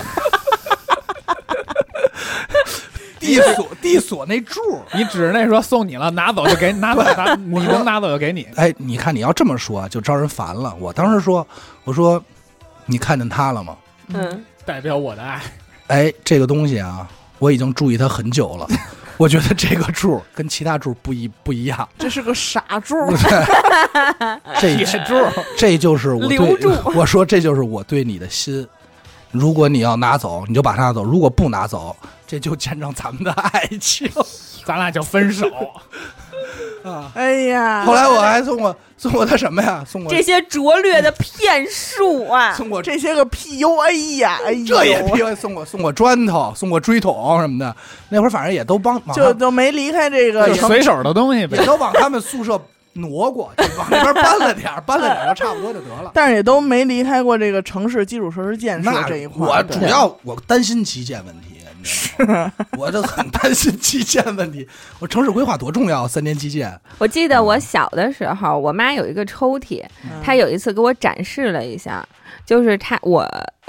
[SPEAKER 2] 地锁地锁那柱儿。
[SPEAKER 4] 你指着那说送你了，拿走就给你，拿走拿，你能拿走就给你。
[SPEAKER 2] 哎，你看你要这么说啊就招人烦了。我当时说，我说你看见他了吗？
[SPEAKER 1] 嗯，
[SPEAKER 4] 代表我的爱，
[SPEAKER 2] 哎，这个东西啊，我已经注意它很久了。我觉得这个柱跟其他柱不一不一样，
[SPEAKER 3] 这是个傻猪，
[SPEAKER 2] 嗯这
[SPEAKER 4] 柱，
[SPEAKER 2] 这就是我
[SPEAKER 1] 留
[SPEAKER 2] 对
[SPEAKER 1] 住
[SPEAKER 2] 我说这就是我对你的心。如果你要拿走，你就把它拿走；如果不拿走，这就见证咱们的爱情
[SPEAKER 4] 咱俩就分手。
[SPEAKER 2] 啊！
[SPEAKER 3] 哎呀，
[SPEAKER 2] 后来我还送我送我他什么呀？送我
[SPEAKER 1] 这些拙劣的骗术 啊，
[SPEAKER 2] 送我
[SPEAKER 3] 这些个 PUA 呀，哎呦，
[SPEAKER 2] 这也别送我送我砖头，送我锥桶什么的。那会儿反正也都帮忙
[SPEAKER 3] 就都没离开这个
[SPEAKER 4] 就随手的东西呗
[SPEAKER 2] 也。都往他们宿舍挪过，就往那边搬了点儿，搬了点儿就差不多就得 了。
[SPEAKER 3] 但是也都没离开过这个城市基础设施建设
[SPEAKER 2] 那
[SPEAKER 3] 这一块儿。
[SPEAKER 2] 我
[SPEAKER 3] 对
[SPEAKER 2] 主要我担心基建问题，你知道吗？我就很担心基建问题。我城市规划多重要，三年基建，
[SPEAKER 1] 我记得我小的时候，我妈有一个抽屉，
[SPEAKER 4] 嗯
[SPEAKER 1] 她有一次给我展示了一下，就是她我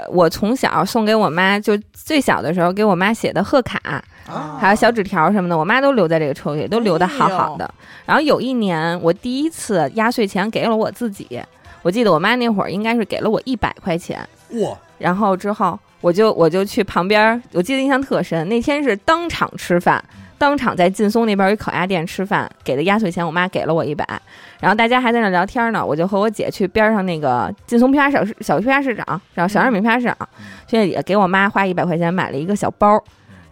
[SPEAKER 1] 我从小送给我妈，就最小的时候给我妈写的贺卡，
[SPEAKER 3] 啊
[SPEAKER 1] 还有小纸条什么的，我妈都留在这个抽屉，都留的好好的。然后有一年，我第一次压岁钱给了我自己，我记得我妈那会儿应该是给了我一百块钱，
[SPEAKER 2] 哇，
[SPEAKER 1] 然后之后我就我就去旁边儿，我记得印象特深，那天是当场吃饭，当场在劲松那边儿一烤鸭店吃饭，给的压岁钱，我妈给了我一百，然后大家还在那聊天呢，我就和我姐去边上那个劲松批发小市小批发市场，然后小商品批发市场，去那里给我妈花一百块钱买了一个小包。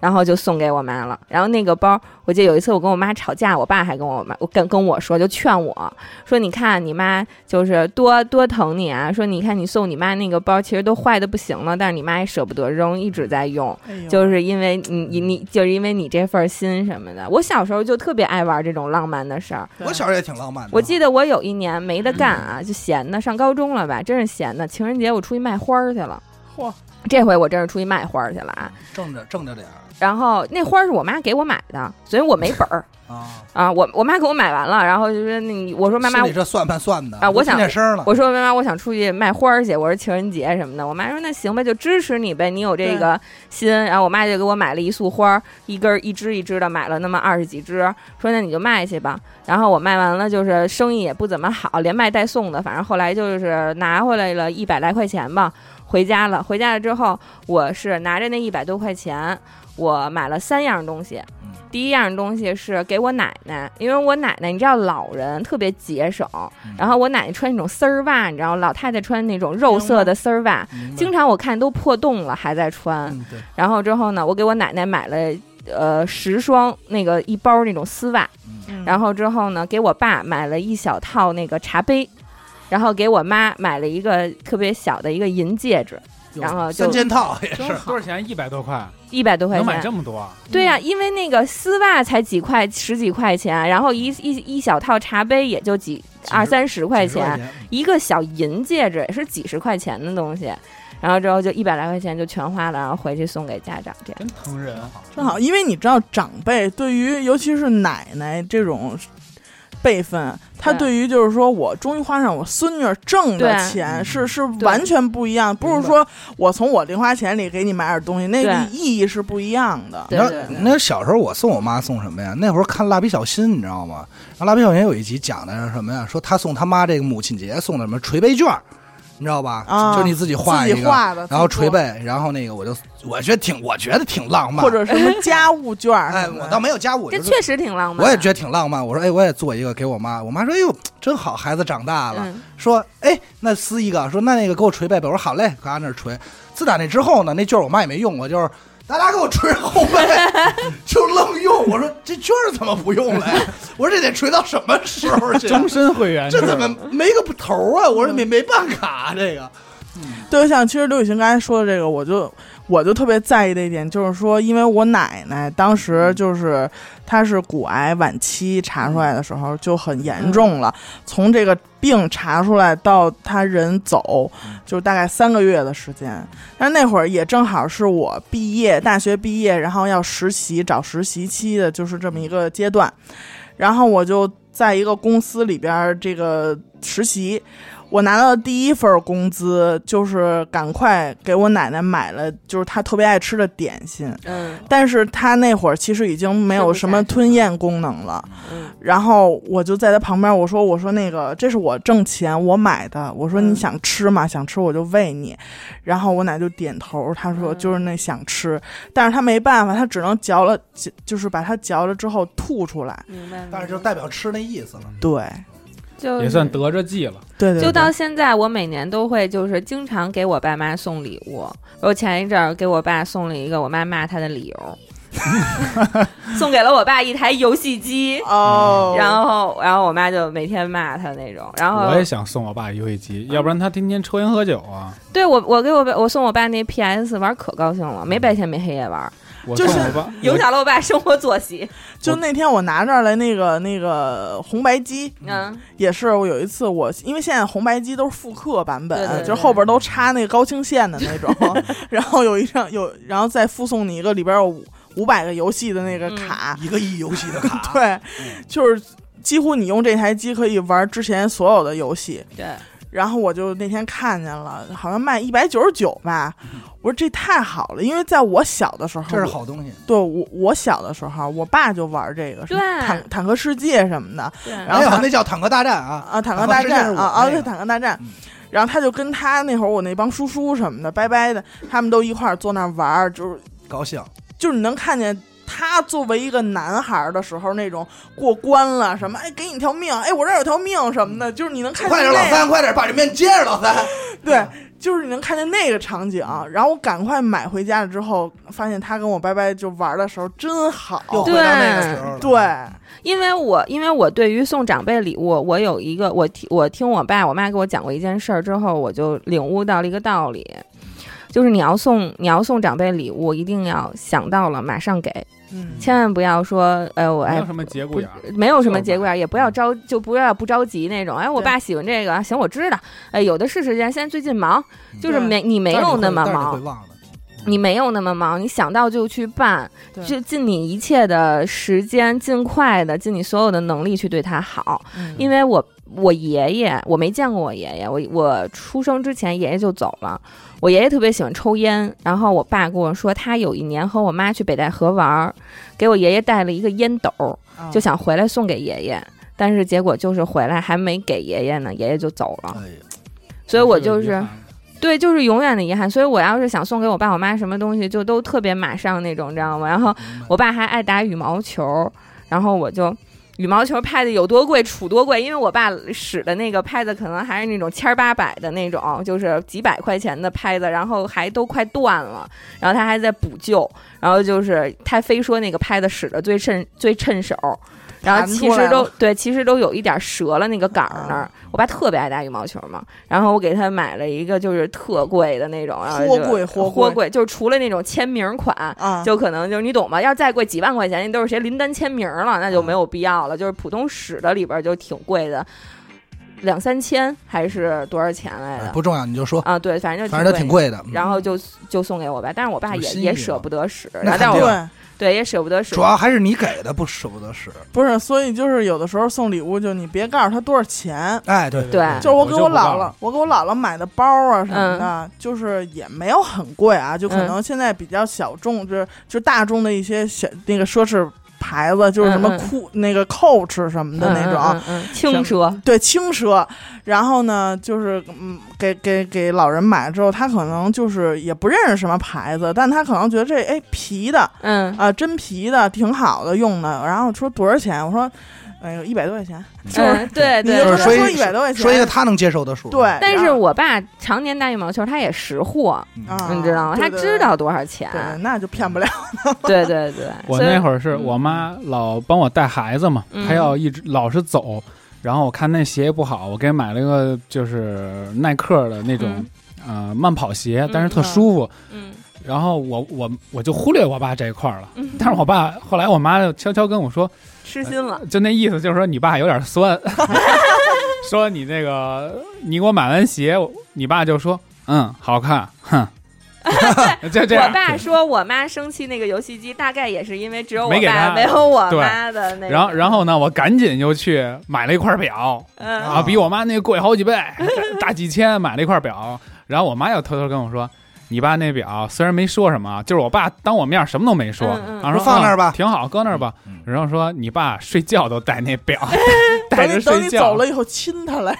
[SPEAKER 1] 然后就送给我妈了。然后那个包，我记得有一次我跟我妈吵架，我爸还跟我妈，我跟跟我说，就劝我说：“你看你妈就是多多疼你啊，说你看你送你妈那个包，其实都坏的不行了，但是你妈也舍不得扔，一直在用，
[SPEAKER 3] 哎呦
[SPEAKER 1] 就是因为你你你就是因为你这份心什么的。”我小时候就特别爱玩这种浪漫的事儿。
[SPEAKER 3] 对
[SPEAKER 2] 我小时候也挺浪漫的。
[SPEAKER 1] 我记得我有一年没得干啊，就闲的，上高中了吧，真是闲的。情人节我出去卖花儿去了，
[SPEAKER 3] 嚯，
[SPEAKER 1] 这回我真是出去卖花儿去了啊。
[SPEAKER 2] 挣着挣着点儿
[SPEAKER 1] 然后那花儿是我妈给我买的，所以我没本儿
[SPEAKER 2] 啊，
[SPEAKER 1] 啊。我我妈给我买完了，然后就说那你我说妈妈
[SPEAKER 2] 心里，这算盘算的
[SPEAKER 1] 啊我想
[SPEAKER 2] 听见声儿了，
[SPEAKER 1] 我说妈妈，我想出去卖花儿去，我说情人节什么的。我妈说那行呗，就支持你呗，你有这个心。然后我妈就给我买了一束花儿，一根儿一支一支的买了那么二十几支，说那你就卖去吧。然后我卖完了，就是生意也不怎么好，连卖带送的，反正后来就是拿回来了一百来块钱吧。回家了，回家了之后，我是拿着那一百多块钱，我买了三样东西，
[SPEAKER 2] 嗯
[SPEAKER 1] 第一样东西是给我奶奶，因为我奶奶你知道老人特别节省，
[SPEAKER 2] 嗯
[SPEAKER 1] 然后我奶奶穿那种丝儿袜，你知道老太太穿那种肉色的丝儿袜，经常我看都破洞了还在穿。
[SPEAKER 2] 嗯，对，
[SPEAKER 1] 然后之后呢，我给我奶奶买了呃十双那个一包那种丝袜，
[SPEAKER 2] 嗯
[SPEAKER 1] 然后之后呢，给我爸买了一小套那个茶杯，然后给我妈买了一个特别小的一个银戒指，然后就
[SPEAKER 2] 三件套也
[SPEAKER 4] 多
[SPEAKER 2] 是，
[SPEAKER 4] 少钱？一百多块，
[SPEAKER 1] 一百多块
[SPEAKER 4] 能买
[SPEAKER 1] 钱。
[SPEAKER 4] 这么多？啊
[SPEAKER 1] 对呀、因为那个丝袜才几块十几块钱，然后一一一小套茶杯也就几
[SPEAKER 2] 十
[SPEAKER 1] 二三十块
[SPEAKER 2] 几十
[SPEAKER 1] 钱，
[SPEAKER 2] 钱，嗯
[SPEAKER 1] 一个小银戒指也是几十块钱的东西，然后之后就一百来块钱就全花了，然后回去送给家长这样。
[SPEAKER 4] 真疼人，
[SPEAKER 3] 正好，因为你知道长辈对于尤其是奶奶这种辈分，他
[SPEAKER 1] 对
[SPEAKER 3] 对于就是说我终于花上我孙女儿挣的
[SPEAKER 1] 对
[SPEAKER 3] 钱
[SPEAKER 2] 嗯
[SPEAKER 3] 是是
[SPEAKER 1] 对
[SPEAKER 3] 完全不一样，不
[SPEAKER 2] 明
[SPEAKER 3] 是
[SPEAKER 2] 白
[SPEAKER 3] 说我从我零花钱里给你买点东西，那个
[SPEAKER 1] 对
[SPEAKER 3] 意义是不一样的。
[SPEAKER 1] 对
[SPEAKER 2] 那
[SPEAKER 1] 对对
[SPEAKER 2] 那小时候我送我妈送什么呀？那会儿看《蜡笔小新》，你知道吗？然后《蜡笔小新》有一集讲的是什么呀？说他送他妈这个母亲节送的什么捶背券儿，你知道吧？
[SPEAKER 3] 啊
[SPEAKER 2] 就是你自己画
[SPEAKER 3] 自
[SPEAKER 2] 一
[SPEAKER 3] 己
[SPEAKER 2] 个，
[SPEAKER 3] 画的，
[SPEAKER 2] 然后
[SPEAKER 3] 自己
[SPEAKER 2] 捶
[SPEAKER 3] 做
[SPEAKER 2] 背，然后那个我就我觉得挺我觉得挺浪漫，
[SPEAKER 3] 或者什么家务券儿
[SPEAKER 2] 哎，
[SPEAKER 3] 什么的，
[SPEAKER 2] 我倒没有加我，
[SPEAKER 1] 这
[SPEAKER 2] 就是
[SPEAKER 1] 确实挺浪漫的，
[SPEAKER 2] 我也觉得挺浪漫。我说哎，我也做一个给我妈，我妈说哎呦真好，孩子长大了。
[SPEAKER 1] 嗯，
[SPEAKER 2] 说，哎，那撕一个，说那那个给我捶背背，我说好嘞，搁俺那儿捶。自打那之后呢，那券儿我妈也没用过，就是大家给我捶后背， 就愣用。我说这券儿怎么不用了呀？ 我说这得捶到什么时候去？ 啊
[SPEAKER 4] 终身会员制
[SPEAKER 2] 这怎么没个头啊？
[SPEAKER 1] 嗯
[SPEAKER 2] 我说没没办卡这个，
[SPEAKER 3] 对，像其实刘雨欣刚才说的这个，我就我就特别在意的一点，就是说，因为我奶奶当时就是她是骨癌晚期查出来的时候就很严重了，从这个病查出来到她人走，就是大概三个月的时间。但那会儿也正好是我毕业，大学毕业，然后要实习，找实习期的，就是这么一个阶段。然后我就在一个公司里边儿这个实习，我拿到的第一份工资就是赶快给我奶奶买了，就是她特别爱吃的点心。
[SPEAKER 1] 嗯
[SPEAKER 3] 但是她那会儿其实已经没有什么吞咽功能了，
[SPEAKER 1] 嗯
[SPEAKER 3] 然后我就在她旁边，我说：“我说那个，这是我挣钱我买的，我说
[SPEAKER 1] 嗯
[SPEAKER 3] 你想吃吗？想吃我就喂你。”然后我奶就点头，她说：“
[SPEAKER 1] 嗯
[SPEAKER 3] 就是那想吃。”但是她没办法，她只能嚼了，就就是把它嚼了之后吐出来。
[SPEAKER 1] 明白。
[SPEAKER 2] 但是就代表吃那意思了。
[SPEAKER 3] 对，
[SPEAKER 1] 就
[SPEAKER 4] 也算得着计了。
[SPEAKER 3] 对对，
[SPEAKER 1] 就
[SPEAKER 3] 对
[SPEAKER 1] 到现在，我每年都会就是经常给我爸妈送礼物。我前一阵儿给我爸送了一个我妈骂他的理 由，送给了我爸一台游戏机，
[SPEAKER 3] 哦，
[SPEAKER 1] 然后然后我妈就每天骂他那种。然后
[SPEAKER 4] 我也想送我爸游戏
[SPEAKER 1] 嗯
[SPEAKER 4] 机，要不然他天天抽烟喝酒啊。
[SPEAKER 1] 对我我给我爸我送我爸那 PS 玩儿可高兴了，没白天没黑夜玩儿，
[SPEAKER 4] 我
[SPEAKER 3] 就
[SPEAKER 4] 送
[SPEAKER 3] 是
[SPEAKER 4] 我爸，
[SPEAKER 1] 影响了我爸生活作息。
[SPEAKER 3] 就那天我拿这儿来那个那个红白机，
[SPEAKER 1] 嗯，
[SPEAKER 3] 也是我有一次我因为现在红白机都是复刻版本，
[SPEAKER 1] 对对对
[SPEAKER 3] 就是后边都插那个高清线的那种， 然后有一张有，然后再附送你一个里边有五五百个游戏的那个
[SPEAKER 1] 嗯
[SPEAKER 3] 卡，
[SPEAKER 2] 一个亿游戏的卡，
[SPEAKER 3] 对，
[SPEAKER 2] 嗯
[SPEAKER 3] 就是几乎你用这台机可以玩之前所有的游戏。
[SPEAKER 1] 对，
[SPEAKER 3] 然后我就那天看见了，好像卖一百九十九吧，我说这太好了，因为在我小的时候，
[SPEAKER 2] 嗯这是好东西。
[SPEAKER 3] 对我我小的时候，我爸就玩这个，什
[SPEAKER 1] 对
[SPEAKER 3] 么坦坦克世界什么的
[SPEAKER 1] 对
[SPEAKER 3] 然后
[SPEAKER 2] 没有
[SPEAKER 3] 他
[SPEAKER 2] 哎那叫坦克大战啊
[SPEAKER 3] 啊，坦克大战啊啊，对，坦克大战
[SPEAKER 2] 嗯。
[SPEAKER 3] 然后他就跟他那会儿我那帮叔叔什么的，拜拜的，他们都一块儿坐那儿玩儿，就是
[SPEAKER 2] 高兴。
[SPEAKER 3] 就是你能看见他作为一个男孩儿的时候那种过关了什么，哎，给你条命，哎，我这儿有条命什么的，就是你能看见
[SPEAKER 2] 快点，
[SPEAKER 3] 那
[SPEAKER 2] 老
[SPEAKER 3] 样
[SPEAKER 2] 三，嗯快点把这面接着，老三。
[SPEAKER 3] 对， 就是你能看见那个场景，
[SPEAKER 2] 嗯
[SPEAKER 3] 然后我赶快买回家了之后，发现他跟我拜拜就玩的时候真好，
[SPEAKER 2] 又回到那个时候了。
[SPEAKER 3] 对，
[SPEAKER 1] 因为我因为我对于送长辈礼物，我有一个我听我听我爸我妈给我讲过一件事儿之后，我就领悟到了一个道理，就是你要送你要送长辈礼物，一定要想到了马上给，
[SPEAKER 3] 嗯，
[SPEAKER 1] 千万不要说哎我
[SPEAKER 4] 没
[SPEAKER 1] 哎
[SPEAKER 4] 有什么节骨
[SPEAKER 1] 不
[SPEAKER 4] 眼儿。
[SPEAKER 1] 没有什么节骨眼儿，也不要着就不要不着急那种。哎，我
[SPEAKER 3] 对
[SPEAKER 1] 爸喜欢这个啊，行，我知道。哎，有的是时间，现在最近忙，就是
[SPEAKER 3] 对
[SPEAKER 1] 没你没
[SPEAKER 2] 但是
[SPEAKER 1] 有
[SPEAKER 2] 你
[SPEAKER 1] 那
[SPEAKER 2] 会
[SPEAKER 1] 么
[SPEAKER 2] 但是你
[SPEAKER 1] 忙
[SPEAKER 2] 会，忘的。
[SPEAKER 1] 你没有那么忙，你想到就去办，
[SPEAKER 3] 对
[SPEAKER 1] 就尽你一切的时间，尽快的，尽你所有的能力去对他好。
[SPEAKER 3] 嗯
[SPEAKER 1] 因为我我爷爷，我没见过我爷爷，我我出生之前爷爷就走了。我爷爷特别喜欢抽烟，然后我爸跟我说，他有一年和我妈去北戴河玩儿，给我爷爷带了一个烟斗儿，就想回来送给爷爷。但是结果就是回来还没给爷爷呢，爷爷就走了，
[SPEAKER 2] 哎呀，
[SPEAKER 1] 所以我就是
[SPEAKER 4] 这个遗憾啊
[SPEAKER 1] 对，就是永远的遗憾。所以我要是想送给我爸我妈什么东西，就都特别马上那种，你知道吗？然后我爸还爱打羽毛球，然后我就羽毛球拍子有多贵杵多贵，因为我爸使的那个拍子可能还是那种千儿八百的那种，就是几百块钱的拍子，然后还都快断了，然后他还在补救，然后就是他非说那个拍子使的最趁最趁手。然后
[SPEAKER 3] 弹
[SPEAKER 1] 其
[SPEAKER 3] 出
[SPEAKER 1] 实
[SPEAKER 3] 来
[SPEAKER 1] 都
[SPEAKER 3] 了
[SPEAKER 1] 对，其实都有一点折了那个杆儿那儿。我爸特别爱打羽毛球嘛，然后我给他买了一个就是特贵的那种，然后
[SPEAKER 3] 货
[SPEAKER 1] 就
[SPEAKER 3] 贵货
[SPEAKER 1] 货
[SPEAKER 3] 贵
[SPEAKER 1] 贵，就是除了那种签名款，
[SPEAKER 3] 啊，
[SPEAKER 1] 就可能就是你懂吗？要再贵几万块钱，那都是谁林丹签名了，那就没有必
[SPEAKER 3] 嗯
[SPEAKER 1] 要了。就是普通使的里边儿就挺贵的，两三千还是多少钱来
[SPEAKER 2] 哎
[SPEAKER 1] 的？
[SPEAKER 2] 不重要，你就说，
[SPEAKER 1] 啊，对，反正就
[SPEAKER 2] 反正它挺
[SPEAKER 1] 贵的。
[SPEAKER 2] 贵的。嗯
[SPEAKER 1] 然后就就送给我爸，但是我爸
[SPEAKER 2] 就是
[SPEAKER 1] 也
[SPEAKER 2] 心意
[SPEAKER 1] 也
[SPEAKER 2] 嘛
[SPEAKER 1] 舍不得使，然后
[SPEAKER 2] 那
[SPEAKER 1] 但
[SPEAKER 2] 肯
[SPEAKER 1] 是我
[SPEAKER 2] 定
[SPEAKER 3] 对，
[SPEAKER 1] 对也舍不得使，
[SPEAKER 2] 主要还是你给的，不舍不得使。
[SPEAKER 3] 不是，所以就是有的时候送礼物，就你别告诉他多少钱，
[SPEAKER 2] 哎，对
[SPEAKER 1] 对
[SPEAKER 3] 就是我给
[SPEAKER 4] 我就不告
[SPEAKER 3] 姥
[SPEAKER 4] 诉
[SPEAKER 3] 姥，我给我姥姥买的包啊什么的，就是也没有很贵啊，就可
[SPEAKER 1] 嗯
[SPEAKER 3] 能现在比较小众，就是就大众的一些小那个奢侈牌子，就是什么
[SPEAKER 1] 嗯嗯
[SPEAKER 3] 酷、那个 Coach 什么的那种，
[SPEAKER 1] 嗯嗯嗯嗯轻奢，
[SPEAKER 3] 对轻奢。然后呢，就是嗯，给给给老人买了之后，他可能就是也不认识什么牌子，但他可能觉得这哎皮的啊、
[SPEAKER 1] 嗯，
[SPEAKER 3] 真皮的挺好的用的，然后说多少钱？我说哎呦一百多块钱，就是、
[SPEAKER 1] 嗯对
[SPEAKER 3] 你
[SPEAKER 1] 对
[SPEAKER 2] 哎
[SPEAKER 3] 就
[SPEAKER 2] 就
[SPEAKER 3] 跟
[SPEAKER 2] 是
[SPEAKER 3] 他
[SPEAKER 2] 说
[SPEAKER 3] 说
[SPEAKER 2] 一
[SPEAKER 3] 一百多块钱，
[SPEAKER 2] 说一个他能接受的数。
[SPEAKER 3] 对
[SPEAKER 1] 但是我爸常年打羽毛球，他也识货，
[SPEAKER 2] 嗯
[SPEAKER 3] 啊
[SPEAKER 1] 你知道吗？
[SPEAKER 3] 对
[SPEAKER 1] 他
[SPEAKER 3] 对
[SPEAKER 1] 知道多少钱。
[SPEAKER 3] 对，那就骗不了。
[SPEAKER 1] 对对对，
[SPEAKER 4] 我
[SPEAKER 1] 所以
[SPEAKER 4] 那会儿是我妈老帮我带孩子嘛，
[SPEAKER 1] 嗯
[SPEAKER 4] 她要一直老是走，然后我看那鞋不好，我给买了一个就是耐克的那种、呃慢跑鞋，但是特舒服。
[SPEAKER 1] 嗯
[SPEAKER 4] 然后我我我就忽略我爸这一块儿了，
[SPEAKER 1] 嗯
[SPEAKER 4] 但是我爸后来我妈就悄悄跟我说，
[SPEAKER 1] 痴心了，
[SPEAKER 4] 就那意思就是说你爸有点 酸，说你那个你给我买完鞋，你爸就说嗯好看， 哼，就这样。
[SPEAKER 1] 我爸说我妈生气那个游戏机，大概也是因为只有我
[SPEAKER 4] 没给
[SPEAKER 1] 爸
[SPEAKER 4] 他
[SPEAKER 1] 没有我
[SPEAKER 4] 对
[SPEAKER 1] 妈的那个。
[SPEAKER 4] 然后，然后呢？我赶紧就去买了一块表，
[SPEAKER 1] 嗯
[SPEAKER 4] 啊，比我妈那贵好 几倍，大几千买了一块表。然后我妈又偷偷跟我说：“你爸那表虽然没说什么，就是我爸当我面什么都没说，
[SPEAKER 1] 嗯嗯
[SPEAKER 4] 然后说
[SPEAKER 2] 放那儿吧
[SPEAKER 4] 嗯挺好，搁那儿吧。
[SPEAKER 2] 嗯
[SPEAKER 4] 然后说你爸睡觉都戴那表，戴
[SPEAKER 3] 等
[SPEAKER 4] 着
[SPEAKER 3] 你等
[SPEAKER 4] 睡
[SPEAKER 3] 你
[SPEAKER 4] 觉
[SPEAKER 3] 走。 了以后亲他来，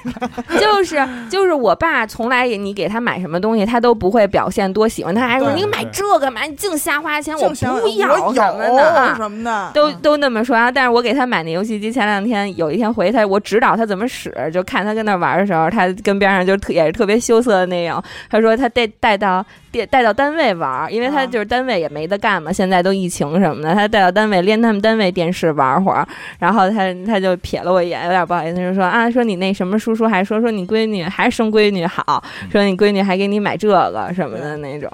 [SPEAKER 1] 就是就是我爸从来也你给他买什么东西，他都不会表现多喜欢，他还说
[SPEAKER 3] 对
[SPEAKER 1] 你买
[SPEAKER 4] 对
[SPEAKER 1] 这个嘛，你净瞎花钱，
[SPEAKER 3] 正想
[SPEAKER 1] 不要
[SPEAKER 3] 我
[SPEAKER 1] 什么的
[SPEAKER 3] 有
[SPEAKER 1] 啊。
[SPEAKER 3] 什么 的，
[SPEAKER 1] 都
[SPEAKER 3] 嗯
[SPEAKER 1] 都那么说啊，但是我给他买那游戏机，前两天有一天回他，我指导他怎么使，就看他跟那玩的时候，他跟边上就特也是特别羞涩的那种。他说他带带到带带到单位玩，因为他
[SPEAKER 3] 啊
[SPEAKER 1] 就是单位也没得干嘛，现在都疫情什么的，他带到单位连他们单位电视玩会儿。然后他他就瞥了我一眼，有点不好意思，就说啊，说你那什么叔叔还说说你闺女还是生闺女好，说你闺女还给你买这个什么的那种，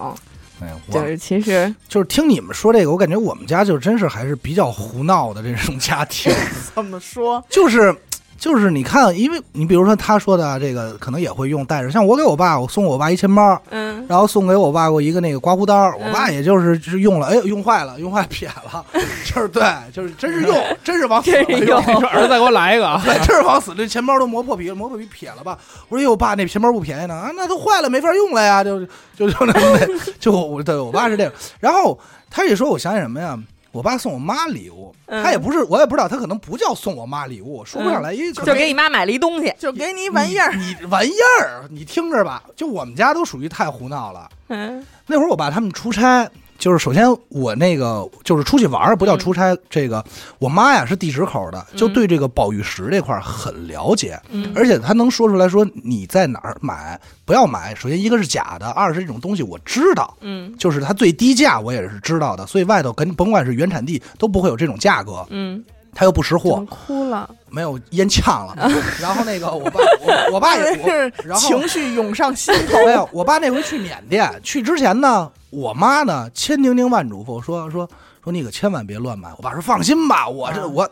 [SPEAKER 2] 哎我
[SPEAKER 1] 就是其实
[SPEAKER 2] 就是听你们说这个，我感觉我们家就真是还是比较胡闹的这种家庭，
[SPEAKER 3] 怎么说？
[SPEAKER 2] 就是。就是你看，因为你比如说他说的啊这个，可能也会用带着。像我给我爸，我送我爸一钱包，
[SPEAKER 1] 嗯
[SPEAKER 2] 然后送给我爸过一个那个刮胡刀，我
[SPEAKER 1] 嗯
[SPEAKER 2] 爸也就是就是用了，哎呦，用坏了，用坏撇了， 就是对，就是真是用， 真是往死了
[SPEAKER 1] 真是
[SPEAKER 2] 用，
[SPEAKER 4] 你说儿子给我来 一个啊，
[SPEAKER 2] 对，真是往死了，这钱包都磨破皮了，磨破皮撇了吧？我说哟，爸，那钱包不便宜呢啊，那都坏了，没法用了呀，就就就那么的， 就我对我爸是这样。然后他一说，我想起什么呀？我爸送我妈礼物，
[SPEAKER 1] 嗯
[SPEAKER 2] 他也不是，我也不知道，他可能不叫送我妈礼物，说不上来，因为
[SPEAKER 1] 就给你妈买了一东西，
[SPEAKER 3] 就给你一玩意儿，
[SPEAKER 2] 你你玩意儿，你听着吧，就我们家都属于太胡闹了。
[SPEAKER 1] 嗯
[SPEAKER 2] 那会儿我爸他们出差，就是首先我那个就是出去玩儿，不
[SPEAKER 1] 嗯
[SPEAKER 2] 叫出差。这个我妈呀是地质口的，就对这个宝玉石这块儿很了解，
[SPEAKER 1] 嗯
[SPEAKER 2] 而且她能说出来说你在哪儿买，不要买。首先一个是假的，二是这种东西我知道，
[SPEAKER 1] 嗯
[SPEAKER 2] 就是它最低价我也是知道的，所以外头跟甭管是原产地都不会有这种价格，
[SPEAKER 1] 嗯，
[SPEAKER 2] 它又不 识货，
[SPEAKER 1] 哭了？
[SPEAKER 2] 没有烟呛了。然后那个我爸，我我爸也我
[SPEAKER 3] 是
[SPEAKER 2] 然后
[SPEAKER 3] 情绪涌上心头。
[SPEAKER 2] 没有，我爸那回去缅甸，去之前呢，我妈呢千叮咛万嘱咐说说说你可千万别乱买。我爸说放心吧，我这我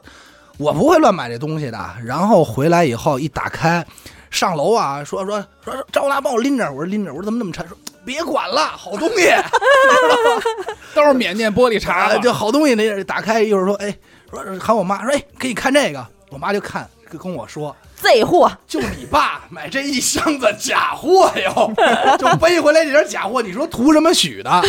[SPEAKER 2] 我不会乱买这东西的。然后回来以后一打开，上楼啊，说说说说张欧拉帮我拎着，我说拎着，我说怎么那么沉？说别管了，好东西。
[SPEAKER 4] 都是缅甸玻璃碴
[SPEAKER 2] 啊，
[SPEAKER 4] 子。
[SPEAKER 2] 就好东西那打开一会儿说哎说喊我妈说哎给你看这个，我妈就看跟跟我说。
[SPEAKER 1] 贼货，
[SPEAKER 2] 就你爸买这一箱子假货 哟，就背回来这点假货，你说图什么许的啊？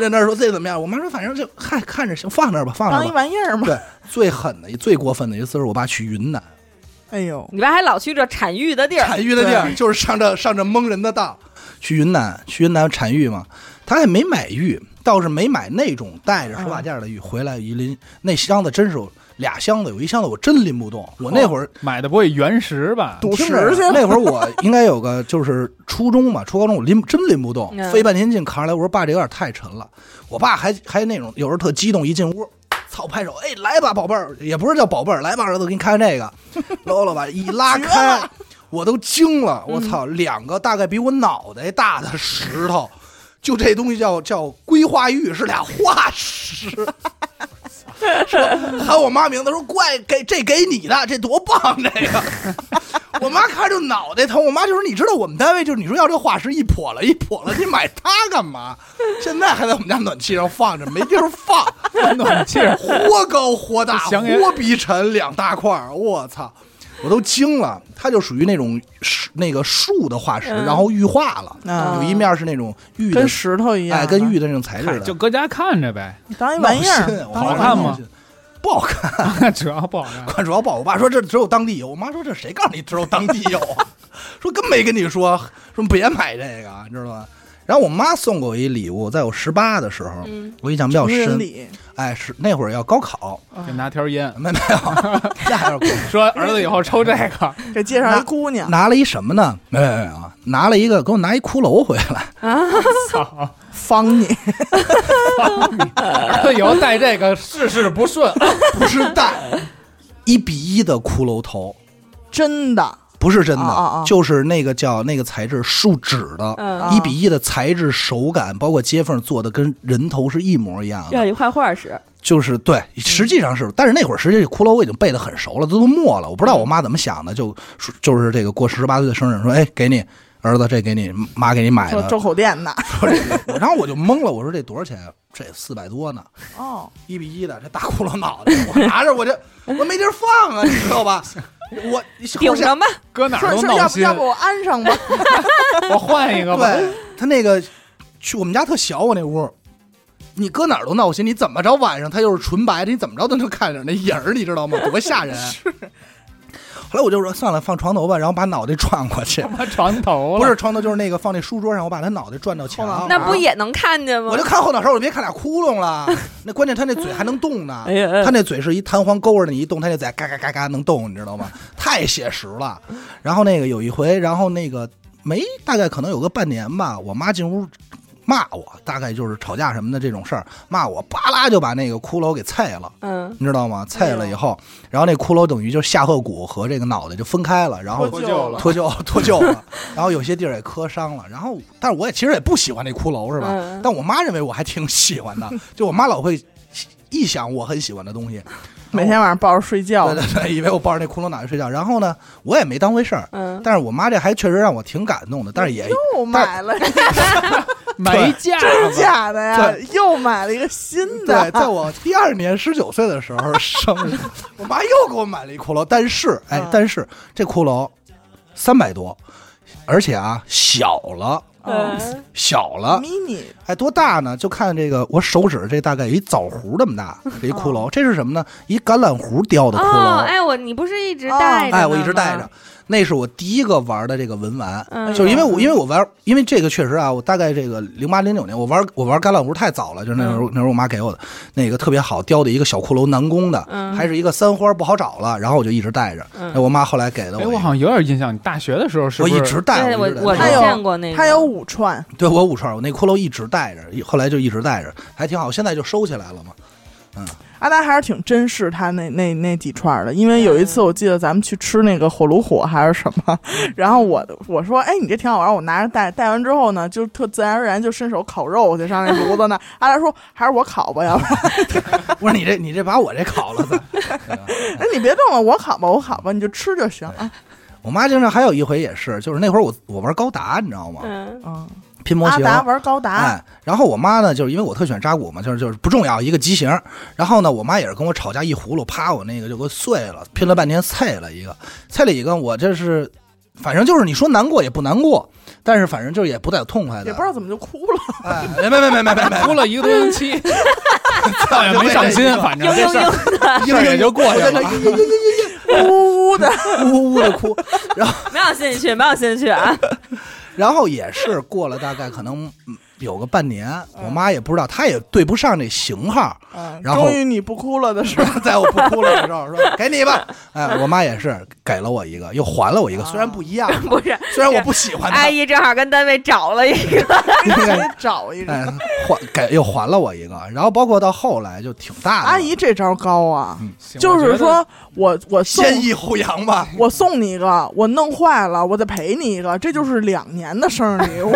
[SPEAKER 2] 在那儿说这怎么样？我妈说反正就看看着行，放那儿吧，放那
[SPEAKER 3] 当一
[SPEAKER 2] 儿吧。
[SPEAKER 3] 玩意儿嘛，
[SPEAKER 2] 对，最狠的、最过分的一次是我爸去云南，
[SPEAKER 3] 哎呦，
[SPEAKER 1] 你爸还老去这产玉的地儿，
[SPEAKER 2] 产玉的地儿，就是上这上这蒙人的当。去云南，去云南产玉嘛，他也没买玉，倒是没买那种带
[SPEAKER 3] 嗯
[SPEAKER 2] 着手把件的玉。回来一拎，那箱子真是俩箱子，有一箱子我真拎不动。我
[SPEAKER 3] 哦
[SPEAKER 2] 那会儿
[SPEAKER 4] 买的不会原石吧？
[SPEAKER 3] 赌
[SPEAKER 2] 你
[SPEAKER 3] 石
[SPEAKER 2] 听着
[SPEAKER 3] 去
[SPEAKER 2] 那会儿我应该有个就是初中嘛，初高中我拎真拎不动
[SPEAKER 1] 嗯，
[SPEAKER 2] 费半天劲扛上来。我说爸，这有点太沉了。我爸还还那种有时候特激动，一进屋。操，拍手！哎，来吧，宝贝儿，也不是叫宝贝儿，来吧，儿子，给你看看这个， 搂搂吧，一拉开，我都惊了，
[SPEAKER 4] 嗯
[SPEAKER 2] 我操，两个大概比我脑袋大的石头， 就这东西叫叫龟化玉，是俩化石， 说喊我妈名字，说怪给这给你的，这多棒这个！ 我妈看着就脑袋疼，我妈就说你知道我们单位就是你说要这化石一破了，一破了，你买它干 嘛？现在还在我们家暖气上放着，没地儿放，
[SPEAKER 4] 暖气 儿
[SPEAKER 2] 活高活大，
[SPEAKER 4] 想起来
[SPEAKER 2] 活比沉两大块儿，我操！我都惊了，它就属于那种石那个树的化石，
[SPEAKER 1] 嗯
[SPEAKER 2] 然后玉化了，
[SPEAKER 3] 啊
[SPEAKER 2] 有一面是那种玉的
[SPEAKER 3] 跟，石头一样，
[SPEAKER 2] 哎，跟玉，的那种材质
[SPEAKER 4] 嗨
[SPEAKER 2] 的，
[SPEAKER 4] 就搁家看着呗，
[SPEAKER 3] 当一玩意
[SPEAKER 2] 闹心
[SPEAKER 3] 儿，
[SPEAKER 2] 我
[SPEAKER 3] 当
[SPEAKER 2] 后来
[SPEAKER 4] 好
[SPEAKER 3] 一玩意儿
[SPEAKER 4] 看吗？
[SPEAKER 2] 不好看，
[SPEAKER 4] 主要不好看。
[SPEAKER 2] 主要不好。我爸说这只有当地有，我妈说这谁告诉你只有当地有 啊？说跟没跟你说，说别买这个，你知道吗？然后我妈送给我一礼物，在我十八的时候，
[SPEAKER 1] 嗯
[SPEAKER 2] 我印象比较
[SPEAKER 3] 成人
[SPEAKER 2] 深。
[SPEAKER 3] 礼，
[SPEAKER 2] 哎，是那会儿要高考，
[SPEAKER 4] 给拿条烟，
[SPEAKER 2] 没没 有，家里
[SPEAKER 4] 说儿子以后抽这个，
[SPEAKER 3] 给介绍一姑娘，
[SPEAKER 2] 拿了一什么呢？没没没有啊，拿了一个给我拿一骷髅回来，
[SPEAKER 4] 操！
[SPEAKER 3] 方你，
[SPEAKER 4] 儿子以后带这个事事不顺。
[SPEAKER 2] 不是蛋，一比一的骷髅头，
[SPEAKER 3] 真的，
[SPEAKER 2] 不是真的，
[SPEAKER 3] 啊啊啊
[SPEAKER 2] 就是那个叫那个材质树脂的，
[SPEAKER 1] 嗯
[SPEAKER 2] 一比一的材质、手感，包括接缝做的跟人头是一模一样的，
[SPEAKER 1] 让你画画使，
[SPEAKER 2] 就是对，实际上是，但是那会儿实际骷髅我已经背得很熟了，都都默了，我不知道我妈怎么想的，就说就是这个过十八岁的生日说，哎，给你儿子这给你妈给你买
[SPEAKER 3] 说
[SPEAKER 2] 的，
[SPEAKER 3] 周口店 的，
[SPEAKER 2] 说这个然后我就懵了，我说这多少钱啊？这四百多呢。
[SPEAKER 3] 哦，
[SPEAKER 2] 一比一的，这大骷髅脑袋，我拿着我就我没地儿放啊，你知道吧？我
[SPEAKER 1] 顶
[SPEAKER 2] 我想
[SPEAKER 1] 上吧，
[SPEAKER 4] 搁哪儿
[SPEAKER 3] 说
[SPEAKER 4] 都
[SPEAKER 3] 说
[SPEAKER 4] 闹
[SPEAKER 3] 要不
[SPEAKER 4] 心
[SPEAKER 3] 要。不我安上吧？
[SPEAKER 4] 我换一个吧。
[SPEAKER 2] 对他那个去我们家特小，我那屋，你搁哪儿都闹心，你怎么着晚上他又是纯白的，你怎么着都能看着那影儿，你知道吗？多吓人！后来我就说算了，放床头吧，然后把脑袋转过去
[SPEAKER 4] 他，妈床头了
[SPEAKER 2] 不是床头就是那个放那书桌上，我把他脑袋转到墙
[SPEAKER 3] 后脑
[SPEAKER 2] 上，
[SPEAKER 1] 那不也能看见吗？
[SPEAKER 2] 啊我就看后脑勺，我就别看俩窟 窿了。那关键他那嘴还能动呢，
[SPEAKER 1] 哎呀哎呀
[SPEAKER 2] 他那嘴是一弹簧勾着你一动，他那嘴嘎嘎嘎嘎能动，你知道 吗？太写实了。然后那个有一回，然后那个没大概可能有个半年吧，我妈进屋骂我，大概就是吵架什么的这种事儿，骂我巴拉就把那个骷髅给菜了。
[SPEAKER 1] 嗯，
[SPEAKER 2] 你知道吗？菜了以后，然后那骷髅等于就下颌骨和这个脑袋就分开了，然后
[SPEAKER 4] 脱臼了
[SPEAKER 2] 脱臼脱臼了，然后有些地儿也磕伤了，然后但是我也其实也不喜欢那骷髅是吧？
[SPEAKER 1] 嗯
[SPEAKER 2] 但我妈认为我还挺喜欢的，就我妈老会臆想我很喜欢的东西，
[SPEAKER 3] 每天晚上抱着睡觉
[SPEAKER 2] 对，对对，以为我抱着那骷髅脑袋睡觉，然后呢，我也没当回事儿，
[SPEAKER 1] 嗯哎
[SPEAKER 2] 但是我妈这还确实让我挺感动的，但是也
[SPEAKER 3] 又买了，
[SPEAKER 4] 没价
[SPEAKER 3] 真 假的呀
[SPEAKER 2] 对？
[SPEAKER 3] 又买了一个新
[SPEAKER 2] 对，
[SPEAKER 3] 的，
[SPEAKER 2] 在我第二年十九岁的时候生 日，我妈又给我买了一骷髅，但是哎
[SPEAKER 3] 嗯，
[SPEAKER 2] 但是这骷髅三百多，而且啊小了，
[SPEAKER 3] 嗯
[SPEAKER 1] 嗯
[SPEAKER 2] 小了，
[SPEAKER 3] mini
[SPEAKER 2] 哎多大呢？就看这个我手指这大概有一枣核这么大，这一骷髅，这是什么呢？一橄榄核雕的骷
[SPEAKER 1] 哦，
[SPEAKER 2] 髅，
[SPEAKER 1] 哎，我你不是一直带着呢吗？
[SPEAKER 2] 哎，我一直戴着。那是我第一个玩的这个文玩，
[SPEAKER 1] 嗯
[SPEAKER 2] 就是因为我因为我玩，因为这个确实啊，我大概这个零八零九年我玩我玩橄榄核太早了，就是那时
[SPEAKER 1] 嗯
[SPEAKER 2] 候、那时候我妈给我的那个特别好雕的一个小骷髅南宫的，
[SPEAKER 1] 嗯
[SPEAKER 2] 还是一个三花不好找了，然后我就一直带着。
[SPEAKER 1] 嗯
[SPEAKER 2] 那我妈后来给的
[SPEAKER 4] 哎，
[SPEAKER 2] 我一
[SPEAKER 4] 我好像有点印象，你大学的时候是
[SPEAKER 2] 我
[SPEAKER 4] 不是
[SPEAKER 2] 一直带
[SPEAKER 1] 对，
[SPEAKER 2] 着，
[SPEAKER 1] 我
[SPEAKER 2] 一直带
[SPEAKER 1] 我
[SPEAKER 3] 还有
[SPEAKER 1] 见过那个，
[SPEAKER 3] 它有五串，
[SPEAKER 2] 对我五串，我那骷髅一直带着，后来就一直带着，还挺好，现在就收起来了嘛。
[SPEAKER 3] 阿达还是挺珍视他那那那几串儿的，因为有一次我记得咱们去吃那个火炉火还是什么，
[SPEAKER 2] 嗯
[SPEAKER 3] 然后我我说哎你这挺好玩儿，我拿着带带完之后呢，就特自然而然就伸手烤肉去上那 炉子那，阿达说还是我烤吧，要不然
[SPEAKER 2] 我说你这你这把我这烤了的。对吧
[SPEAKER 3] 哎你别动了，我烤吧我烤吧，你就吃就行啊，
[SPEAKER 2] 我妈经常还有一回也是，就是那会儿我我玩高达，你知道吗？
[SPEAKER 1] 嗯
[SPEAKER 3] 嗯，
[SPEAKER 2] 拼模
[SPEAKER 3] 阿
[SPEAKER 2] 型。
[SPEAKER 3] 达玩高达，
[SPEAKER 2] 哎，然后我妈呢，就是因为我特喜欢扎古嘛，就是就是不重要一个畸形。然后呢，我妈也是跟我吵架一葫芦，啪，我那个就给我碎了，拼了半天碎了一个，碎了一个，我这是，反正就是你说难过也不难过，但是反正就是也不带痛快的。
[SPEAKER 3] 也不知道怎么就哭了，
[SPEAKER 2] 哎，没没没没没没 没，
[SPEAKER 4] 哭了一个多星期，好像没上心，反正
[SPEAKER 1] 嘤
[SPEAKER 4] 这事
[SPEAKER 1] 嘤
[SPEAKER 4] 儿
[SPEAKER 1] 嘤，
[SPEAKER 2] 啊
[SPEAKER 4] 一会儿也就过
[SPEAKER 2] 我
[SPEAKER 4] 去
[SPEAKER 2] 在那
[SPEAKER 4] 了。
[SPEAKER 2] 嘤嘤嘤嘤嘤
[SPEAKER 3] 呜呜的，
[SPEAKER 2] 呜呜的哭，然后
[SPEAKER 1] 没有 兴趣，没有兴趣啊！
[SPEAKER 2] 然后也是过了大概可能嗯有个半年，我妈也不知道，她也对不上这型号，
[SPEAKER 3] 嗯，
[SPEAKER 2] 然后
[SPEAKER 3] 终于你不哭了的时候，
[SPEAKER 2] 在我不 哭了的时候说 给你吧，哎，我妈也是给了我一个，又还了我一个，虽然不一样，
[SPEAKER 4] 哦
[SPEAKER 1] 不是，
[SPEAKER 2] 虽然我不喜欢它，
[SPEAKER 1] 阿
[SPEAKER 4] 哎
[SPEAKER 1] 姨正好跟单位找了一个，
[SPEAKER 3] 你得找一
[SPEAKER 2] 哎
[SPEAKER 3] 个。，
[SPEAKER 2] 还给又还了我一个，然后包括到后来就挺大的，
[SPEAKER 3] 阿姨这招高啊，
[SPEAKER 2] 嗯
[SPEAKER 4] 行
[SPEAKER 3] 就
[SPEAKER 4] 嗯我觉
[SPEAKER 3] 是
[SPEAKER 4] 得
[SPEAKER 3] 说我我送
[SPEAKER 2] 先抑后扬吧，
[SPEAKER 3] 我送你一个，我弄坏了，我再赔你一个，这就是两年的生日 礼物。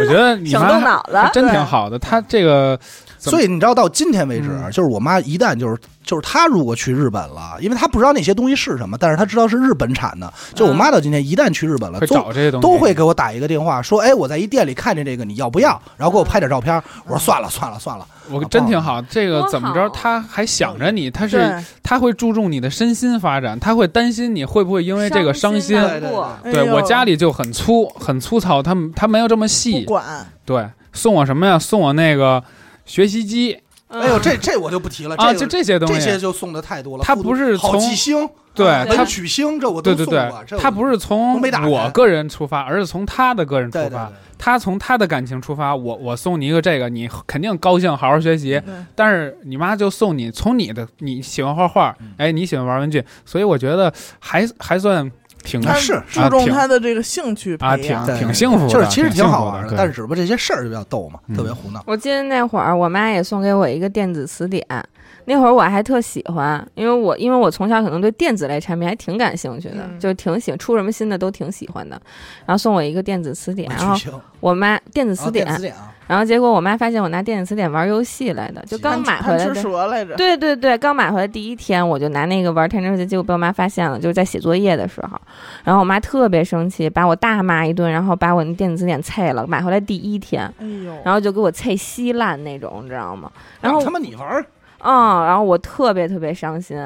[SPEAKER 4] 我觉得你
[SPEAKER 1] 省
[SPEAKER 4] 妈
[SPEAKER 1] 动脑子。
[SPEAKER 4] 还真挺好的。她这个怎么
[SPEAKER 2] 所以你知道，到今天为止，
[SPEAKER 4] 嗯
[SPEAKER 2] 就是我妈一旦就是就是她如果去日本了，因为她不知道那些东西是什么，但是她知道是日本产的。就
[SPEAKER 4] 嗯
[SPEAKER 2] 我妈到今天一旦去日本了，
[SPEAKER 4] 会
[SPEAKER 2] 都
[SPEAKER 4] 找这些东西，
[SPEAKER 2] 啊都会给我打一个电话，说：“哎，我在一店里看见这个，你要不要？”然后给我拍点照片。我
[SPEAKER 4] 嗯
[SPEAKER 2] 说：“算了，算了，算了。
[SPEAKER 4] 我真挺好。这个怎么
[SPEAKER 1] 多好
[SPEAKER 4] 着，她还想着你，她是
[SPEAKER 3] 啊对，
[SPEAKER 4] 她会注重你的身心发展，她会担心你会不会因为这个伤心。
[SPEAKER 1] 难
[SPEAKER 2] 对对
[SPEAKER 1] 过
[SPEAKER 3] 哎
[SPEAKER 4] 对
[SPEAKER 3] 呦
[SPEAKER 4] 我家里就很粗很粗糙，她她没有这么
[SPEAKER 3] 不
[SPEAKER 4] 细。
[SPEAKER 3] 管，
[SPEAKER 4] 对，送我什么呀？送我那个学习机
[SPEAKER 1] 嗯
[SPEAKER 2] 哎呦，这这我就不提了。
[SPEAKER 4] 啊，
[SPEAKER 2] 这
[SPEAKER 4] 就
[SPEAKER 2] 个
[SPEAKER 4] 这些东
[SPEAKER 2] 这些
[SPEAKER 4] 西。
[SPEAKER 2] 就送的太多了。
[SPEAKER 4] 她
[SPEAKER 2] 复读
[SPEAKER 4] 不是
[SPEAKER 2] 好
[SPEAKER 4] 从
[SPEAKER 2] 记星、
[SPEAKER 4] 对
[SPEAKER 1] 啊
[SPEAKER 4] 她
[SPEAKER 2] 文曲星，这我都
[SPEAKER 4] 对
[SPEAKER 2] 送
[SPEAKER 4] 对
[SPEAKER 2] 过。这
[SPEAKER 4] 对，他不是
[SPEAKER 2] 都
[SPEAKER 4] 从
[SPEAKER 2] 没打开
[SPEAKER 4] 我个人出发，而是从他的个人出
[SPEAKER 2] 对对对
[SPEAKER 4] 发。他从他的感情出发，我我送你一个这个，你肯定高兴，好好学习。
[SPEAKER 3] 对
[SPEAKER 4] 但是你妈就送你从你的你喜欢画画
[SPEAKER 2] 嗯，
[SPEAKER 4] 哎，你喜欢玩文具，所以我觉得还还算挺
[SPEAKER 2] 啊是
[SPEAKER 3] 注重他的这个兴趣
[SPEAKER 4] 啊，
[SPEAKER 3] 培
[SPEAKER 4] 挺
[SPEAKER 3] 养。
[SPEAKER 2] 对
[SPEAKER 4] 挺幸福的，
[SPEAKER 2] 就是其实
[SPEAKER 4] 挺
[SPEAKER 2] 挺好玩
[SPEAKER 4] 的。
[SPEAKER 2] 但是
[SPEAKER 4] 是
[SPEAKER 2] 只不过这些事儿就比较逗嘛，
[SPEAKER 4] 嗯
[SPEAKER 2] 特别胡闹。
[SPEAKER 1] 我记得那会儿，我妈也送给我一个电子词典，那会儿我还特喜欢，因为我因为我从小可能对电子类产品还挺感兴趣的，
[SPEAKER 3] 嗯
[SPEAKER 1] 就挺喜出什么新的都挺喜欢的。然后送我一个电子词典，
[SPEAKER 2] 文
[SPEAKER 1] 然后
[SPEAKER 2] 曲星，
[SPEAKER 1] 我妈电子
[SPEAKER 2] 然
[SPEAKER 1] 啊词
[SPEAKER 2] 后
[SPEAKER 1] 典，
[SPEAKER 2] 电子典啊，
[SPEAKER 1] 然后结果我妈发现我拿电子词典玩游戏来的，就刚买回来
[SPEAKER 3] 贪吃
[SPEAKER 1] 的。
[SPEAKER 3] 蛇来着，
[SPEAKER 1] 对对对，刚买回来第一天，我就拿那个玩贪吃蛇，结果被我妈发现了，就是在写作业的时候，然后我妈特别生气，把我大骂一顿，然后把我那电子词典碎了，买回来第一天，
[SPEAKER 3] 哎呦，
[SPEAKER 1] 然后就给我碎稀烂那种，你知道吗？然后
[SPEAKER 2] 啊他妈你玩儿
[SPEAKER 1] 嗯，然后我特别特别伤心，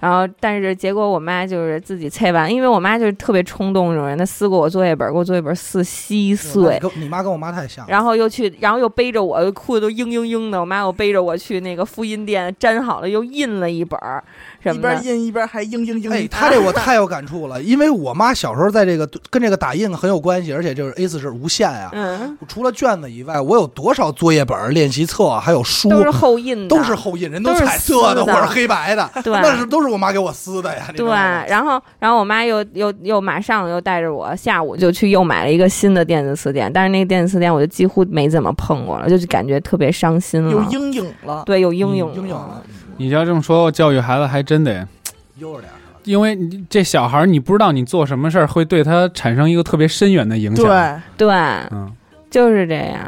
[SPEAKER 1] 然后但是结果我妈就是自己碎完，因为我妈就是特别冲动那种人，她撕过我作业本，给我作业本撕稀
[SPEAKER 2] 那
[SPEAKER 1] 碎
[SPEAKER 2] 你，跟你妈跟我妈太像了。
[SPEAKER 1] 然后又去，然后又背着我，裤子都嘤嘤嘤的。我妈又背着我去那个复印店粘好了，又印了一本儿什
[SPEAKER 3] 一
[SPEAKER 1] 么
[SPEAKER 3] 边
[SPEAKER 1] 的。
[SPEAKER 3] 印一边还嘤嘤嘤。
[SPEAKER 2] 哎，他这我太有感触了，因为我妈小时候在这个跟这个打印很有关系，而且就是 A 四是无限呀、
[SPEAKER 1] 嗯，
[SPEAKER 2] 除了卷子以外，我有多少作业本、练习册还有书
[SPEAKER 1] 都是后印的，
[SPEAKER 2] 都是后印，人
[SPEAKER 1] 都是
[SPEAKER 2] 彩色
[SPEAKER 1] 撕的
[SPEAKER 2] 或者黑白的，
[SPEAKER 1] 对
[SPEAKER 2] 那是都是我妈给我撕的呀。你知
[SPEAKER 1] 对。
[SPEAKER 2] 道吗，
[SPEAKER 1] 然后，然后我妈又又又马上又带着我，下午就去又买了一个新的电子词典，但是那个电子词典我就几乎没怎么碰过了，就是感觉特别伤心了。
[SPEAKER 3] 有
[SPEAKER 4] 嗯
[SPEAKER 3] 阴影嗯了，
[SPEAKER 1] 对，有阴影了，
[SPEAKER 2] 应用了，
[SPEAKER 4] 你要这么说，教育孩子还真得，
[SPEAKER 2] 悠着点儿是吧
[SPEAKER 4] 因为你这小孩儿你不知道你做什么事儿会对他产生一个特别深远的影响。，
[SPEAKER 3] 对
[SPEAKER 1] 对，
[SPEAKER 4] 嗯，
[SPEAKER 1] 就是这样。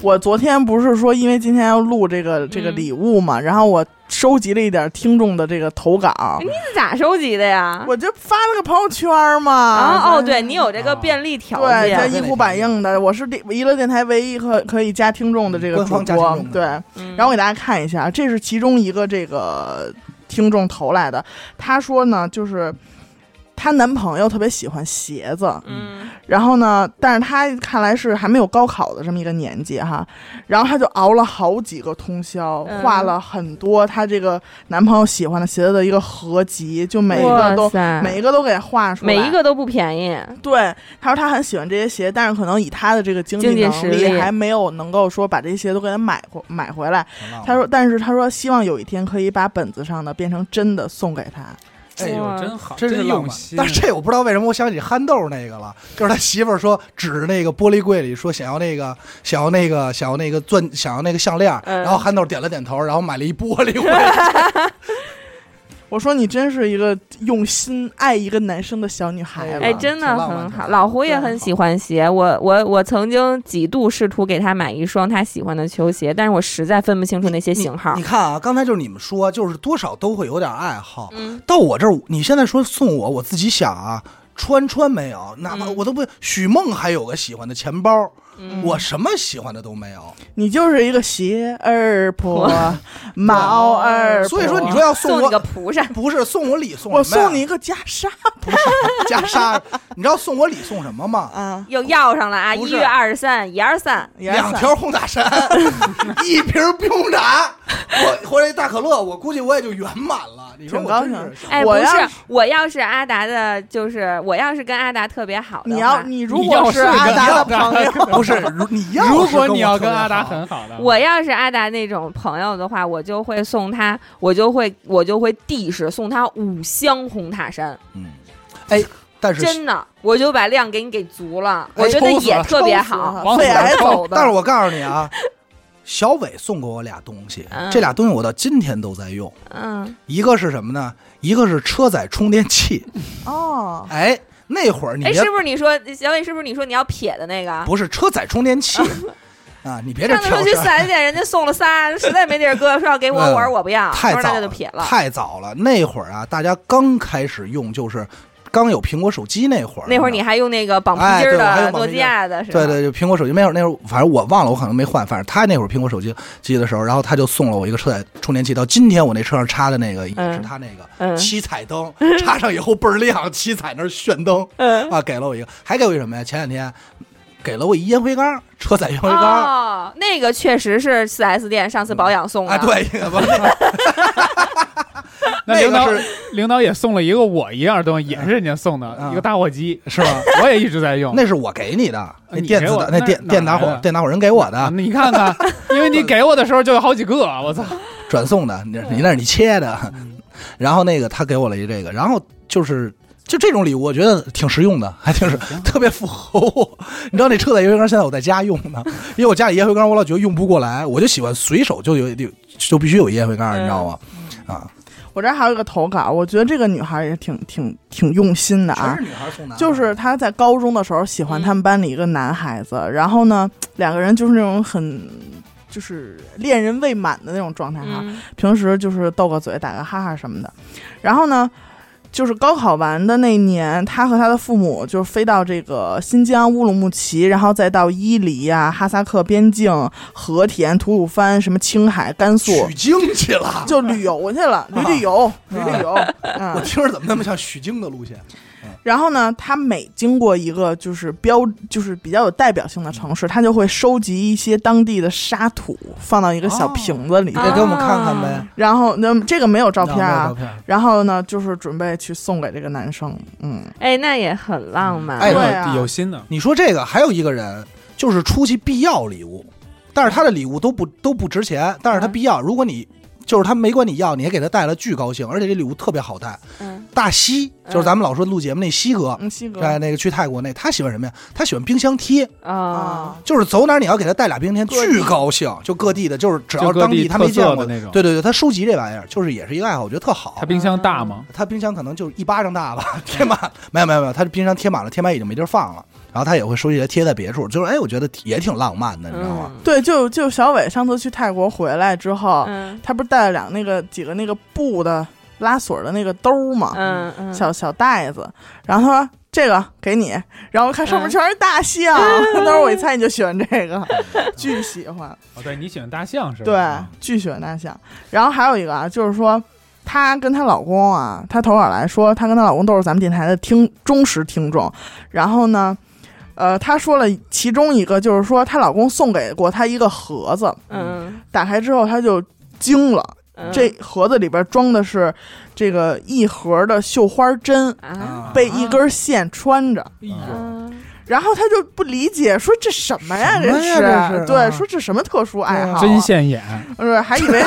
[SPEAKER 3] 我昨天不是说，因为今天要录这个这个
[SPEAKER 1] 嗯
[SPEAKER 3] 礼物嘛，然后我收集了一点听众的这个投稿，
[SPEAKER 1] 这咋收集的呀？
[SPEAKER 3] 我就发了个朋友圈嘛。
[SPEAKER 1] 哦哦，对你有这个便利条
[SPEAKER 3] 哦对，
[SPEAKER 1] 件
[SPEAKER 3] 在，一呼百应的，我是第娱乐电台唯一可可以加听众的这个
[SPEAKER 2] 官
[SPEAKER 3] 主
[SPEAKER 2] 方加
[SPEAKER 3] 播
[SPEAKER 2] 听众。的
[SPEAKER 3] 对，
[SPEAKER 1] 嗯
[SPEAKER 3] 然后我给大家看一下，这是其中一个这个听众投来的，她说呢，就是她男朋友特别喜欢鞋子，
[SPEAKER 1] 嗯
[SPEAKER 3] 然后呢，但是她看来是还没有高考的这么一个年纪哈，然后她就熬了好几个通宵，
[SPEAKER 1] 嗯
[SPEAKER 3] 画了很多她这个男朋友喜欢的鞋子的一个合集，就每一
[SPEAKER 1] 哇
[SPEAKER 3] 个都
[SPEAKER 1] 塞
[SPEAKER 3] 每一个都给画出来，
[SPEAKER 1] 每一个都不便宜，
[SPEAKER 3] 对，他说他很喜欢这些鞋，但是可能以他的这个经济
[SPEAKER 1] 经济
[SPEAKER 3] 能
[SPEAKER 1] 实
[SPEAKER 3] 力
[SPEAKER 1] 力
[SPEAKER 3] 还没有能够说把这些鞋都给他买回买回来。
[SPEAKER 2] 挺浪漫
[SPEAKER 3] 他说，但是他说希望有一天可以把本子上的变成真的送给他。
[SPEAKER 4] 哎呦，真好，
[SPEAKER 2] 真是浪
[SPEAKER 4] 用
[SPEAKER 2] 漫
[SPEAKER 4] 心。
[SPEAKER 2] 但是这我不知道为什么，我想起憨豆那个了，就是他媳妇儿说指着那个玻璃柜里说想要那个想要那个想要那个钻想要那个项链儿，
[SPEAKER 1] 嗯
[SPEAKER 2] 然后憨豆点了点头，然后买了一玻璃柜。
[SPEAKER 3] 我说你真是一个用心爱一个男生的小女孩吧，
[SPEAKER 2] 对
[SPEAKER 1] 哎，
[SPEAKER 2] 吧
[SPEAKER 1] 真的
[SPEAKER 2] 挺浪漫
[SPEAKER 1] 很
[SPEAKER 2] 的啊
[SPEAKER 1] 好。老胡也
[SPEAKER 3] 对
[SPEAKER 1] 很喜欢鞋，我我我曾经几度试图给他买一双他喜欢的球鞋，但是我实在分不清楚那些型号
[SPEAKER 2] 你。看啊，刚才就是你们说，就是多少都会有点爱好。
[SPEAKER 1] 嗯，
[SPEAKER 2] 到我这儿，你现在说送我，我自己想啊，穿穿没有，哪怕
[SPEAKER 1] 嗯
[SPEAKER 2] 我都不。许梦还有个喜欢的钱包，
[SPEAKER 1] 嗯
[SPEAKER 2] 我什么喜欢的都没有。
[SPEAKER 3] 你就是一个鞋儿婆，毛儿婆，
[SPEAKER 2] 所以说，你说要送
[SPEAKER 1] 送你个
[SPEAKER 2] 我，
[SPEAKER 1] 蒲扇，
[SPEAKER 2] 不是送我啊礼送
[SPEAKER 3] 我
[SPEAKER 2] 什么呀
[SPEAKER 3] 送你一个袈裟
[SPEAKER 2] 不是袈裟，你知道送我礼送什么吗？
[SPEAKER 3] 啊，
[SPEAKER 1] 又要上了啊！
[SPEAKER 2] 不
[SPEAKER 1] 一
[SPEAKER 2] 是
[SPEAKER 1] 月二十三，一二三，
[SPEAKER 3] 也是
[SPEAKER 2] 两条红 塔山，一瓶冰红茶，我或者一大可乐，我估计我也就圆满了。你说
[SPEAKER 3] 挺
[SPEAKER 2] 我
[SPEAKER 3] 高
[SPEAKER 2] 真
[SPEAKER 3] 兴
[SPEAKER 2] 是想
[SPEAKER 1] 哎，
[SPEAKER 3] 我
[SPEAKER 1] 不
[SPEAKER 3] 要
[SPEAKER 1] 是
[SPEAKER 3] 是，
[SPEAKER 1] 我要是阿达的，就是我要是跟阿达特别好 的
[SPEAKER 3] 你
[SPEAKER 1] 话
[SPEAKER 3] 要，你如
[SPEAKER 4] 你要
[SPEAKER 3] 果
[SPEAKER 4] 是
[SPEAKER 3] 阿达的
[SPEAKER 4] 跟阿
[SPEAKER 3] 朋友，
[SPEAKER 2] 不是如你要
[SPEAKER 4] 如
[SPEAKER 2] 是
[SPEAKER 4] 果你要
[SPEAKER 2] 我特
[SPEAKER 4] 跟
[SPEAKER 2] 别
[SPEAKER 4] 阿
[SPEAKER 2] 好
[SPEAKER 4] 达很好的，
[SPEAKER 1] 我要是阿达那种朋友的话，我就会送他，我就会我就会地是送他五箱红塔山，
[SPEAKER 2] 嗯，哎，但是
[SPEAKER 1] 真的，我就把量给你给足了，
[SPEAKER 4] 哎
[SPEAKER 1] 我觉得
[SPEAKER 4] 抽死
[SPEAKER 1] 也
[SPEAKER 4] 了
[SPEAKER 1] 特别
[SPEAKER 3] 抽死
[SPEAKER 1] 好
[SPEAKER 3] 了。
[SPEAKER 4] 王
[SPEAKER 3] 肺
[SPEAKER 4] 子
[SPEAKER 3] 癌
[SPEAKER 4] 抽
[SPEAKER 1] 走的，
[SPEAKER 2] 但是我告诉你啊，小伟送过我俩东西，
[SPEAKER 1] 嗯
[SPEAKER 2] 这俩东西我到今天都在用。
[SPEAKER 1] 嗯，
[SPEAKER 2] 一个是什么呢？一个是车载充电 器。
[SPEAKER 3] 哦，
[SPEAKER 2] 哎，那会儿你
[SPEAKER 1] 哎，
[SPEAKER 2] 别
[SPEAKER 1] 是不是你说小伟？是不是你说你要撇的那个？
[SPEAKER 2] 不是车载充电器啊，你别
[SPEAKER 1] 嗯
[SPEAKER 2] 这
[SPEAKER 1] 上次
[SPEAKER 2] 挑
[SPEAKER 1] 说去四
[SPEAKER 2] 事儿。
[SPEAKER 1] S 店，人家送了仨，实在没地儿搁，说要给我，
[SPEAKER 2] 嗯
[SPEAKER 1] 我说我不要，我
[SPEAKER 2] 太
[SPEAKER 1] 说
[SPEAKER 2] 早
[SPEAKER 1] 啊那就撇了。
[SPEAKER 2] 太早了。那会儿啊，大家刚开始用，就是刚有苹果手机那会儿。
[SPEAKER 1] 那会儿你还用那个绑皮筋
[SPEAKER 2] 哎
[SPEAKER 1] 儿
[SPEAKER 2] 对我还
[SPEAKER 1] 的
[SPEAKER 2] 用绑
[SPEAKER 1] 诺
[SPEAKER 2] 皮
[SPEAKER 1] 基
[SPEAKER 2] 筋儿
[SPEAKER 1] 亚的，是吧？
[SPEAKER 2] 对对，就苹果手机没有那会儿，反正我忘了，我可能没换。反正他那会儿苹果手机机的时候，然后他就送了我一个车载充电器，到今天我那车上插的那个也
[SPEAKER 1] 嗯
[SPEAKER 2] 是他那个、
[SPEAKER 1] 嗯
[SPEAKER 2] 七彩灯，插上以后倍儿亮，七彩那儿炫灯
[SPEAKER 1] 嗯
[SPEAKER 2] 啊，给了我一个，还给我一什么呀？前两天给了我一烟灰缸，车载烟灰缸。
[SPEAKER 1] 哦，那个确实是四 S 店上次保养送的。
[SPEAKER 2] 啊，，对，一个 不是
[SPEAKER 4] 那
[SPEAKER 2] 那
[SPEAKER 4] 领
[SPEAKER 2] 个
[SPEAKER 4] 导
[SPEAKER 2] 是
[SPEAKER 4] 领导也送了一个我一样的东西，也是人家送的
[SPEAKER 2] 嗯
[SPEAKER 4] 一个打火机，
[SPEAKER 2] 是吗？
[SPEAKER 4] 我也一直在用。
[SPEAKER 2] 那是我给你的，那
[SPEAKER 4] 你
[SPEAKER 2] 电
[SPEAKER 4] 给
[SPEAKER 2] 子
[SPEAKER 4] 我
[SPEAKER 2] 的那
[SPEAKER 4] 那
[SPEAKER 2] 电
[SPEAKER 4] 哪
[SPEAKER 2] 电打
[SPEAKER 4] 来
[SPEAKER 2] 火
[SPEAKER 4] 的
[SPEAKER 2] 电打火人给我
[SPEAKER 4] 啊
[SPEAKER 2] 的，
[SPEAKER 4] 你看看，因为你给我的时候就有好几个，我操！
[SPEAKER 2] 转送的，你你那是你切的， 然后那个他给我了一这个，然后就是就这种礼物，我觉得挺实用的，还挺实，特别符合我。 你知道那车载烟灰缸现在我在家用呢， 因为我家里烟灰缸我老觉得用不过来，我就喜欢随手就有有就必须有烟灰缸，你知道吗？啊，
[SPEAKER 3] 我这儿还有一个投稿，我觉得这个女孩也挺挺挺用心的啊
[SPEAKER 2] 全。是女孩送男，
[SPEAKER 3] 就是她在高中的时候喜欢他们班里一个男孩子，然后呢，两个人就是那种很就是恋人未满的那种状态哈、
[SPEAKER 1] 嗯
[SPEAKER 3] 平时就是斗个嘴、打个哈哈什么的。然后呢，就是高考完的那年，他和他的父母就飞到这个新疆乌鲁木齐，然后再到伊犁啊、哈萨克边境、和田、吐鲁番、什么青海、甘肃，
[SPEAKER 2] 取经去了。
[SPEAKER 3] 就旅游去了，旅旅游，旅旅游。
[SPEAKER 2] 我
[SPEAKER 3] 嗯，
[SPEAKER 2] 听着怎么那么像取经的路线？
[SPEAKER 3] 然后呢，他每经过一个就是标，就是比较有代表性的城市，他就会收集一些当地的沙土，放到一个小瓶子里。
[SPEAKER 1] 哦
[SPEAKER 2] 再哎给我们看看呗，
[SPEAKER 3] 然后，那这个没有照
[SPEAKER 2] 照
[SPEAKER 3] 片
[SPEAKER 2] 照
[SPEAKER 3] 啊。
[SPEAKER 2] 片。
[SPEAKER 3] 然后呢，就是准备去送给这个男生。嗯，
[SPEAKER 1] 哎，那也很浪漫。
[SPEAKER 2] 哎
[SPEAKER 3] 对啊
[SPEAKER 4] 有心的，
[SPEAKER 2] 你说这个还有一个人，就是出其必要礼物，但是他的礼物都不都不值钱，但是
[SPEAKER 4] 嗯
[SPEAKER 2] 他必要。如果你就是他没管你要，你还给他带了，巨高兴，而且这礼物特别好带。
[SPEAKER 1] 嗯
[SPEAKER 2] 大西就是
[SPEAKER 4] 嗯
[SPEAKER 2] 咱们老说录节目那西哥，
[SPEAKER 3] 嗯，西哥
[SPEAKER 2] 在那个去泰国那，他喜欢什么呀？他喜欢冰箱贴，
[SPEAKER 1] 哦
[SPEAKER 3] 啊，，
[SPEAKER 2] 就是走哪儿你要给他带俩冰箱贴，
[SPEAKER 3] 各地
[SPEAKER 2] 巨高兴。就各地的，就是只要
[SPEAKER 4] 就各
[SPEAKER 2] 当
[SPEAKER 4] 地
[SPEAKER 2] 他没见
[SPEAKER 4] 特
[SPEAKER 2] 过
[SPEAKER 4] 色的那种
[SPEAKER 2] 对对对，他收集这玩意儿，就是也是一个爱好，我觉得特好
[SPEAKER 4] 他。冰箱大吗？
[SPEAKER 2] 他冰箱可能就是一巴掌大吧，贴满没有没有没有，他冰箱贴满了，贴满已经没地儿放了，然后他也会收集来贴在别处，就是哎，我觉得也挺浪漫的，你知道吗？
[SPEAKER 1] 嗯
[SPEAKER 3] 对，就就小伟上次去泰国回来之后，
[SPEAKER 2] 哦
[SPEAKER 1] 嗯
[SPEAKER 3] 他不是带了两那个几个那个布的拉锁的那个兜吗？
[SPEAKER 1] 嗯嗯，
[SPEAKER 3] 小小袋子，然后他说这个给你，然后我看上面全是大 象，当时我一猜你就喜欢这个， 巨喜欢，
[SPEAKER 4] 哦，对你喜欢大象是吧？哎嗯
[SPEAKER 3] 对，巨喜欢大象。然后还有一个啊，就是说她跟她老公啊，她投稿来说，她跟她老公都是咱们电台的听忠实听众，然后呢。呃，她说了其中一个，就是说她老公送给过她一个盒子，
[SPEAKER 1] 嗯
[SPEAKER 3] 打开之后她就惊了，
[SPEAKER 1] 嗯
[SPEAKER 3] 这盒子里边装的是这个一盒的绣花针，
[SPEAKER 1] 啊，
[SPEAKER 3] 被一根线穿着，
[SPEAKER 4] 哎呦
[SPEAKER 1] 嗯
[SPEAKER 3] 然后他就不理解，说这什么呀？
[SPEAKER 2] 什么呀
[SPEAKER 3] 是
[SPEAKER 2] 这是啊
[SPEAKER 3] 对，说这什么特殊爱好啊？
[SPEAKER 4] 真现眼，
[SPEAKER 3] 是还以为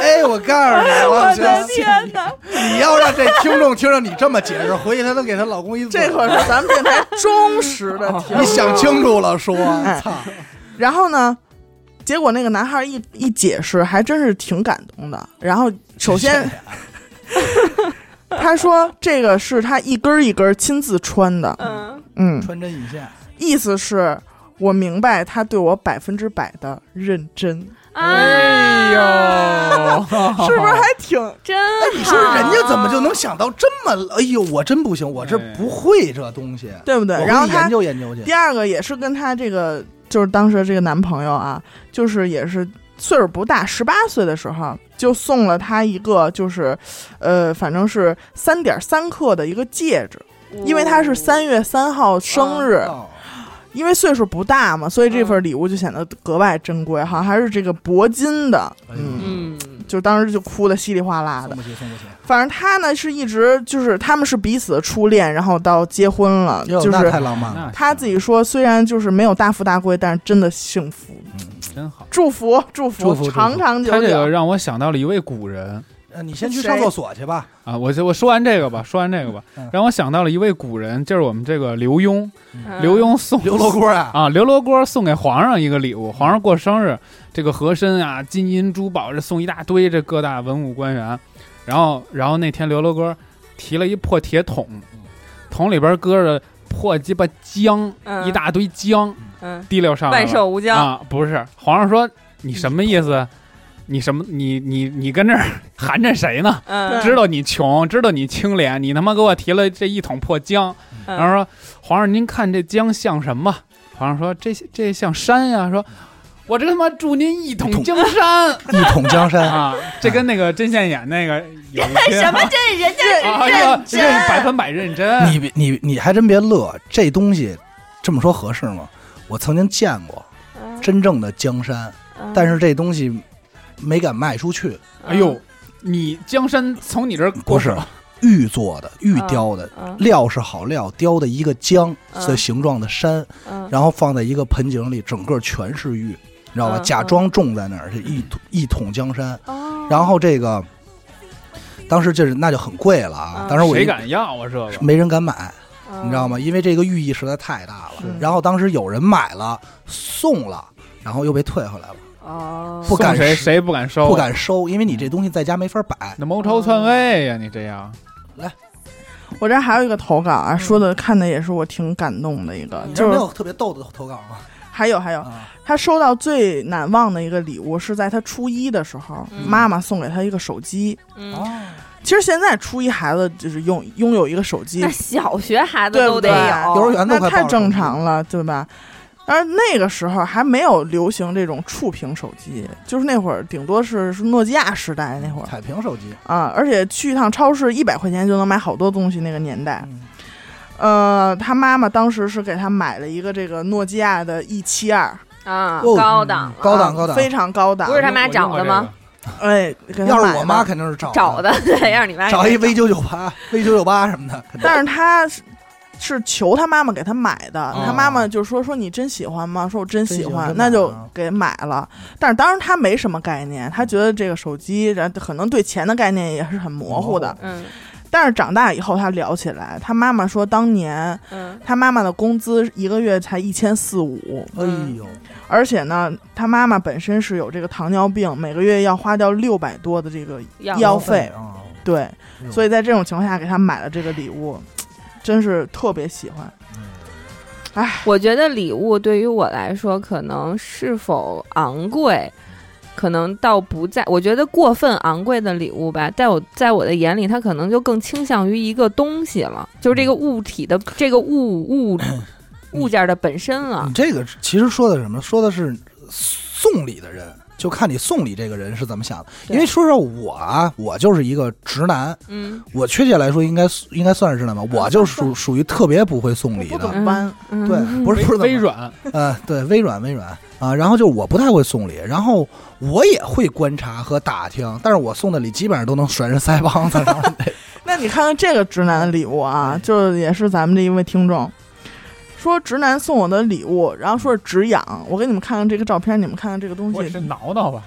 [SPEAKER 2] 哎，我告诉你，我觉得
[SPEAKER 1] 天哪！
[SPEAKER 2] 你要让这听众听着你这么解释，回去她都给她老公一嘴
[SPEAKER 3] 这可是咱们电台忠实 的听
[SPEAKER 2] 你
[SPEAKER 3] 众。
[SPEAKER 2] 想清楚了说，
[SPEAKER 3] 哎
[SPEAKER 2] 操，
[SPEAKER 3] 然后呢，结果那个男孩一一解释，还真是挺感动的。然后首先 他说这个是他一根儿一根儿亲自穿的，
[SPEAKER 1] 嗯
[SPEAKER 3] 嗯，
[SPEAKER 2] 穿针引线，
[SPEAKER 3] 意思是我明白他对我百分之百的认真，
[SPEAKER 4] 哎呦，
[SPEAKER 1] 啊
[SPEAKER 2] 哦
[SPEAKER 3] 是不是还挺？
[SPEAKER 1] 真好。
[SPEAKER 2] 你说人家怎么就能想到这么？哎呦，我真不行，我这不会这东西。
[SPEAKER 3] 对不对
[SPEAKER 2] 我？回
[SPEAKER 3] 然后
[SPEAKER 2] 去
[SPEAKER 3] 他
[SPEAKER 2] 研究研究去
[SPEAKER 3] 第。二个也是跟他这个，就是当时这个男朋友啊，就是也是岁数不大，十八岁的时候就送了他一个，就是，呃，反正是三点三克的一个戒指，因为他是三月三号生日，
[SPEAKER 2] 哦
[SPEAKER 3] 因为岁数不大嘛，所以这份礼物就显得格外珍贵，好像还是这个铂金的，
[SPEAKER 2] 哎呦
[SPEAKER 3] 嗯，
[SPEAKER 1] 嗯，
[SPEAKER 3] 就当时就哭的稀里哗啦的
[SPEAKER 2] 送。不起，送不起。
[SPEAKER 3] 反正他呢是一直就是他们是彼此的初恋，然后到结婚了，
[SPEAKER 2] 哟
[SPEAKER 3] 就
[SPEAKER 2] 那
[SPEAKER 3] 是
[SPEAKER 2] 太浪漫了。
[SPEAKER 4] 那
[SPEAKER 3] 他自己说，虽然就是没有大富大贵，但是真的幸福。
[SPEAKER 4] 真好。
[SPEAKER 3] 祝福，祝福，
[SPEAKER 2] 祝福祝福
[SPEAKER 3] 长长久
[SPEAKER 4] 他这个
[SPEAKER 3] 久。
[SPEAKER 4] 让我想到了一位古人
[SPEAKER 2] 呃，你先去上厕所去吧。
[SPEAKER 4] 啊，我就我说完这个吧，说完这个吧
[SPEAKER 2] 嗯，
[SPEAKER 4] 让我想到了一位古人，就是我们这个刘墉。
[SPEAKER 1] 嗯
[SPEAKER 4] 刘墉送
[SPEAKER 2] 刘罗锅啊，
[SPEAKER 4] 啊，刘罗锅送给皇上一个礼物，皇上过生日，这个和珅啊，金银珠宝这送一大堆，这各大文武官员，然后然后那天刘罗锅提了一破铁桶，桶里边搁着破鸡巴姜，
[SPEAKER 1] 嗯
[SPEAKER 4] 一大堆姜
[SPEAKER 1] 嗯，
[SPEAKER 4] 滴溜上来
[SPEAKER 1] 万
[SPEAKER 4] 了，
[SPEAKER 1] 寿无疆，
[SPEAKER 4] 啊，不是，皇上说你什么意思？你什么？你你你跟这儿 寒碜谁呢？
[SPEAKER 1] 嗯，
[SPEAKER 4] 知道你穷，知道你清廉，你他妈给我提了这一桶破姜，
[SPEAKER 1] 嗯
[SPEAKER 4] 然后说：“皇上，您看这姜像什么？”皇上说：“这这像山呀。”
[SPEAKER 1] 嗯
[SPEAKER 4] 说：“我这他妈祝您一
[SPEAKER 2] 一
[SPEAKER 4] 统
[SPEAKER 2] 统
[SPEAKER 4] 江 山
[SPEAKER 2] 一统江 山。
[SPEAKER 4] 啊！”这跟那个针线眼那个有 一拼
[SPEAKER 1] 哎什么这人家
[SPEAKER 2] 哎
[SPEAKER 4] 啊？
[SPEAKER 1] 认
[SPEAKER 4] 认
[SPEAKER 1] 真
[SPEAKER 4] 百分百认真。
[SPEAKER 2] 你别你你还真别乐，这东西这么说合适吗？我曾经见过真正的江山，
[SPEAKER 1] 嗯
[SPEAKER 2] 但是这东西没敢卖出去，
[SPEAKER 4] 哎呦，你江山从你这儿过
[SPEAKER 2] 嗯不是玉做的、玉雕的，
[SPEAKER 1] 嗯
[SPEAKER 2] 料是好料，雕的一个江
[SPEAKER 1] 嗯
[SPEAKER 2] 的形状的山，
[SPEAKER 1] 嗯
[SPEAKER 2] 然后放在一个盆景里，整个全是玉，你知道吧？
[SPEAKER 1] 嗯
[SPEAKER 2] 假
[SPEAKER 1] 嗯
[SPEAKER 2] 装种在那儿，是一一统江山。
[SPEAKER 1] 哦
[SPEAKER 2] 然后这个，当时就是那就很贵了啊！
[SPEAKER 1] 嗯
[SPEAKER 2] 当时我
[SPEAKER 4] 谁
[SPEAKER 2] 一
[SPEAKER 4] 敢要啊？这个
[SPEAKER 2] 没人敢买，
[SPEAKER 1] 嗯
[SPEAKER 2] 你知道吗？因为这个寓意实在太大了
[SPEAKER 3] 是。
[SPEAKER 2] 然后当时有人买了，送了，然后又被退回来了，
[SPEAKER 1] 哦，
[SPEAKER 2] 不敢
[SPEAKER 4] 送谁
[SPEAKER 2] 收
[SPEAKER 4] 谁不敢收，啊
[SPEAKER 2] 不敢收，因为你这东西在家没法摆。
[SPEAKER 4] 那谋朝篡位呀！你这样
[SPEAKER 3] 我这儿还有一个投稿啊，说的看的也是我挺感动的一个
[SPEAKER 2] 你，这
[SPEAKER 3] 就
[SPEAKER 2] 嗯没
[SPEAKER 3] 是
[SPEAKER 2] 有特别逗的投稿吗？
[SPEAKER 3] 还有还有，
[SPEAKER 2] 啊，
[SPEAKER 3] 他收到最难忘的一个礼物是在他初一的时候，
[SPEAKER 1] 嗯
[SPEAKER 3] 妈妈送给他一个手机。
[SPEAKER 1] 嗯
[SPEAKER 3] 哦其实现在初一孩子就是拥拥有一个手机
[SPEAKER 1] 那，小学孩子
[SPEAKER 3] 对
[SPEAKER 1] 都
[SPEAKER 3] 不
[SPEAKER 1] 得
[SPEAKER 3] 对？啊
[SPEAKER 1] 有，
[SPEAKER 2] 幼儿园都
[SPEAKER 3] 那
[SPEAKER 2] 快
[SPEAKER 3] 太
[SPEAKER 2] 抱着
[SPEAKER 3] 正
[SPEAKER 2] 手机
[SPEAKER 3] 常了，对吧？而那个时候还没有流行这种触屏手机，就是那会儿顶多是是诺基亚时代那会儿
[SPEAKER 2] 彩屏手机，
[SPEAKER 3] 啊，而且去一趟超市一百块钱就能买好多东西那个年代。
[SPEAKER 2] 嗯
[SPEAKER 3] 呃，他妈妈当时是给他买了一个这个诺基亚的 E 七二，啊
[SPEAKER 1] 啊，
[SPEAKER 2] 哦
[SPEAKER 1] 高档了
[SPEAKER 2] 高档高档
[SPEAKER 3] 非常高档
[SPEAKER 1] 不。是他妈找的吗？
[SPEAKER 3] 哎，给他
[SPEAKER 2] 要
[SPEAKER 3] 买
[SPEAKER 2] 是我妈
[SPEAKER 3] 了，哎
[SPEAKER 2] 肯定是找
[SPEAKER 1] 找的，对， 让你妈
[SPEAKER 2] 嗯找
[SPEAKER 1] 给
[SPEAKER 2] 一
[SPEAKER 1] 他
[SPEAKER 2] V 九九八、V 九九八什么的，肯定
[SPEAKER 3] 但是他是是求他妈妈给他买的，
[SPEAKER 2] 哦
[SPEAKER 3] 他妈妈就说说你真喜欢吗？说我真喜
[SPEAKER 2] 真喜欢
[SPEAKER 3] 欢，
[SPEAKER 2] 就买
[SPEAKER 3] 那就
[SPEAKER 2] 了
[SPEAKER 3] 给买了。但是当时他没什么概念，他觉得这个手机，然后可能对钱的概念也是很模糊的。
[SPEAKER 1] 嗯
[SPEAKER 3] 但是长大以后，他聊起来，他妈妈说当年
[SPEAKER 1] 嗯
[SPEAKER 3] 他妈妈的工资一个月才一千四五，
[SPEAKER 2] 哎呦，
[SPEAKER 3] 而且呢，他妈妈本身是有这个糖尿病，每个月要花掉六百多的这个
[SPEAKER 1] 要
[SPEAKER 3] 要
[SPEAKER 2] 费
[SPEAKER 3] 费
[SPEAKER 2] 啊，
[SPEAKER 3] 对，
[SPEAKER 4] 哎
[SPEAKER 2] 嗯
[SPEAKER 3] 所以在这种情况下给他买了这个礼物，真是特别喜欢。
[SPEAKER 1] 我觉得礼物对于我来说，可能是否昂贵，可能倒不在。我觉得过分昂贵的礼物吧，在我在我的眼里，它可能就更倾向于一个东西了，就是这个
[SPEAKER 2] 嗯
[SPEAKER 1] 物体的这个物 物物件的本身了
[SPEAKER 3] 啊
[SPEAKER 2] 你。这个其实说的是什么？说的是送礼的人，就看你送礼这个人是怎么想的。
[SPEAKER 1] 对
[SPEAKER 2] 因为说实话，我啊，我就是一个直男，
[SPEAKER 1] 嗯
[SPEAKER 2] 我确切来说应该应该算是直男吧。我就属属于特别不会送
[SPEAKER 3] 啊我
[SPEAKER 2] 礼
[SPEAKER 3] 不
[SPEAKER 2] 的，
[SPEAKER 3] 懂弯，
[SPEAKER 1] 嗯，
[SPEAKER 2] 对，不是不是
[SPEAKER 4] 微
[SPEAKER 2] 怎么
[SPEAKER 4] 软
[SPEAKER 2] 呃，对，微软微软啊，然后就是我不太会送礼，然后我也会观察和打听，但是我送的礼基本上都能甩人腮帮子，然后
[SPEAKER 3] 那你看看这个直男的礼物
[SPEAKER 4] 哎
[SPEAKER 3] 啊，就是也是咱们这一位听众说直男送我的礼物，然后说是止痒，我给你们看看这个照片，你们看看这个东
[SPEAKER 4] 我是
[SPEAKER 3] 西。
[SPEAKER 4] 挠挠吧，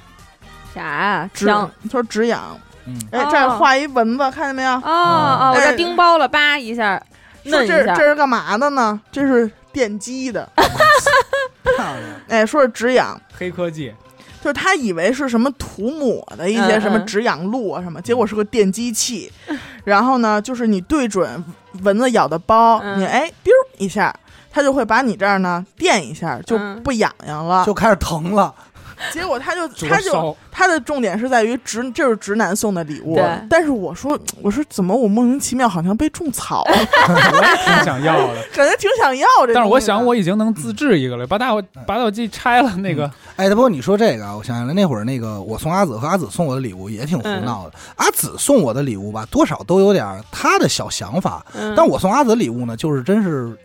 [SPEAKER 1] 啥啊？
[SPEAKER 3] 止
[SPEAKER 1] 姜，
[SPEAKER 3] 他说止痒，
[SPEAKER 2] 嗯
[SPEAKER 3] 哎，
[SPEAKER 1] 哦
[SPEAKER 3] 这儿画一蚊子，看见没有
[SPEAKER 1] 哦？哦，我这叮包了，叭一下，
[SPEAKER 3] 哎说
[SPEAKER 1] 嫩一
[SPEAKER 3] 这
[SPEAKER 1] 下
[SPEAKER 3] 这。是干嘛的呢？这是电击的，
[SPEAKER 2] 漂亮，
[SPEAKER 3] 哎，说是止痒，
[SPEAKER 4] 黑科技。
[SPEAKER 3] 就是他以为是什么涂抹的一些
[SPEAKER 1] 嗯
[SPEAKER 3] 什么
[SPEAKER 1] 嗯
[SPEAKER 3] 止痒露啊什么，结果是个电击器。然后呢，就是你对准蚊子咬的包，
[SPEAKER 1] 嗯
[SPEAKER 3] 你哎 biu 一下，他就会把你这儿呢电一下，就
[SPEAKER 1] 嗯
[SPEAKER 3] 不痒痒了。
[SPEAKER 2] 就开始疼了。
[SPEAKER 3] 结果他就
[SPEAKER 4] 灼
[SPEAKER 3] 他就
[SPEAKER 4] 烧
[SPEAKER 3] 他的重点是在于直，这是直男送的礼物
[SPEAKER 1] 对。
[SPEAKER 3] 但是我说我说怎么我莫名其妙好像被种草 了，
[SPEAKER 4] 我也挺想要的。
[SPEAKER 3] 感觉挺想要这东西的。
[SPEAKER 4] 但是我想我已经能自制一个了，
[SPEAKER 2] 嗯
[SPEAKER 4] 把打火把打火机拆了那个，
[SPEAKER 2] 哎，不过你说这个啊，我想起来那会儿，那个我送阿紫和阿紫送我的礼物也挺胡
[SPEAKER 1] 嗯
[SPEAKER 2] 闹的。阿紫送我的礼物吧，多少都有点儿她的小想法，
[SPEAKER 1] 嗯
[SPEAKER 2] 但我送阿紫礼物呢，就是真是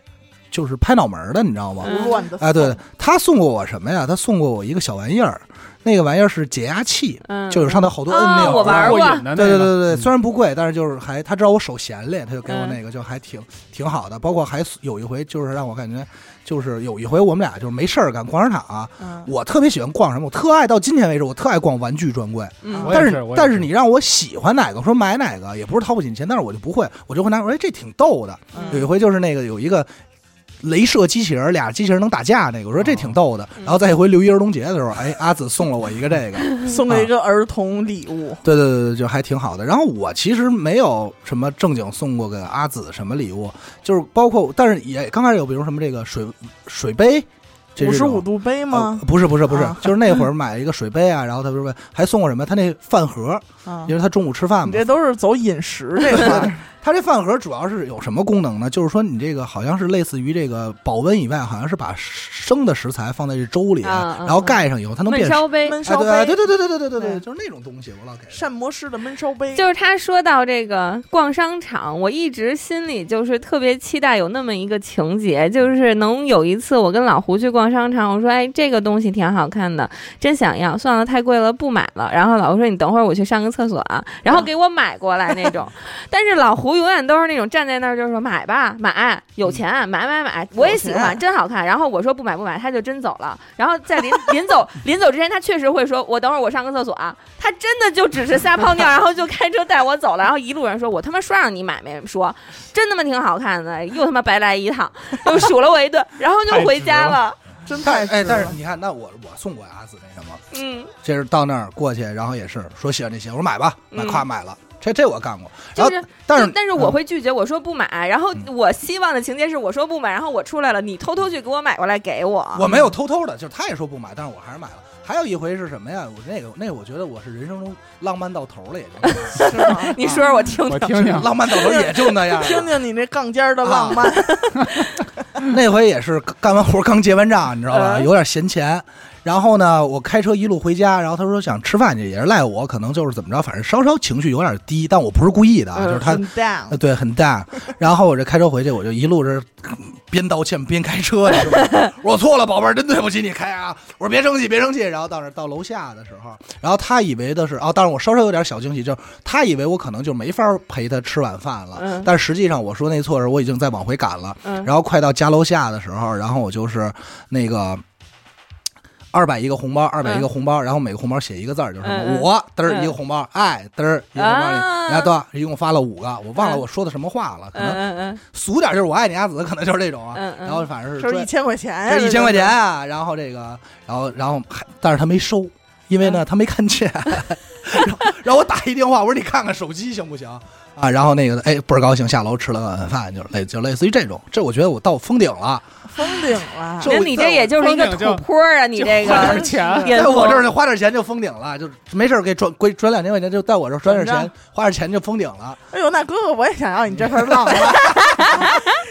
[SPEAKER 2] 就是拍脑门儿的，你知道吗？
[SPEAKER 1] 嗯
[SPEAKER 3] 胡乱的
[SPEAKER 2] 哎，对，他送过我什么呀？他送过我一个小玩意儿，那个玩意儿是解压器，
[SPEAKER 1] 嗯
[SPEAKER 2] 就是上头好多摁
[SPEAKER 1] 啊
[SPEAKER 2] 钮儿、
[SPEAKER 1] 我玩
[SPEAKER 4] 过
[SPEAKER 1] 过
[SPEAKER 4] 瘾的那个。
[SPEAKER 2] 对对对对，
[SPEAKER 4] 嗯
[SPEAKER 2] 虽然不贵，但是就是还他知道我手闲嘞，他就给
[SPEAKER 1] 嗯
[SPEAKER 2] 我那个，就还挺挺好的。包括还有一回，就是让我感觉，就是有一回我们俩就是没事儿干逛商场啊、
[SPEAKER 3] 嗯
[SPEAKER 2] 我特别喜欢逛什么，我特爱到今天为止，我特爱逛玩具专柜。
[SPEAKER 1] 嗯
[SPEAKER 4] 我也
[SPEAKER 2] 但
[SPEAKER 4] 是
[SPEAKER 2] 是
[SPEAKER 4] 我也
[SPEAKER 2] 但
[SPEAKER 4] 是
[SPEAKER 2] 是你让我喜欢哪个，说买哪个，也不是掏不起钱，但是我就不会，我就会拿出来，哎，这挺逗的。有一
[SPEAKER 3] 嗯
[SPEAKER 2] 回就是那个有一个镭射机器人，俩机器人能打架那个，我说这挺逗的。
[SPEAKER 4] 嗯
[SPEAKER 2] 然后再一回六一儿童节的时候，哎，阿紫送了我一个 这个，
[SPEAKER 3] 送了一个儿童礼物，
[SPEAKER 2] 对对对对，就还挺好的。然后我其实没有什么正经送过给阿紫什么礼物，就是包括，但是也刚开始有，比如什么这个水水杯，这
[SPEAKER 3] 五十五
[SPEAKER 2] 这种。
[SPEAKER 3] 度杯
[SPEAKER 2] 呃
[SPEAKER 3] 吗？
[SPEAKER 2] 不是不是不是
[SPEAKER 3] 啊，
[SPEAKER 2] 就是那会儿买一个水杯啊，然后他不是问还送过什么？他那饭盒，
[SPEAKER 3] 啊
[SPEAKER 2] 因，为他中午吃饭
[SPEAKER 3] 你
[SPEAKER 2] 嘛
[SPEAKER 3] 这，都是走饮食这块儿，
[SPEAKER 2] 它这饭盒主要是有什么功能呢？就是说你这个好像是类似于这个保温以外，好像是把生的食材放在这粥里，
[SPEAKER 3] 嗯
[SPEAKER 1] 啊啊
[SPEAKER 2] 然后盖上以后它能
[SPEAKER 1] 焖
[SPEAKER 2] 变。
[SPEAKER 1] 烧杯。
[SPEAKER 3] 焖烧
[SPEAKER 2] 哎，
[SPEAKER 3] 杯，
[SPEAKER 2] 对对对对对对对对对，
[SPEAKER 3] 对
[SPEAKER 2] 就是那种东西，我老给。
[SPEAKER 3] 膳魔师的焖烧杯，
[SPEAKER 1] 就是他说到这个逛商场，我一直心里就是特别期待有那么一个情节，就是能有一次我跟老胡去逛商场，我说哎这个东西挺好看的，真想要，算了太贵了不买了。然后老胡说你等会儿我去上个厕所啊，然后给我买过来那种。但是老胡永远都是那种站在那儿就说买吧买，嗯有钱买买买，我也喜欢，真好看。然后我说不买不买，他就真走了。然后 在临临走临走之前，他确实会说我等会儿我上个厕所啊。他真的就只是撒 泡尿，然后就开车带我走了。然后一路人说我他妈说让你买没说，真他妈挺好看的，又他妈白来一趟，又数了我一顿，然后就回家了。
[SPEAKER 3] 真太
[SPEAKER 2] 但
[SPEAKER 3] 值了
[SPEAKER 2] 哎，但是你看，那我我送过阿紫那什么，
[SPEAKER 1] 嗯，
[SPEAKER 2] 这是到那儿过去，然后也是说喜欢这些，我说买吧，买
[SPEAKER 1] 嗯
[SPEAKER 2] 夸买了，这这我干过。然
[SPEAKER 1] 就
[SPEAKER 2] 后
[SPEAKER 1] 是
[SPEAKER 2] 但
[SPEAKER 1] 就是啊嗯但是我会拒绝，我说不买。然后我希望的情节是我说不买，然后我出来了，你偷偷去给我买过来给
[SPEAKER 3] 啊
[SPEAKER 1] 我。
[SPEAKER 2] 我没有偷偷的，就是他也说不买，但是我还是买了。还有一回是什么呀？我那个那我觉得我是人生中浪漫到头了，也就
[SPEAKER 3] 是吗
[SPEAKER 1] 你说
[SPEAKER 2] 啊
[SPEAKER 1] 说我听
[SPEAKER 4] 我
[SPEAKER 1] 听。
[SPEAKER 4] 听听，
[SPEAKER 2] 浪漫到头也就那 样了。
[SPEAKER 3] 听听你那杠尖儿的浪
[SPEAKER 2] 啊
[SPEAKER 3] 漫，
[SPEAKER 2] 那回也是干完活刚结完账，你知道吧？
[SPEAKER 1] 嗯
[SPEAKER 2] 有点闲钱。然后呢，我开车一路回家，然后他说想吃饭去，也是赖我，可能就是怎么着，反正稍稍情绪有点低，但我不是故意的
[SPEAKER 1] 嗯
[SPEAKER 2] 啊，就是他
[SPEAKER 3] 很 down
[SPEAKER 2] 呃，。对，很淡。然后我这开车回去，我就一路这嗯边道歉边开车，你知道吗我说我错了，宝贝儿，真对不起，你开啊！我说别生气，别生气。然后到那儿到楼下的时候，然后他以为的是啊，当然我稍稍有点小惊喜，就是他以为我可能就没法陪他吃晚饭了，
[SPEAKER 1] 嗯
[SPEAKER 2] 但实际上我说那错是我已经在往回赶了。
[SPEAKER 1] 嗯
[SPEAKER 2] 然后快到家楼下的时候，然后我就是那个。二百一个红包，二百一个红包，然后每个红包写一个字儿，就是什么
[SPEAKER 1] 嗯嗯嗯
[SPEAKER 2] 我嘚儿
[SPEAKER 1] 嗯
[SPEAKER 2] 一个红包，爱嘚儿一个红包，
[SPEAKER 1] 啊
[SPEAKER 2] 然后到一共发了五个，我忘了
[SPEAKER 1] 嗯
[SPEAKER 2] 我说的什么话了，可
[SPEAKER 1] 嗯
[SPEAKER 2] 能
[SPEAKER 1] 嗯嗯
[SPEAKER 2] 俗点就是我爱你阿紫，可能就是这种啊。
[SPEAKER 1] 嗯嗯，
[SPEAKER 2] 然后反正是
[SPEAKER 3] 收一
[SPEAKER 2] 追
[SPEAKER 3] 千块钱呀，
[SPEAKER 2] 这一千块
[SPEAKER 3] 这
[SPEAKER 2] 钱
[SPEAKER 3] 是
[SPEAKER 2] 啊，然后这个，然后然后还，但是他没收，因为
[SPEAKER 3] 嗯
[SPEAKER 2] 呢他没看见，然后然后我打一电话，我说你看看手机行不行啊？然后那个哎倍儿高兴，下楼吃了个晚饭，就是类就类似于这种，这我觉得我到封顶了，
[SPEAKER 3] 封顶了。
[SPEAKER 2] 就
[SPEAKER 1] 那你这也就是一个土坡儿啊，你这
[SPEAKER 4] 花点
[SPEAKER 1] 个
[SPEAKER 4] 钱，
[SPEAKER 1] 也
[SPEAKER 2] 在我这儿就花点钱就封顶了，就没事儿给转给转两千块钱，就在我这儿转点
[SPEAKER 3] 怎么
[SPEAKER 2] 钱，花点钱就封顶了，
[SPEAKER 3] 哎呦，那哥哥，我也想要你这份浪漫。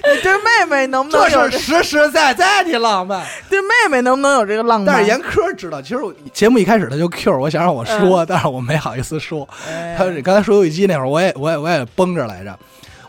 [SPEAKER 3] 你对妹妹能不能有
[SPEAKER 2] 这
[SPEAKER 3] 这
[SPEAKER 2] 是？实实在在的浪漫。
[SPEAKER 3] 对妹妹能不能有这个浪漫？
[SPEAKER 2] 但是严科知道，其实我节目一开始他就 Q 我想让我说，但是我没好意思说。
[SPEAKER 3] 嗯哎
[SPEAKER 2] 他说你刚才说游戏机那会儿，我也我也我也绷着来着。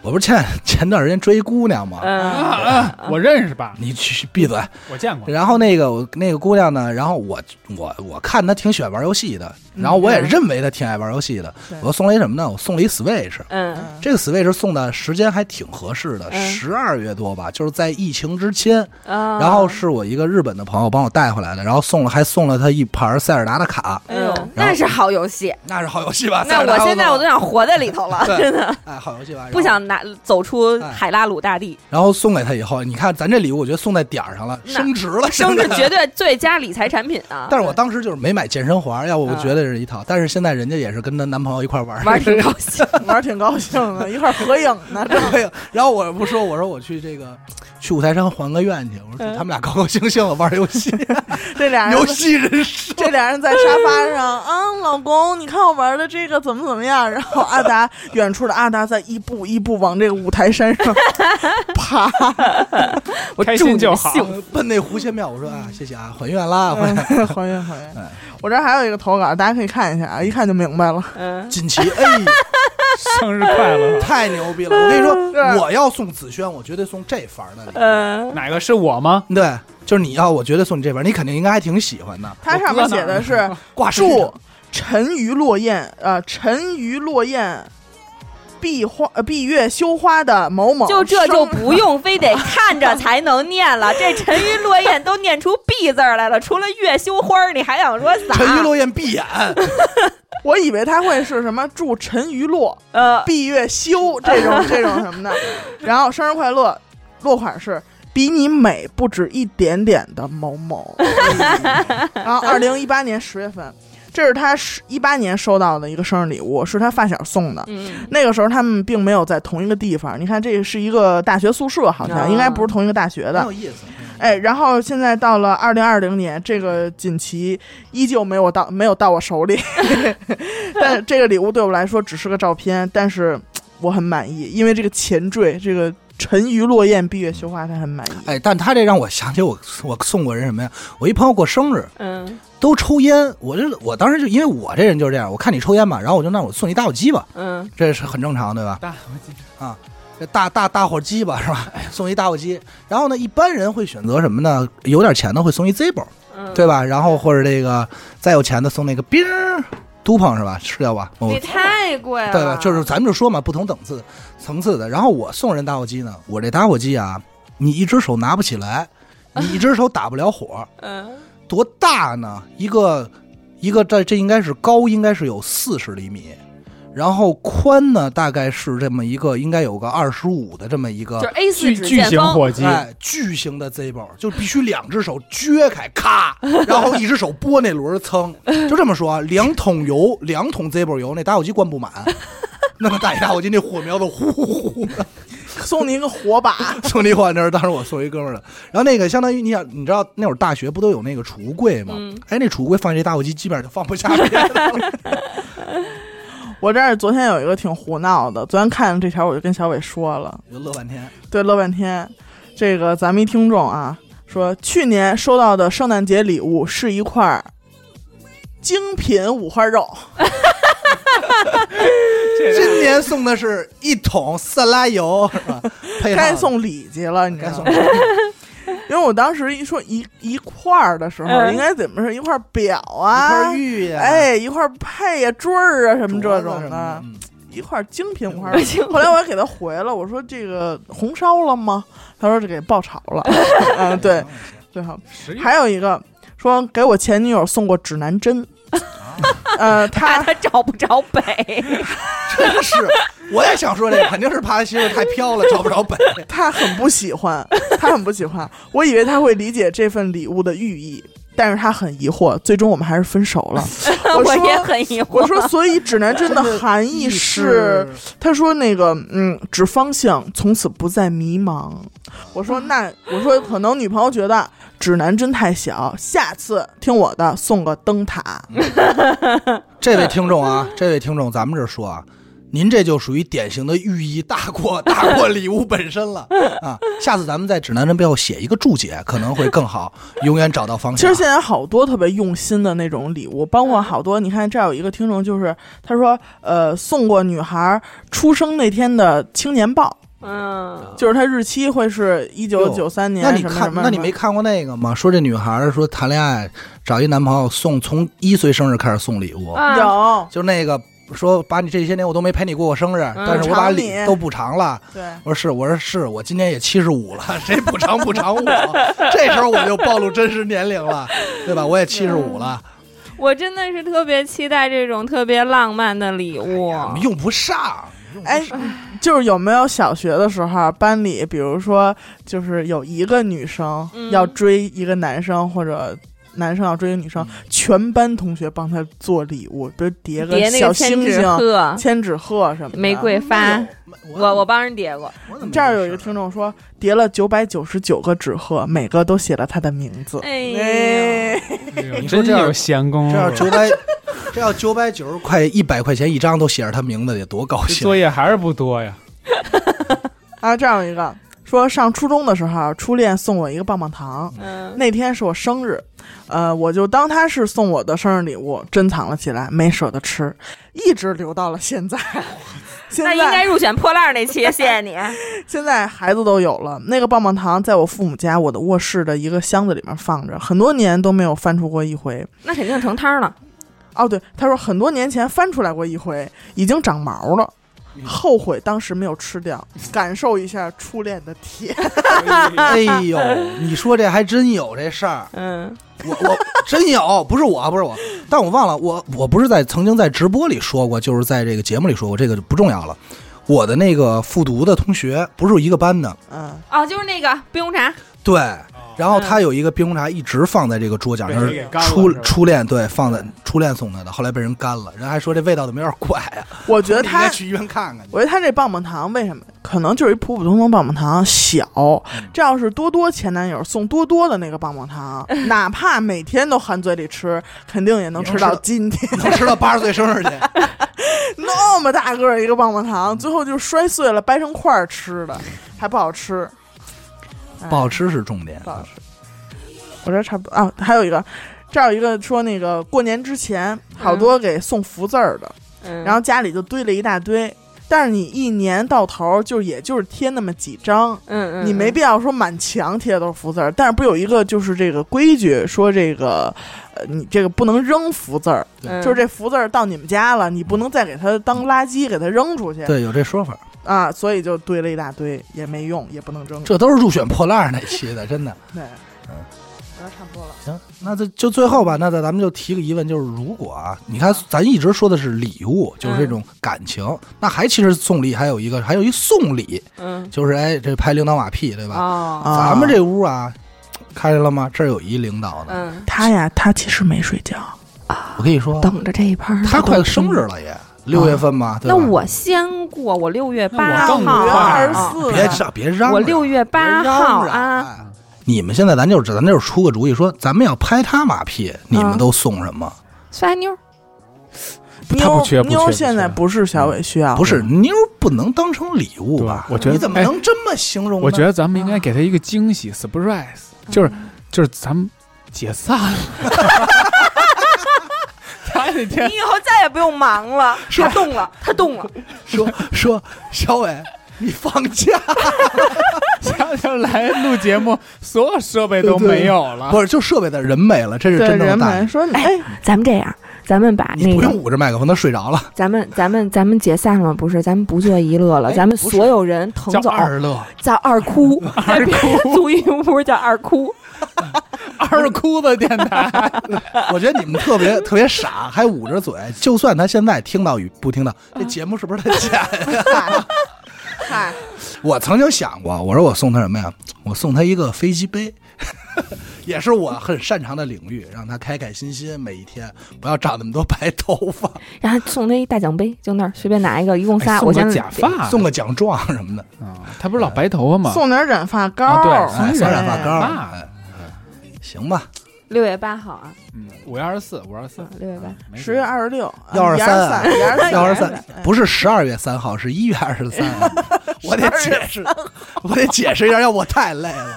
[SPEAKER 2] 我不是前前段时间追一姑娘吗？
[SPEAKER 1] 嗯
[SPEAKER 4] 啊我认识吧？
[SPEAKER 2] 你去闭嘴！
[SPEAKER 4] 我见过，
[SPEAKER 2] 然后那个我那个姑娘呢，然后我我我看她挺喜欢玩游戏的，然后我也认为她挺爱玩游戏的，
[SPEAKER 3] 嗯对哎
[SPEAKER 2] 我送了一什么呢？我送了一 Switch。
[SPEAKER 1] 嗯
[SPEAKER 2] 这个 Switch 送的时间还挺合适的，
[SPEAKER 1] 嗯
[SPEAKER 2] 十二月多吧，就是在疫情之前。
[SPEAKER 1] 嗯，
[SPEAKER 2] 然后是我一个日本的朋友帮我带回来的，然后送了还送了他一盘塞尔达的卡，
[SPEAKER 1] 哎呦，那是好游戏。
[SPEAKER 2] 啊那是好游戏吧？
[SPEAKER 1] 那
[SPEAKER 2] 塞尔达
[SPEAKER 1] 我现在我
[SPEAKER 2] 好
[SPEAKER 1] 都想活在里头了，
[SPEAKER 2] 对嗯
[SPEAKER 1] 真的
[SPEAKER 2] 哎好游戏吧，然后
[SPEAKER 1] 不想拉走出海拉鲁大 地，
[SPEAKER 2] 然后送给他以后，你看咱这礼物，我觉得送在点儿上了，
[SPEAKER 1] 那
[SPEAKER 2] 升值了，
[SPEAKER 1] 升值
[SPEAKER 2] 现在
[SPEAKER 1] 绝对最佳理财产品啊！
[SPEAKER 2] 但是我当时就是没买健身环，要不我觉得是一套。但是现在人家也是跟她男朋友一块玩儿，
[SPEAKER 1] 嗯玩儿挺高兴，
[SPEAKER 3] 玩儿挺高兴的，一块儿合影呢。这
[SPEAKER 2] 对。然后我不说，我说我去这个去五台山还个愿去，我说
[SPEAKER 1] 嗯
[SPEAKER 2] 他们俩高高兴兴的玩儿 游戏，
[SPEAKER 3] 这俩人
[SPEAKER 2] 游戏人生。
[SPEAKER 3] 这俩人在沙发上，啊，老公，你看我玩的这个怎么怎么样？然后阿达，远处的阿达在一步一步往这个五台山上爬。
[SPEAKER 1] 我
[SPEAKER 4] 开
[SPEAKER 1] 祝
[SPEAKER 4] 心
[SPEAKER 1] 你
[SPEAKER 4] 就好。
[SPEAKER 1] 幸福
[SPEAKER 2] 奔那狐仙庙，我说啊，谢谢啊，还愿啦！
[SPEAKER 3] 嗯
[SPEAKER 2] 还愿
[SPEAKER 3] 还原还原，我这儿还有一个投稿，大家可以看一下啊，一看就明白了。
[SPEAKER 1] 嗯，
[SPEAKER 2] 锦旗，哎，
[SPEAKER 4] 生日快乐！
[SPEAKER 2] 太牛逼了！我跟你
[SPEAKER 3] 是
[SPEAKER 2] 说，我要送子轩，我绝对送这番儿的礼物。
[SPEAKER 1] 嗯，
[SPEAKER 4] 哪个是我吗？
[SPEAKER 2] 对，就是你要，我绝对送你这番儿，你肯定应该还挺喜欢的。
[SPEAKER 3] 它上面写的是
[SPEAKER 2] 挂饰
[SPEAKER 3] 祝沉鱼落雁，呃，沉鱼落雁。闭花呃闭月羞花的某某，
[SPEAKER 1] 就这就
[SPEAKER 3] 生
[SPEAKER 1] 不用非得看着才能念了。这沉鱼落雁都念出 B 字儿来了，除了月羞花儿，你还想说啥？
[SPEAKER 2] 沉鱼落雁闭眼，
[SPEAKER 3] 我以为他会是什么祝沉鱼落、
[SPEAKER 1] 呃，
[SPEAKER 3] 闭月羞 这种这种什么的，然后生日快乐，落款是比你美不止一点点的 某某。然后二零一八年十月份，这是他一八年收到的一个生日礼物，是他发小送的。
[SPEAKER 1] 嗯，
[SPEAKER 3] 那个时候他们并没有在同一个地方，你看这是一个大学宿舍，好
[SPEAKER 1] 啊
[SPEAKER 3] 像应该不是同一个大学
[SPEAKER 2] 很
[SPEAKER 3] 的
[SPEAKER 2] 有。意思。
[SPEAKER 3] 哎，然后现在到了二零二零年，这个锦旗依旧没有到没有到我手 里，但这个礼物对我来说只是个照片，但是我很满意，因为这个前缀，这个沉鱼落雁、闭月羞花，他很满意。
[SPEAKER 2] 哎，但他这让我想起我我送过人什么呀？我一朋友过生日
[SPEAKER 1] 嗯
[SPEAKER 2] 都抽烟，我就我当时就因为我这人就是这样，我看你抽烟嘛，然后我就那我送你打火机吧，
[SPEAKER 1] 嗯，
[SPEAKER 2] 这是很正常对吧？
[SPEAKER 4] 大
[SPEAKER 2] 这大大大火机吧是 吧？送一打火机，然后呢，一般人会选择什么呢？有点钱的会送一 Zippo，
[SPEAKER 1] 嗯
[SPEAKER 2] 对吧？然后或者这个再有钱的送那个冰儿都碰是吧？是叫吧？我
[SPEAKER 1] 你太贵了，
[SPEAKER 2] 对吧？就是咱们就说嘛，不同等次层次的。然后我送人打火机呢，我这打火机啊，你一只手拿不起来，你一只手打不了火，
[SPEAKER 1] 嗯
[SPEAKER 2] 多大呢？一个一个这这应该是高，应该是有四十厘米，然后宽呢大概是这么一个，应该有个二十五的这么一
[SPEAKER 1] 就
[SPEAKER 2] 个
[SPEAKER 1] 是。A 四
[SPEAKER 4] 巨
[SPEAKER 1] 纸
[SPEAKER 4] 巨
[SPEAKER 1] 见
[SPEAKER 4] 型
[SPEAKER 1] 方，
[SPEAKER 4] 火机，
[SPEAKER 2] 哎，巨型的 Zippo 就必须两只手撅开， 咔，然后一只手拨那轮儿蹭，就这么说啊，两桶油，两桶 Zippo 油，那打火机灌不 满，那么大一打火机，那火苗子呼呼呼的。
[SPEAKER 3] 送你一个火把，
[SPEAKER 2] 送你火那是当时我送一哥们儿的，然后那个相当于你想，你知道那会儿大学不都有那个储物柜吗？
[SPEAKER 1] 嗯
[SPEAKER 2] 哎，那储物柜放这打火机，基本上就放不下别的了。
[SPEAKER 3] 我这儿昨天有一个挺胡闹的，昨天看了这条我就跟小伟说了，
[SPEAKER 2] 就乐半天，
[SPEAKER 3] 对，乐半天。这个咱们一听众啊，说去年收到的圣诞节礼物是一块儿精品五花肉，
[SPEAKER 2] 今年送的是一桶色拉油，是吧？配上
[SPEAKER 3] 该送礼去了，你知
[SPEAKER 2] 该
[SPEAKER 3] 道
[SPEAKER 2] 送
[SPEAKER 3] 吗？因为我当时一说一一块儿的时候，
[SPEAKER 1] 嗯
[SPEAKER 3] 应该怎么是一块表
[SPEAKER 2] 一
[SPEAKER 3] 啊
[SPEAKER 2] 块，玉呀、
[SPEAKER 3] 哎，一块配呀、坠儿啊什么这
[SPEAKER 2] 镯子
[SPEAKER 3] 种
[SPEAKER 2] 什么
[SPEAKER 3] 的
[SPEAKER 2] 的，，嗯
[SPEAKER 3] 一块精品五花肉
[SPEAKER 1] 我。就
[SPEAKER 3] 后来我还给他回了，我说这个红烧了吗？他说这给爆炒了。嗯， 对，最好
[SPEAKER 4] 实
[SPEAKER 3] 还有一个说给我前女友送过指南针，
[SPEAKER 2] 啊
[SPEAKER 3] 呃，
[SPEAKER 1] 怕
[SPEAKER 3] 他
[SPEAKER 1] 他找不着北，
[SPEAKER 2] 真是，我也想说这个，肯定是怕他媳妇太飘了，找不着北。
[SPEAKER 3] 他很不喜欢， 他很不喜欢。我以为他会理解这份礼物的寓意，但是他很疑惑。最终我们还是分手 了。 我
[SPEAKER 1] 我也
[SPEAKER 3] 说。
[SPEAKER 1] 很疑惑。
[SPEAKER 3] 我说，所以指南针的含义
[SPEAKER 2] 意
[SPEAKER 3] 是，他说那个，嗯，指方向，从此不再迷茫。我说那，我说可能女朋友觉得指南针太小，下次听我的，送个灯塔。
[SPEAKER 2] 这位听众啊，这位听众，咱们这说啊，您这就属于典型的寓意大过大过礼物本身了啊！下次咱们在指南针背后写一个注解，可能会更好，永远找到方
[SPEAKER 3] 其
[SPEAKER 2] 向
[SPEAKER 3] 实。现在好多特别用心的那种礼物，包括
[SPEAKER 1] 嗯
[SPEAKER 3] 好多，你看这儿有一个听众就是他说，呃，送过女孩出生那天的青年报，
[SPEAKER 1] 嗯，
[SPEAKER 3] 就是他日期会是一九九三年
[SPEAKER 2] 那你
[SPEAKER 3] 什么什么
[SPEAKER 2] 看，
[SPEAKER 3] 什么
[SPEAKER 2] 那你没看过那个吗？说这女孩儿说谈恋爱找一男朋友送，从一岁生日开始送礼物，
[SPEAKER 1] 啊，
[SPEAKER 3] 有
[SPEAKER 2] 就那个说把你这些年我都没陪你过过生日，但是我把
[SPEAKER 3] 偿
[SPEAKER 2] 礼
[SPEAKER 3] 嗯你
[SPEAKER 2] 都补偿了。
[SPEAKER 3] 对。
[SPEAKER 2] 我说是，我说是我今年也七十五了， 谁补偿补偿我？ 这时候我就暴露真实年龄了，对吧？我也七十五了，
[SPEAKER 3] 嗯
[SPEAKER 1] 我真的是特别期待这种特别浪漫的礼物，啊
[SPEAKER 2] 用不上，
[SPEAKER 4] 用
[SPEAKER 3] 哎
[SPEAKER 4] 不上。
[SPEAKER 3] 就是有没有小学的时候班里，比如说就是有一个女生
[SPEAKER 1] 嗯
[SPEAKER 3] 要追一个男生，或者男生要追一个女生，全班同学帮她做礼物，比如叠
[SPEAKER 1] 嗯叠那
[SPEAKER 3] 小
[SPEAKER 1] 个千
[SPEAKER 3] 星
[SPEAKER 1] 纸
[SPEAKER 3] 星、啊嗯
[SPEAKER 1] 鹤、
[SPEAKER 3] 千纸鹤什么的。
[SPEAKER 1] 玫瑰
[SPEAKER 2] 哎
[SPEAKER 1] 花
[SPEAKER 2] 呦，
[SPEAKER 1] 我我帮人叠过。
[SPEAKER 2] 我怎么
[SPEAKER 3] 这儿有一个听众说，叠了九百九十九个纸鹤，每个都写了他的名字。
[SPEAKER 1] 哎呦
[SPEAKER 3] 哎，
[SPEAKER 2] 你说
[SPEAKER 4] 真
[SPEAKER 2] 这样
[SPEAKER 4] 有闲工
[SPEAKER 2] 这
[SPEAKER 4] 夫
[SPEAKER 2] 要九百，这要九百九十块一百块钱一张都写着他名字，得多高
[SPEAKER 4] 这
[SPEAKER 2] 兴
[SPEAKER 4] 作！业还是不多呀。
[SPEAKER 3] 啊，这儿有一个说，上初中的时候，啊初恋送我一个棒棒糖，
[SPEAKER 1] 嗯，
[SPEAKER 3] 那天是我生日，呃，我就当它是送我的生日礼物，珍藏了起来，没舍得吃，一直留到了现在。 现
[SPEAKER 1] 那应该
[SPEAKER 3] 在
[SPEAKER 1] 入选破烂儿那期，谢谢 你。
[SPEAKER 3] 现在孩子都有了，那个棒棒糖在我父母家我的卧室的一个箱子里面放着，很多年都没有翻出过一回。
[SPEAKER 1] 那肯定成摊儿了。
[SPEAKER 3] 哦，对，他说很多年前翻出来过一回，已经长毛了。
[SPEAKER 2] 嗯
[SPEAKER 3] 后悔当时没有吃掉，感受一下初恋的甜。
[SPEAKER 2] 哎呦，你说这还真有这事儿，
[SPEAKER 1] 嗯
[SPEAKER 2] 我我真有，不是我，不是我，但我忘了，我我不是在曾经在直播里说过，就是在这个节目里说过，这个就不重要了。我的那个复读的同学不是一个班的，
[SPEAKER 3] 嗯，
[SPEAKER 1] 哦，就是那个冰红茶，
[SPEAKER 2] 对，然后他有一个冰红茶一直放在这个桌角
[SPEAKER 4] 被
[SPEAKER 2] 那
[SPEAKER 4] 人给干了
[SPEAKER 2] 初
[SPEAKER 4] 是吧
[SPEAKER 2] 初恋对放在初恋送他的，后来被人干了，人还说这味道怎么有点怪啊，
[SPEAKER 3] 我觉得
[SPEAKER 2] 你应
[SPEAKER 3] 他
[SPEAKER 2] 该去医院看看去。
[SPEAKER 3] 我觉得他这棒棒糖为什么？可能就是一普普通通棒棒糖小。
[SPEAKER 2] 嗯
[SPEAKER 3] 这要是多多前男友送多多的那个棒 棒糖，哪怕每天都含嘴里吃，肯定也能吃到今天。
[SPEAKER 2] 能吃到八十岁生 日去，
[SPEAKER 3] 那么大个儿一个棒棒糖，最后就摔碎了，掰成块儿吃的，还不好吃。哎
[SPEAKER 2] 不好吃是重点
[SPEAKER 3] 不。好吃。我这差不多啊，还有一个，这儿有一个说那个过年之前，好多给送福字儿的，
[SPEAKER 1] 嗯，
[SPEAKER 3] 然后家里就堆了一大堆。但是你一年到头就也就是贴那么几张，
[SPEAKER 1] 嗯嗯，
[SPEAKER 3] 你没必要说满墙贴的都是福字儿，但是不有一个就是这个规矩，说这个，呃，你这个不能扔福字儿，
[SPEAKER 1] 嗯
[SPEAKER 3] 就是这福字儿到你们家了，你不能再给它当垃圾给它扔出去
[SPEAKER 2] 对，有这说法，
[SPEAKER 3] 啊，所以就堆了一大堆，也没用，也不能扔。
[SPEAKER 2] 这都是入选破烂儿那期的，真的。
[SPEAKER 3] 对，
[SPEAKER 2] 嗯
[SPEAKER 3] 然后差不多了，
[SPEAKER 2] 行，那这就最后吧，那咱们就提个疑问，就是如果啊，你看咱一直说的是礼物，就是这种感情，那还其实送礼还有一个，还有一送礼，
[SPEAKER 1] 嗯
[SPEAKER 2] 就是哎，这拍领导马屁，对吧？
[SPEAKER 1] 哦，
[SPEAKER 3] 啊
[SPEAKER 2] 咱们这屋啊，看见了吗？这儿有一领导呢，
[SPEAKER 1] 嗯，
[SPEAKER 3] 他呀，他其实没睡觉，
[SPEAKER 2] 我跟你说，
[SPEAKER 1] 等着这一盘儿。
[SPEAKER 2] 他快生日了也，六月份嘛，对
[SPEAKER 1] 啊那
[SPEAKER 2] 吧？
[SPEAKER 1] 我先过，我六月八
[SPEAKER 4] 那
[SPEAKER 1] 号
[SPEAKER 4] 我更
[SPEAKER 3] 五月
[SPEAKER 4] 快
[SPEAKER 3] 二十
[SPEAKER 1] 啊
[SPEAKER 3] 四，
[SPEAKER 2] 别嚷，别嚷嚷，
[SPEAKER 1] 我六月八号啊，
[SPEAKER 2] 啊。你们现在咱就是咱就是出个主意，说咱们要拍他马屁，你们都送什么？
[SPEAKER 1] 酸妞儿，
[SPEAKER 4] 他不
[SPEAKER 3] 妞
[SPEAKER 4] 缺不缺
[SPEAKER 3] 妞
[SPEAKER 4] 不
[SPEAKER 3] 现在
[SPEAKER 4] 缺嗯
[SPEAKER 3] 不是小伟需
[SPEAKER 1] 啊
[SPEAKER 3] 要，
[SPEAKER 2] 不是妞儿不能当成礼物吧？
[SPEAKER 4] 对我觉得
[SPEAKER 2] 你怎么
[SPEAKER 4] 哎
[SPEAKER 2] 能这么形容呢？
[SPEAKER 4] 我觉得咱们应该给他一个惊喜，surprise，就是
[SPEAKER 2] 嗯
[SPEAKER 4] 就是咱们解散了。 他那 天
[SPEAKER 1] 你以后再也不用忙 了。他动了，他动了，
[SPEAKER 2] 说说小伟，你放假
[SPEAKER 4] 悄悄来录节目，所有设备都没有了，
[SPEAKER 2] 不是就设备的人没了，这是
[SPEAKER 3] 对
[SPEAKER 2] 真
[SPEAKER 3] 人
[SPEAKER 2] 正的大
[SPEAKER 3] 们
[SPEAKER 2] 爷。
[SPEAKER 3] 说你，哎，
[SPEAKER 1] 咱们这样，咱们把
[SPEAKER 2] 你
[SPEAKER 1] 那
[SPEAKER 2] 不用
[SPEAKER 1] 个，
[SPEAKER 2] 捂着麦克风，他睡着了。
[SPEAKER 1] 咱们咱们咱们解散了，不是？咱们不做娱乐了，
[SPEAKER 2] 哎
[SPEAKER 1] 咱们
[SPEAKER 2] 不是
[SPEAKER 1] 所有人腾
[SPEAKER 4] 叫
[SPEAKER 1] 走，
[SPEAKER 4] 二乐，
[SPEAKER 1] 叫二哭， 二哭，租一屋叫二哭。
[SPEAKER 4] 二哭的电台。
[SPEAKER 2] 我觉得你们特别特别傻，还捂着嘴。就算他现在听到与不听到，这节目是不是他剪？
[SPEAKER 3] 嗯 嗨嗨，
[SPEAKER 2] 我曾经想过，我说我送他什么呀？我送他一个飞机杯。 也是我很擅长的领域，让他开开心心，每一天不要长那么多白头发，
[SPEAKER 1] 然后送他一大奖杯，就那儿随便拿一个，一共仨。
[SPEAKER 4] 哎
[SPEAKER 1] 我
[SPEAKER 4] 送
[SPEAKER 1] 先
[SPEAKER 4] 个假发，
[SPEAKER 2] 送个奖状什么的。
[SPEAKER 4] 啊，他不是老白头发吗？
[SPEAKER 3] 送点染发膏
[SPEAKER 4] 啊对
[SPEAKER 3] 儿，
[SPEAKER 4] 送
[SPEAKER 2] 哎，
[SPEAKER 4] 点
[SPEAKER 2] 酸染发膏儿，
[SPEAKER 4] 哎
[SPEAKER 2] 哎行吧，
[SPEAKER 1] 六月八号啊，
[SPEAKER 4] 嗯，五月二十四，五月二十四
[SPEAKER 1] 嗯，六月八。
[SPEAKER 4] 没事
[SPEAKER 3] 十月二十六，
[SPEAKER 2] 123啊
[SPEAKER 3] 三，
[SPEAKER 2] 幺二
[SPEAKER 3] 二
[SPEAKER 2] 三，嗯不是十二月三号，是一月二十三。 我得解释， 我得解释一下，要不我太累了。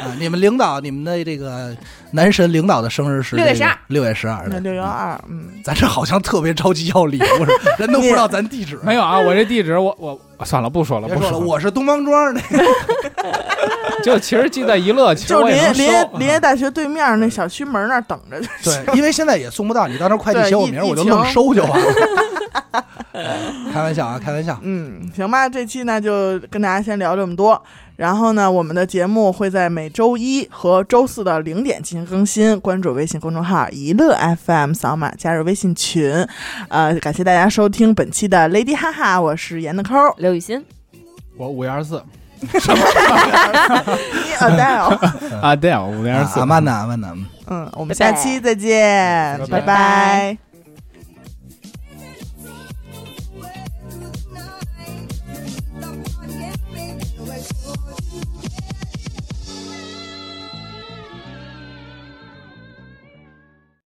[SPEAKER 2] 啊，你们领导，你们的这个男神领导的生日是
[SPEAKER 1] 6月12，
[SPEAKER 2] 六月十二，
[SPEAKER 3] 那
[SPEAKER 2] 对
[SPEAKER 3] 六幺。二，嗯，
[SPEAKER 2] 咱这好像特别着急要礼物似的，人都不知道咱地址。
[SPEAKER 4] 没有啊，我这地址我我我算了，不说了，
[SPEAKER 2] 别
[SPEAKER 4] 不
[SPEAKER 2] 说了，
[SPEAKER 4] 了，
[SPEAKER 2] 我是东方庄那个。
[SPEAKER 4] 就其实记在一乐，其实
[SPEAKER 3] 就
[SPEAKER 4] 我也能
[SPEAKER 3] 林林业
[SPEAKER 2] 啊
[SPEAKER 4] 收。
[SPEAKER 3] 林业大学对面那小区门那儿等着就行。
[SPEAKER 4] 啊
[SPEAKER 2] 对，因为现在也送不到，你到时候快递
[SPEAKER 3] 对
[SPEAKER 2] 写我
[SPEAKER 3] 疫
[SPEAKER 2] 名儿，我就
[SPEAKER 3] 疫情
[SPEAKER 2] 愣收就完了。 开玩笑啊，开玩 笑。
[SPEAKER 3] 嗯，行吧，这期呢就跟大家先聊这么多。然后呢，我们的节目会在每周一和周四的零点进行更新。关注微信公众号“一乐 FM”，扫码加入微信群。呃，感谢大家收听本期的 Lady 哈哈，我是严的抠儿，
[SPEAKER 1] 刘雨欣，
[SPEAKER 4] 我五月二十四
[SPEAKER 3] 你 Adele。
[SPEAKER 4] 啊，对啊，五月二十四
[SPEAKER 2] 阿。曼达，阿曼达。嗯
[SPEAKER 3] 嗯，我们下期再见，
[SPEAKER 4] 拜拜
[SPEAKER 3] 拜拜